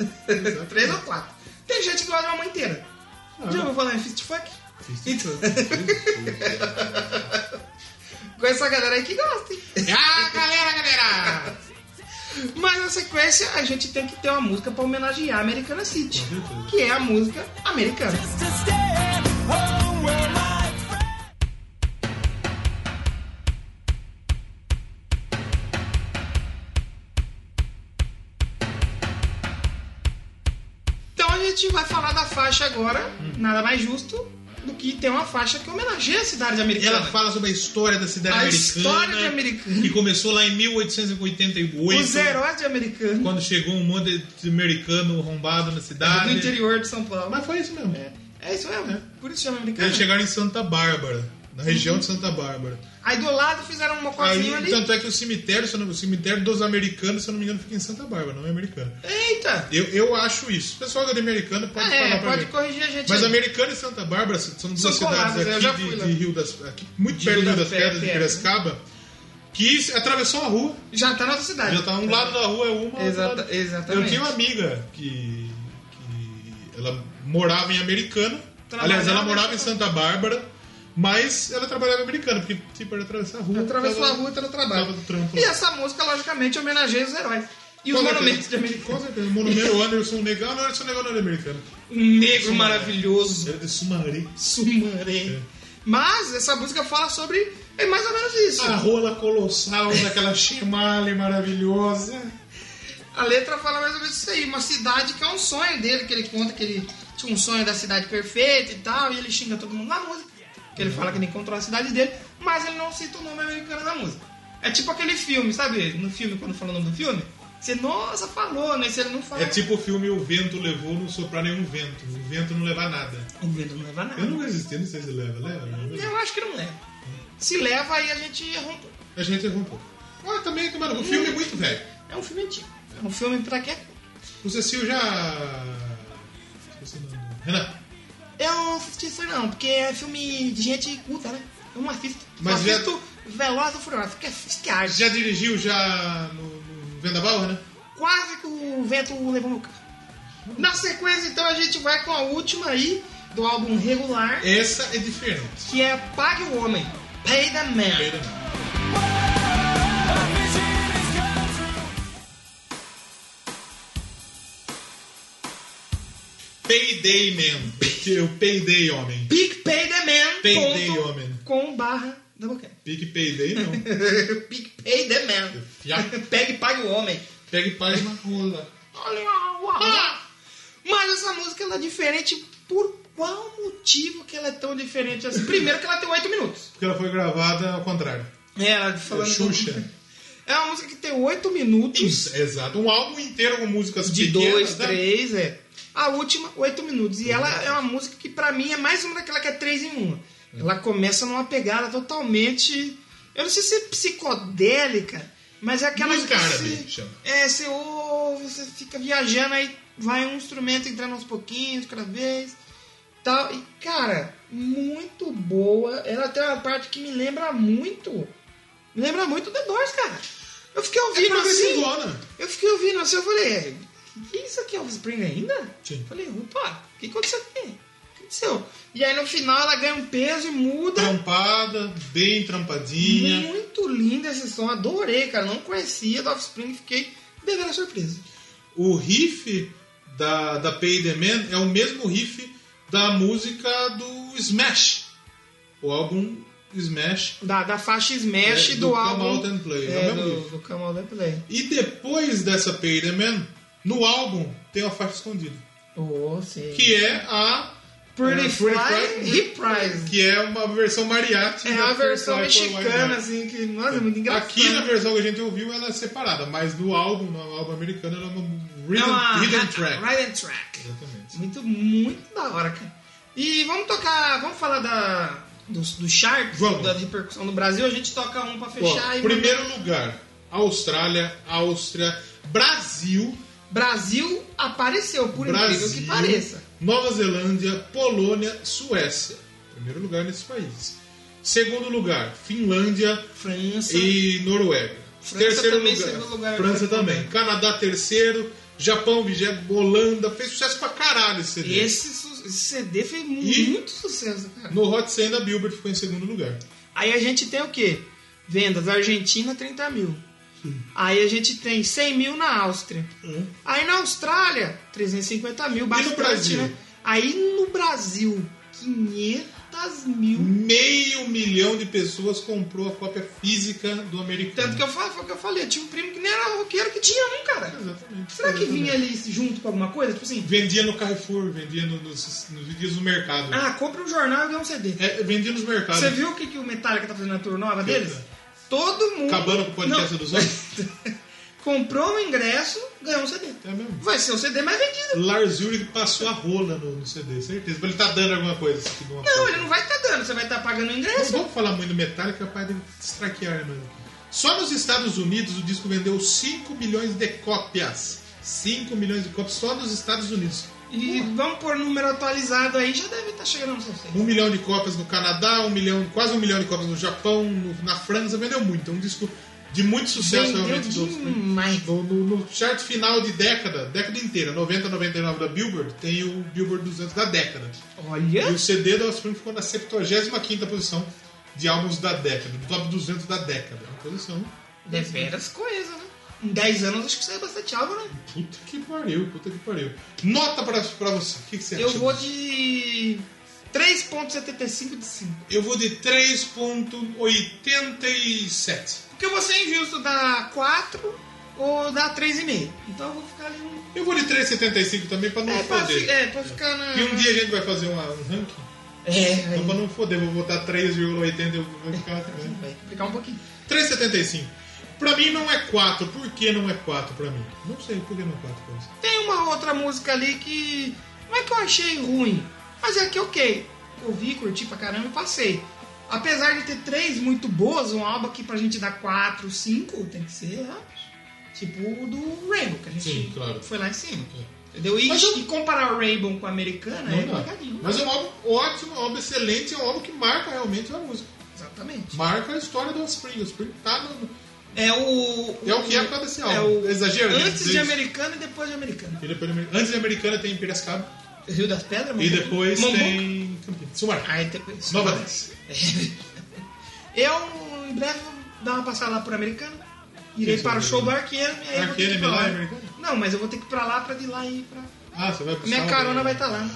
[SPEAKER 1] três ou quatro. Tem gente que gosta de uma mãe inteira. Já ouviu falar em fist fuck? Então- (laughs) Com essa galera aí que gosta, hein?
[SPEAKER 2] Ah, galera, galera!
[SPEAKER 1] (laughs) Mas na sequência a gente tem que ter uma música pra homenagear a Americana City, que é a música americana. Então a gente vai falar da faixa agora,
[SPEAKER 2] Hum.
[SPEAKER 1] nada mais justo do que ter uma faixa que homenageia a cidade americana.
[SPEAKER 2] Ela fala sobre a história da cidade
[SPEAKER 1] A
[SPEAKER 2] americana.
[SPEAKER 1] história de americana.
[SPEAKER 2] Que começou lá em 1888.
[SPEAKER 1] Os heróis de americano.
[SPEAKER 2] Quando chegou um monte de americano arrombado na cidade.
[SPEAKER 1] do interior de São Paulo.
[SPEAKER 2] Mas foi isso mesmo.
[SPEAKER 1] É, É isso mesmo. Por isso chama americano.
[SPEAKER 2] Eles chegaram em Santa Bárbara, na região de Santa Bárbara.
[SPEAKER 1] Aí do lado fizeram uma
[SPEAKER 2] Aí,
[SPEAKER 1] cozinha ali.
[SPEAKER 2] tanto é que o cemitério, se eu não- o cemitério dos americanos, se eu não me engano, fica em Santa Bárbara, não é americano.
[SPEAKER 1] Eita!
[SPEAKER 2] Eu, eu acho isso. O pessoal da americana pode
[SPEAKER 1] É,
[SPEAKER 2] falar pra
[SPEAKER 1] pode
[SPEAKER 2] mim.
[SPEAKER 1] corrigir a gente
[SPEAKER 2] Mas
[SPEAKER 1] aí.
[SPEAKER 2] americana e Santa Bárbara são duas
[SPEAKER 1] São coladas, é,
[SPEAKER 2] cidades
[SPEAKER 1] eu
[SPEAKER 2] aqui
[SPEAKER 1] já fui
[SPEAKER 2] de,
[SPEAKER 1] lá.
[SPEAKER 2] de Rio das aqui, muito
[SPEAKER 1] De
[SPEAKER 2] perto
[SPEAKER 1] Rio
[SPEAKER 2] de Rio
[SPEAKER 1] das é.
[SPEAKER 2] das Pedras, de
[SPEAKER 1] Pedras,
[SPEAKER 2] Piracicaba, que se- atravessou a rua.
[SPEAKER 1] Já tá na outra cidade.
[SPEAKER 2] Já tá um lado da rua é uma.
[SPEAKER 1] Exata-
[SPEAKER 2] outra-
[SPEAKER 1] exatamente.
[SPEAKER 2] Eu tinha uma amiga que, que ela morava em Americana.
[SPEAKER 1] Trabalhava
[SPEAKER 2] Aliás, ela
[SPEAKER 1] em
[SPEAKER 2] morava em Santa Bárbara, mas ela trabalhava em Americana, porque tipo era atravessar a rua.
[SPEAKER 1] Atravessou
[SPEAKER 2] tava-
[SPEAKER 1] a rua e tá no trabalho.
[SPEAKER 2] Tava no trampo.
[SPEAKER 1] E essa música, logicamente, homenageia os heróis. E os
[SPEAKER 2] Com
[SPEAKER 1] monumentos
[SPEAKER 2] certeza.
[SPEAKER 1] de americano.
[SPEAKER 2] Com certeza. O monumento Anderson Negão, não, Anderson Negão não era americano.
[SPEAKER 1] Um negro maravilhoso.
[SPEAKER 2] Era de Sumaré.
[SPEAKER 1] Sumaré.
[SPEAKER 2] É.
[SPEAKER 1] Mas essa música fala sobre. É mais ou menos isso.
[SPEAKER 2] A rola colossal daquela chimale maravilhosa.
[SPEAKER 1] A letra fala mais ou menos isso aí, uma cidade que é um sonho dele, que ele conta que ele tinha um sonho da cidade perfeita e tal, e ele xinga todo mundo na música, que
[SPEAKER 2] Uhum.
[SPEAKER 1] ele fala que ele encontrou a cidade dele, mas ele não cita o nome americano da música. É tipo aquele filme, sabe? No filme, quando fala o nome do filme, Você, nossa, falou, né? Você não fala.
[SPEAKER 2] É tipo o filme O Vento Levou, não soprar nenhum vento. O vento não leva nada.
[SPEAKER 1] O vento não leva nada.
[SPEAKER 2] Eu nunca assisti, não sei se leva. Leva? Não leva.
[SPEAKER 1] Eu acho que não leva. Se leva, aí a gente errou um pouco.
[SPEAKER 2] A gente errou um pouco. Ah, também, mano, o filme é muito velho.
[SPEAKER 1] É um filme antigo. É um filme pra quê?
[SPEAKER 2] O Cecil já. Esqueci o nome. dele. Renan.
[SPEAKER 1] Eu não assisti isso não, porque é filme de gente culta, né? Eu não assisto.
[SPEAKER 2] Mas é-
[SPEAKER 1] eu
[SPEAKER 2] já-
[SPEAKER 1] assisto Veloz ou Furioso, porque assisto que é arte.
[SPEAKER 2] Já dirigiu já no, no Vendaval, né?
[SPEAKER 1] Quase que o vento levou meu carro. Na sequência, então, a gente vai com a última aí, do álbum regular,
[SPEAKER 2] Essa é diferente.
[SPEAKER 1] que é Pague o Homem, Pay the Man.
[SPEAKER 2] Pay the Man. Payday Man. Que o Payday Homem.
[SPEAKER 1] Big Pay the Man.
[SPEAKER 2] Payday
[SPEAKER 1] ponto,
[SPEAKER 2] Homem.
[SPEAKER 1] Com barra Doublecast.
[SPEAKER 2] Big Payday não.
[SPEAKER 1] (laughs) Big Pay the Man.
[SPEAKER 2] Já
[SPEAKER 1] Pega e pague o homem.
[SPEAKER 2] pega e faz uma rola.
[SPEAKER 1] Olha a rola. Mas essa música ela é diferente por qual motivo que ela é tão diferente assim? Primeiro que ela tem 8 minutos.
[SPEAKER 2] Porque ela foi gravada ao contrário.
[SPEAKER 1] É, ela falando.
[SPEAKER 2] Xuxa.
[SPEAKER 1] É uma música que tem 8 minutos.
[SPEAKER 2] Isso, exato. Um álbum inteiro com músicas
[SPEAKER 1] De
[SPEAKER 2] pequenas,
[SPEAKER 1] dois,
[SPEAKER 2] né?
[SPEAKER 1] três, é. A última, oito minutos.
[SPEAKER 2] Uhum.
[SPEAKER 1] E ela é uma música que pra mim é mais uma daquela que é três em uma. Ela começa numa pegada totalmente. Eu não sei se é psicodélica, mas é aquela
[SPEAKER 2] Música
[SPEAKER 1] que
[SPEAKER 2] árabe,
[SPEAKER 1] você-
[SPEAKER 2] chama.
[SPEAKER 1] É, você ouve, você fica viajando, aí vai um instrumento entrando aos pouquinhos, cada vez. Tal. E, cara, muito boa. Ela tem uma parte que me lembra muito. Me lembra muito The Doors, cara. Eu
[SPEAKER 2] É
[SPEAKER 1] fiquei ouvindo
[SPEAKER 2] pra ver se
[SPEAKER 1] assim.
[SPEAKER 2] engona.
[SPEAKER 1] Eu fiquei ouvindo assim, eu falei, "É, que isso aqui é Offspring ainda? Eu Falei, opa, o que aconteceu aqui? O que aconteceu? E aí no final ela ganha um peso e muda.
[SPEAKER 2] Trampada, bem trampadinha.
[SPEAKER 1] Muito lindo esse som, adorei, cara. Não conhecia do Offspring, fiquei devendo a surpresa.
[SPEAKER 2] O riff da, da Pay the Man é o mesmo riff da música do Smash. O álbum Smash.
[SPEAKER 1] Da, da faixa Smash
[SPEAKER 2] É,
[SPEAKER 1] do,
[SPEAKER 2] do Come
[SPEAKER 1] álbum.
[SPEAKER 2] Out and Play, é
[SPEAKER 1] É,
[SPEAKER 2] o mesmo
[SPEAKER 1] do,
[SPEAKER 2] riff.
[SPEAKER 1] do Come Out and Play.
[SPEAKER 2] E depois dessa Pay the Man, no álbum tem uma faixa escondida.
[SPEAKER 1] Oh, sim.
[SPEAKER 2] Que é a
[SPEAKER 1] Pretty
[SPEAKER 2] é,
[SPEAKER 1] Fly Reprise.
[SPEAKER 2] Que é uma versão mariachi.
[SPEAKER 1] É
[SPEAKER 2] da
[SPEAKER 1] a
[SPEAKER 2] Pretty
[SPEAKER 1] versão
[SPEAKER 2] Fly for White
[SPEAKER 1] mexicana,
[SPEAKER 2] Man.
[SPEAKER 1] assim, que, nossa, é muito engraçado.
[SPEAKER 2] Aqui né? na versão que a gente ouviu ela é separada, mas no álbum, no álbum americano, ela é uma
[SPEAKER 1] É
[SPEAKER 2] rhythm,
[SPEAKER 1] uma
[SPEAKER 2] rhythm
[SPEAKER 1] ra-
[SPEAKER 2] track.
[SPEAKER 1] Rhythm track.
[SPEAKER 2] Exatamente.
[SPEAKER 1] Muito, muito da hora, cara. E vamos tocar, vamos falar da, dos do charts,
[SPEAKER 2] Vamos.
[SPEAKER 1] da repercussão no Brasil. A gente toca um pra
[SPEAKER 2] Ó,
[SPEAKER 1] fechar. e
[SPEAKER 2] primeiro lugar, Austrália, Áustria, Brasil.
[SPEAKER 1] Brasil apareceu, por incrível
[SPEAKER 2] Brasil,
[SPEAKER 1] que pareça.
[SPEAKER 2] Nova Zelândia, Polônia, Suécia. Primeiro lugar nesses países. Segundo lugar, Finlândia
[SPEAKER 1] França.
[SPEAKER 2] e Noruega.
[SPEAKER 1] França
[SPEAKER 2] terceiro
[SPEAKER 1] também,
[SPEAKER 2] lugar,
[SPEAKER 1] segundo lugar, né?
[SPEAKER 2] França
[SPEAKER 1] eu quero
[SPEAKER 2] também. Canadá, terceiro. Japão, vigésimo. Holanda. Fez sucesso pra caralho esse CD.
[SPEAKER 1] Esse, su- esse CD fez mu-
[SPEAKER 2] E-
[SPEAKER 1] muito sucesso, cara.
[SPEAKER 2] No Hot 100 da Billboard ficou em segundo lugar.
[SPEAKER 1] Aí a gente tem o quê? Vendas Argentina, 30 mil.
[SPEAKER 2] Hum.
[SPEAKER 1] Aí a gente tem 100 mil na Áustria. Aí na Austrália, 350 mil. Bastante,
[SPEAKER 2] Brasil?
[SPEAKER 1] né? Aí no Brasil, 500 mil.
[SPEAKER 2] Meio milhão de pessoas comprou a cópia física do americano.
[SPEAKER 1] Tanto que eu falo, foi o que eu falei, eu tinha um primo que nem era roqueiro que tinha um, cara.
[SPEAKER 2] Exatamente.
[SPEAKER 1] Será que
[SPEAKER 2] Exatamente.
[SPEAKER 1] vinha ali junto com alguma coisa? Tipo assim,
[SPEAKER 2] Vendia no Carrefour, vendia no- nos, nos vendias no mercado.
[SPEAKER 1] ah, compra um jornal e ganha um CD.
[SPEAKER 2] É, vendia nos mercados.
[SPEAKER 1] Você viu o que, que o Metallica tá fazendo na tour nova deles? Todo mundo.
[SPEAKER 2] Acabando com o podcast
[SPEAKER 1] Não.
[SPEAKER 2] dos outros.
[SPEAKER 1] Comprou um ingresso, ganhou um CD.
[SPEAKER 2] É
[SPEAKER 1] (laughs)
[SPEAKER 2] mesmo.
[SPEAKER 1] Vai ser o CD mais vendido.
[SPEAKER 2] Lars Ulrich passou a rola no, no CD, certeza. Mas ele tá dando alguma coisa. assim, alguma
[SPEAKER 1] Não,
[SPEAKER 2] coisa.
[SPEAKER 1] ele não vai estar dando, você vai estar pagando o
[SPEAKER 2] Não
[SPEAKER 1] ingresso.
[SPEAKER 2] vamos falar muito do Metallica, é capaz de estraquear, né, mano. Só nos Estados Unidos o disco vendeu 5 milhões de cópias. 5 milhões de cópias só nos Estados Unidos.
[SPEAKER 1] E vamos pôr número atualizado aí, já deve estar chegando no seu CD.
[SPEAKER 2] 1 milhão de cópias no Canadá, um milhão, quase 1 milhão de cópias no Japão, no- na França, vendeu muito. É um disco de muito sucesso
[SPEAKER 1] Vendeu
[SPEAKER 2] realmente. do-
[SPEAKER 1] demais.
[SPEAKER 2] No, no- no chart final de década, década inteira, 90, 99 da Billboard, tem o Billboard 200 da década. E
[SPEAKER 1] Olha,
[SPEAKER 2] o CD da Offspring ficou na 75ª posição de álbuns da década, do top 200 da década. É uma posição.
[SPEAKER 1] deveras coisa, né? Em 10 anos acho que saiu bastante álbum, né?
[SPEAKER 2] Puta que pariu, puta que pariu. Nota pra, pra você, o que, que você acha?
[SPEAKER 1] Eu vou de 3.75 de 5.
[SPEAKER 2] Eu vou de 3,87.
[SPEAKER 1] Porque você é injusto dar 4 ou dar 3,5. Então eu vou ficar ali no.
[SPEAKER 2] Eu vou de 3,75 também pra não
[SPEAKER 1] É, pra,
[SPEAKER 2] foder.
[SPEAKER 1] fi- é, pra ficar na.
[SPEAKER 2] E um dia a gente vai fazer uma- um ranking.
[SPEAKER 1] É,
[SPEAKER 2] Então pra não foder, vou botar 3,80 e eu vou ficar.
[SPEAKER 1] vai ficar um pouquinho.
[SPEAKER 2] 3,75. Pra mim não é 4. Por que não é 4 pra mim? Não sei por que não é 4 pra você.
[SPEAKER 1] Tem uma outra música ali que. Não é que eu achei ruim, mas é que ok. Ouvi, curti pra caramba e passei. Apesar de ter três muito boas, um álbum aqui pra gente dar 4, 5, tem que ser. né? Tipo o do Rainbow, que a gente
[SPEAKER 2] Sim, claro.
[SPEAKER 1] foi lá em cima. Entendeu? E,
[SPEAKER 2] Mas eu-
[SPEAKER 1] e comparar o Rainbow com a americana é
[SPEAKER 2] Não dá.
[SPEAKER 1] complicadinho.
[SPEAKER 2] Mas é um álbum ótimo, é um álbum excelente, é um álbum que marca realmente a música.
[SPEAKER 1] Exatamente.
[SPEAKER 2] Marca a história do Offspring. O Offspring tá no...
[SPEAKER 1] É o...
[SPEAKER 2] É o que é por causa desse álbum.
[SPEAKER 1] É o-
[SPEAKER 2] Exagero. né?
[SPEAKER 1] Antes
[SPEAKER 2] Dizer
[SPEAKER 1] de
[SPEAKER 2] isso.
[SPEAKER 1] americana e depois de americana.
[SPEAKER 2] E depois de Americana- Antes de Americana tem Piracicaba.
[SPEAKER 1] Rio das Pedras,
[SPEAKER 2] E
[SPEAKER 1] Mambuca.
[SPEAKER 2] depois
[SPEAKER 1] Mambuca.
[SPEAKER 2] tem Campinas. Silmar.
[SPEAKER 1] Aí depois... É.
[SPEAKER 2] Nova 10.
[SPEAKER 1] (laughs) Eu, em breve, vou dar uma passada lá por Americana. Irei
[SPEAKER 2] Isso,
[SPEAKER 1] para o
[SPEAKER 2] né?
[SPEAKER 1] show do Arqueiro. e aí eu vou ter que
[SPEAKER 2] Arqueiro
[SPEAKER 1] ir
[SPEAKER 2] é
[SPEAKER 1] pra
[SPEAKER 2] lá,
[SPEAKER 1] lá.
[SPEAKER 2] Americana?
[SPEAKER 1] Não, mas eu vou ter que ir pra lá pra de lá ir pra...
[SPEAKER 2] Ah, você vai pro
[SPEAKER 1] Minha
[SPEAKER 2] sábado.
[SPEAKER 1] carona vai estar lá.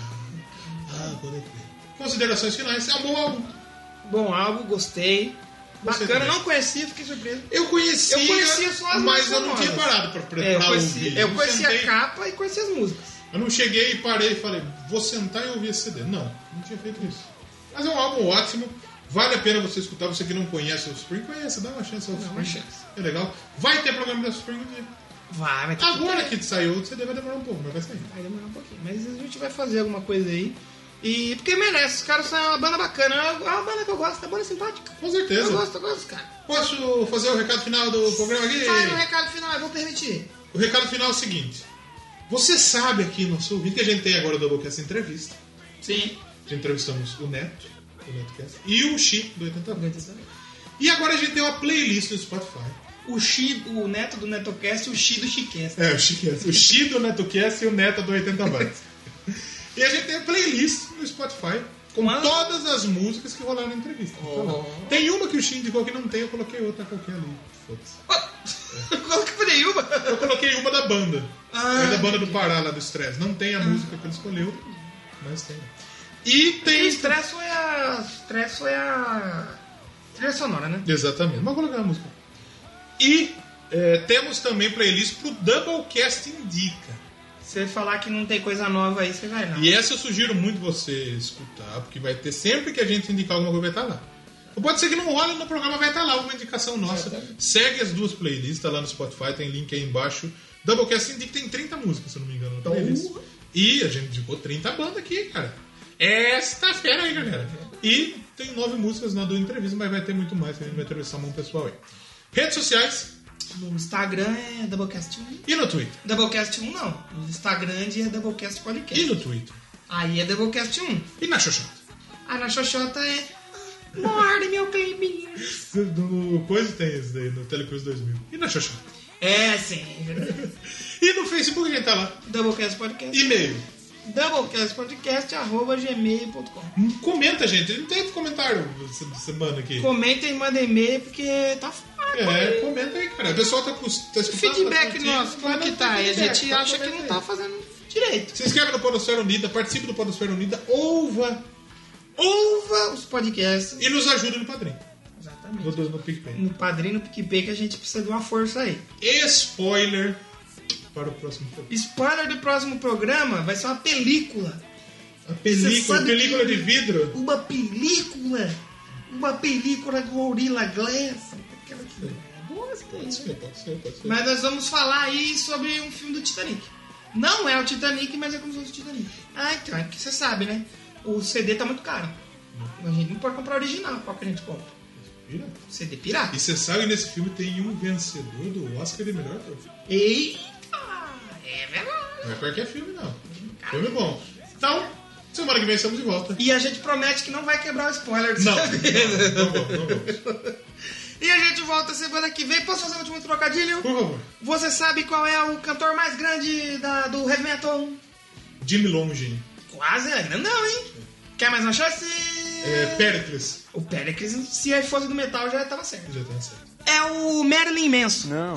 [SPEAKER 2] Ah, pode crer. Considerações finais. É um bom álbum.
[SPEAKER 1] Bom álbum, gostei.
[SPEAKER 2] Gostei
[SPEAKER 1] Bacana,
[SPEAKER 2] também.
[SPEAKER 1] não conhecia, fiquei surpreso.
[SPEAKER 2] Eu conhecia,
[SPEAKER 1] Eu conhecia só as
[SPEAKER 2] mas
[SPEAKER 1] músicas
[SPEAKER 2] eu não tinha
[SPEAKER 1] sonoras.
[SPEAKER 2] parado pra, pra,
[SPEAKER 1] É, eu
[SPEAKER 2] pra
[SPEAKER 1] conheci-
[SPEAKER 2] ouvir.
[SPEAKER 1] eu
[SPEAKER 2] não
[SPEAKER 1] conheci a
[SPEAKER 2] sentei-
[SPEAKER 1] capa e conheci as músicas.
[SPEAKER 2] Eu não cheguei e parei e falei, vou sentar e ouvir esse CD. Não, não tinha feito isso. Mas é um álbum ótimo. Vale a pena você escutar. Você que não conhece o Spring, conhece. Dá uma chance ao Spring.
[SPEAKER 1] uma chance.
[SPEAKER 2] É legal. Vai ter programa do Spring um dia.
[SPEAKER 1] Vai, vai ter
[SPEAKER 2] Agora que saiu o CD vai demorar um pouco, mas vai sair.
[SPEAKER 1] Vai demorar um pouquinho, mas a gente vai fazer alguma coisa aí. E porque merece, os caras são uma banda bacana, é uma é uma banda que eu gosto, é uma banda simpática.
[SPEAKER 2] Com certeza.
[SPEAKER 1] Eu gosto, eu gosto dos caras.
[SPEAKER 2] Posso fazer o recado final do programa aqui?
[SPEAKER 1] Faz um recado final, eu vou permitir.
[SPEAKER 2] O recado final é o seguinte. Você sabe aqui, nosso ouvinte, que a gente tem agora o Doublecast Entrevista.
[SPEAKER 1] Sim.
[SPEAKER 2] Já entrevistamos o Neto, o Neto Cast, e o Chico do 80 Bandas. né? E agora a gente tem uma playlist no Spotify.
[SPEAKER 1] O Xi, o neto do Netocast e o Xi do (laughs) Chicast.
[SPEAKER 2] É, o Chico O Chi do NetoCast e o Neto do 80 (laughs) Bandas. e a gente tem a playlist no Spotify com todas as músicas que rolaram na entrevista. Tá lá. Tem uma que o Chi indicou que não tem, eu coloquei outra qualquer ali. Foda-se.
[SPEAKER 1] Coloquei uma?
[SPEAKER 2] Eu coloquei uma da banda.
[SPEAKER 1] Ah.
[SPEAKER 2] é da banda do Pará, lá do Stress. Não tem a música que ele escolheu, mas tem. E tem.
[SPEAKER 1] E o Stress foi a. Stress foi a. Trilha sonora, né?
[SPEAKER 2] Exatamente. Mas colocar a música. E é, temos também playlist pro Doublecast Indica.
[SPEAKER 1] Você falar que não tem coisa nova aí, você vai lá.
[SPEAKER 2] E essa eu sugiro muito você escutar, porque vai ter sempre que a gente indicar alguma coisa, vai estar lá. Ou Pode ser que não role no programa, vai estar lá uma indicação nossa. Segue as duas playlists, tá lá no Spotify, tem link aí embaixo. Doublecast Indica tem 30 músicas, se eu não me engano, na playlist. E a gente indicou 30 bandas aqui, cara. Esta fera aí, galera. E tem nove músicas na do entrevista, mas vai ter muito mais, a gente vai entrevistar um monte de pessoal aí. Redes sociais
[SPEAKER 1] No Instagram é Doublecast1.
[SPEAKER 2] e no Twitter.
[SPEAKER 1] Doublecast1 não. No Instagram é Doublecast Podcast.
[SPEAKER 2] E no Twitter.
[SPEAKER 1] Aí é Doublecast1.
[SPEAKER 2] E na Xoxota.
[SPEAKER 1] Aí na Xoxota é. Morde, meu baby!
[SPEAKER 2] No Coisa tem isso daí, no Telecruz 2000. E na Xoxota.
[SPEAKER 1] É, sim. verdade.
[SPEAKER 2] E no Facebook a gente tá lá.
[SPEAKER 1] Doublecast Podcast.
[SPEAKER 2] E-mail.
[SPEAKER 1] Doublecastpodcast.gmail.com
[SPEAKER 2] Comenta, gente. Não tem comentário essa semana aqui.
[SPEAKER 1] Comentem e mandem e-mail porque tá foda.
[SPEAKER 2] É, comenta aí, cara. O pessoal tá, cus- tá
[SPEAKER 1] O
[SPEAKER 2] escutando.
[SPEAKER 1] feedback
[SPEAKER 2] bastante,
[SPEAKER 1] nosso, como
[SPEAKER 2] mas
[SPEAKER 1] que
[SPEAKER 2] não
[SPEAKER 1] tá?
[SPEAKER 2] tem
[SPEAKER 1] E a
[SPEAKER 2] feedback,
[SPEAKER 1] gente
[SPEAKER 2] só
[SPEAKER 1] acha que não
[SPEAKER 2] comenta
[SPEAKER 1] tá
[SPEAKER 2] aí.
[SPEAKER 1] fazendo direito.
[SPEAKER 2] Se inscreve no Podosfera Unida, participe do Podosfera Unida, ouva
[SPEAKER 1] Ouva os podcasts.
[SPEAKER 2] e nos ajude no padrinho.
[SPEAKER 1] Exatamente.
[SPEAKER 2] No, no PicPay.
[SPEAKER 1] No padrinho, no PicPay, que a gente precisa de uma força aí.
[SPEAKER 2] Spoiler para o próximo programa.
[SPEAKER 1] Spoiler do próximo programa vai ser uma película.
[SPEAKER 2] A
[SPEAKER 1] Você
[SPEAKER 2] película,
[SPEAKER 1] sabe
[SPEAKER 2] película
[SPEAKER 1] que-
[SPEAKER 2] de vidro.
[SPEAKER 1] Uma película. Uma película Gorilla Glass. Aquela que é boa essa
[SPEAKER 2] Pode
[SPEAKER 1] película.
[SPEAKER 2] ser, pode ser, pode ser.
[SPEAKER 1] Mas nós vamos falar aí sobre um filme do Titanic. Não é o Titanic, mas é como se fosse o Titanic. Ah, então, é porque você sabe, né? O CD tá muito caro. A gente não pode comprar original, qual que a gente compra?
[SPEAKER 2] Vira.
[SPEAKER 1] CD pirata.
[SPEAKER 2] E você sabe que nesse filme tem um vencedor do Oscar de melhor ator.
[SPEAKER 1] Eita! É verdade.
[SPEAKER 2] Não é qualquer filme, não. Filme bom. Então, semana que vem estamos de volta.
[SPEAKER 1] E a gente promete que não vai quebrar o spoiler dessa
[SPEAKER 2] (laughs) Não, não,
[SPEAKER 1] vez.
[SPEAKER 2] não, vou, não, vou.
[SPEAKER 1] (laughs) E a gente volta semana que vem. Posso fazer um último trocadilho?
[SPEAKER 2] Por favor.
[SPEAKER 1] Você sabe qual é o cantor mais grande da- do heavy metal?
[SPEAKER 2] Jimmy Longe.
[SPEAKER 1] Quase é grandão, hein? Quer mais uma chance?
[SPEAKER 2] É, Pericles.
[SPEAKER 1] O Pericles, se ele fosse do metal, já tava certo.
[SPEAKER 2] Já tá certo.
[SPEAKER 1] É o Merlin Manson.
[SPEAKER 2] Não.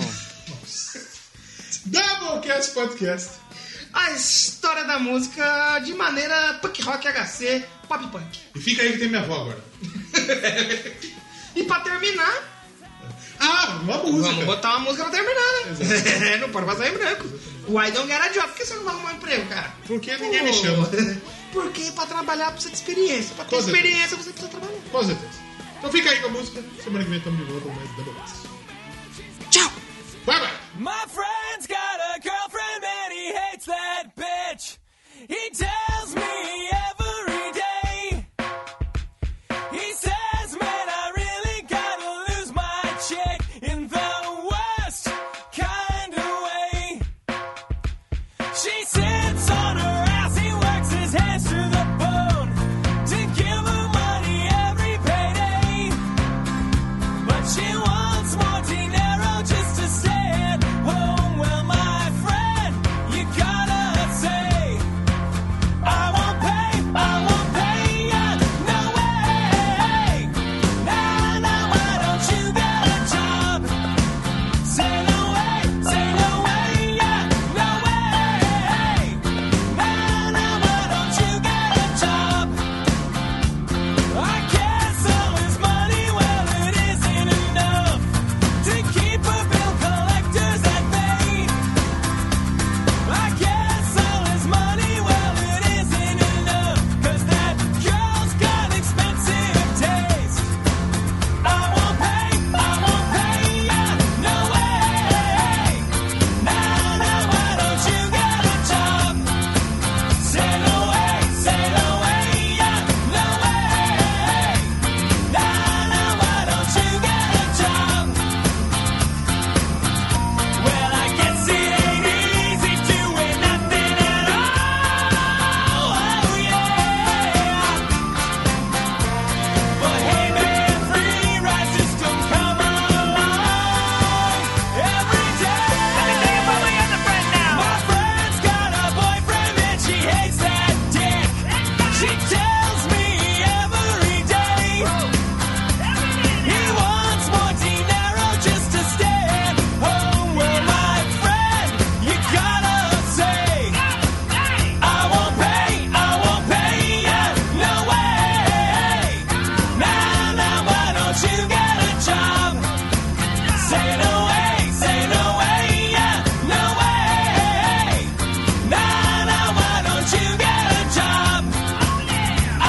[SPEAKER 2] Doublecast Podcast.
[SPEAKER 1] A história da música de maneira punk rock HC, pop punk. (laughs)
[SPEAKER 2] E fica aí que tem minha avó agora.
[SPEAKER 1] E pra terminar,
[SPEAKER 2] Ah, uma música.
[SPEAKER 1] vamos botar uma música pra terminar, né? (laughs) não pode passar em branco. O I don't get a job, por que você não vai arrumar um emprego, cara?
[SPEAKER 2] Porque ninguém me chama.
[SPEAKER 1] (laughs) Porque pra trabalhar precisa de experiência. Pra ter
[SPEAKER 2] Com certeza.
[SPEAKER 1] experiência você precisa trabalhar.
[SPEAKER 2] Com certeza. Então fica aí com a música. Semana que vem estamos de volta com mais Doublecast.
[SPEAKER 1] Tchau!
[SPEAKER 12] My friend's got a girlfriend and he hates that bitch. He tells me every day. He says, man, I really gotta lose my chick in the worst kind of way. She sits on her ass, he works his hands to the bone to give her money every payday. But she wants more dinero just to stay at home. Well, my friend, you gotta say, I won't pay, I won't pay ya, no way. Now, now, why don't you get a job? Say no way, say no way, yeah, no way. Now, now, why don't you get a job? I guess all his money, well, it isn't enough to keep a bill collectors at bay. I guess all his money, well, it isn't enough, 'cause that girl's got expensive taste. I won't pay, I won't pay, yeah, no way. Now, now, why don't you get a job? Say no way, say no way, yeah, no way. Now, now, why don't you get a job? Well, I guess it ain't easy doing nothing at all. Oh yeah. But hey, man, free rides just don't come along every day. Let me think about my other friend now. My friend's got a boyfriend and she hates that dick. She tells me every day. He wants more dinero just to stay at home. Well, my friend, you gotta say, I won't pay, I won't pay ya, no way. Now, now, why don't you get a job? Say no way, say no way, yeah, no way. Now, now, why don't you get a job?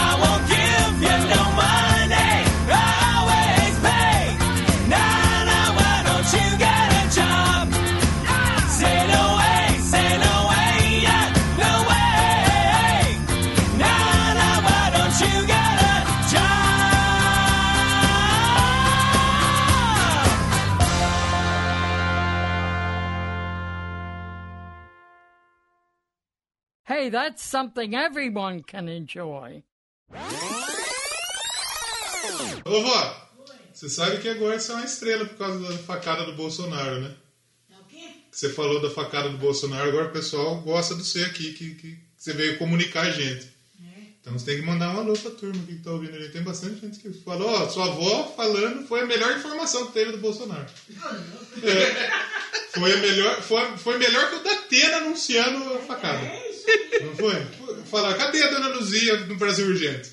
[SPEAKER 12] I won't give you no money. I always pay. Now, now, why don't you get a job? Say no way, say no way, yeah, no way. Now, now, why don't you get a job?
[SPEAKER 15] Hey, that's something everyone can enjoy.
[SPEAKER 2] Ô, vó, você sabe que agora você é uma estrela por causa da facada do Bolsonaro, né? Que Você falou da facada do Bolsonaro, agora o pessoal gosta do você aqui, que, que, que você veio comunicar a gente. Então você tem que mandar um alô pra turma aqui que tá ouvindo ali. Tem bastante gente que falou, ó, sua avó falando foi a melhor informação que teve do Bolsonaro. É. Foi a melhor, foi, foi melhor que o da Tena anunciando a facada. Não foi? Falar, cadê a dona Luzia no Brasil Urgente?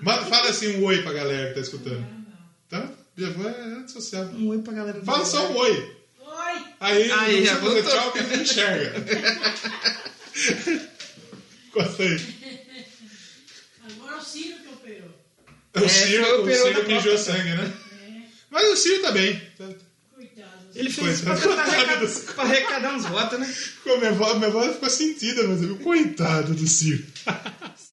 [SPEAKER 2] Manda, fala assim um oi pra galera que tá escutando. Tá? Já foi é antissocial. Um oi pra galera. Fala só um oi. Oi! Aí,
[SPEAKER 1] Aí,
[SPEAKER 2] aí
[SPEAKER 1] já
[SPEAKER 2] você fazer
[SPEAKER 1] voltou.
[SPEAKER 2] tchau que não enxerga. Conta aí.
[SPEAKER 16] Agora o Ciro que operou.
[SPEAKER 2] É O Ciro,
[SPEAKER 1] É, foi o
[SPEAKER 2] o
[SPEAKER 1] peru
[SPEAKER 2] Ciro
[SPEAKER 1] da
[SPEAKER 2] mijou
[SPEAKER 1] Copa.
[SPEAKER 2] sangue, né? Mas o Ciro tá bem.
[SPEAKER 1] Ele fez isso pra
[SPEAKER 2] Coitado. (laughs)
[SPEAKER 1] tentar arrecadar, pra arrecadar uns votos, né?
[SPEAKER 2] Pô, minha avó, minha avó ficou sentida, mas eu, coitado do Ciro. (laughs)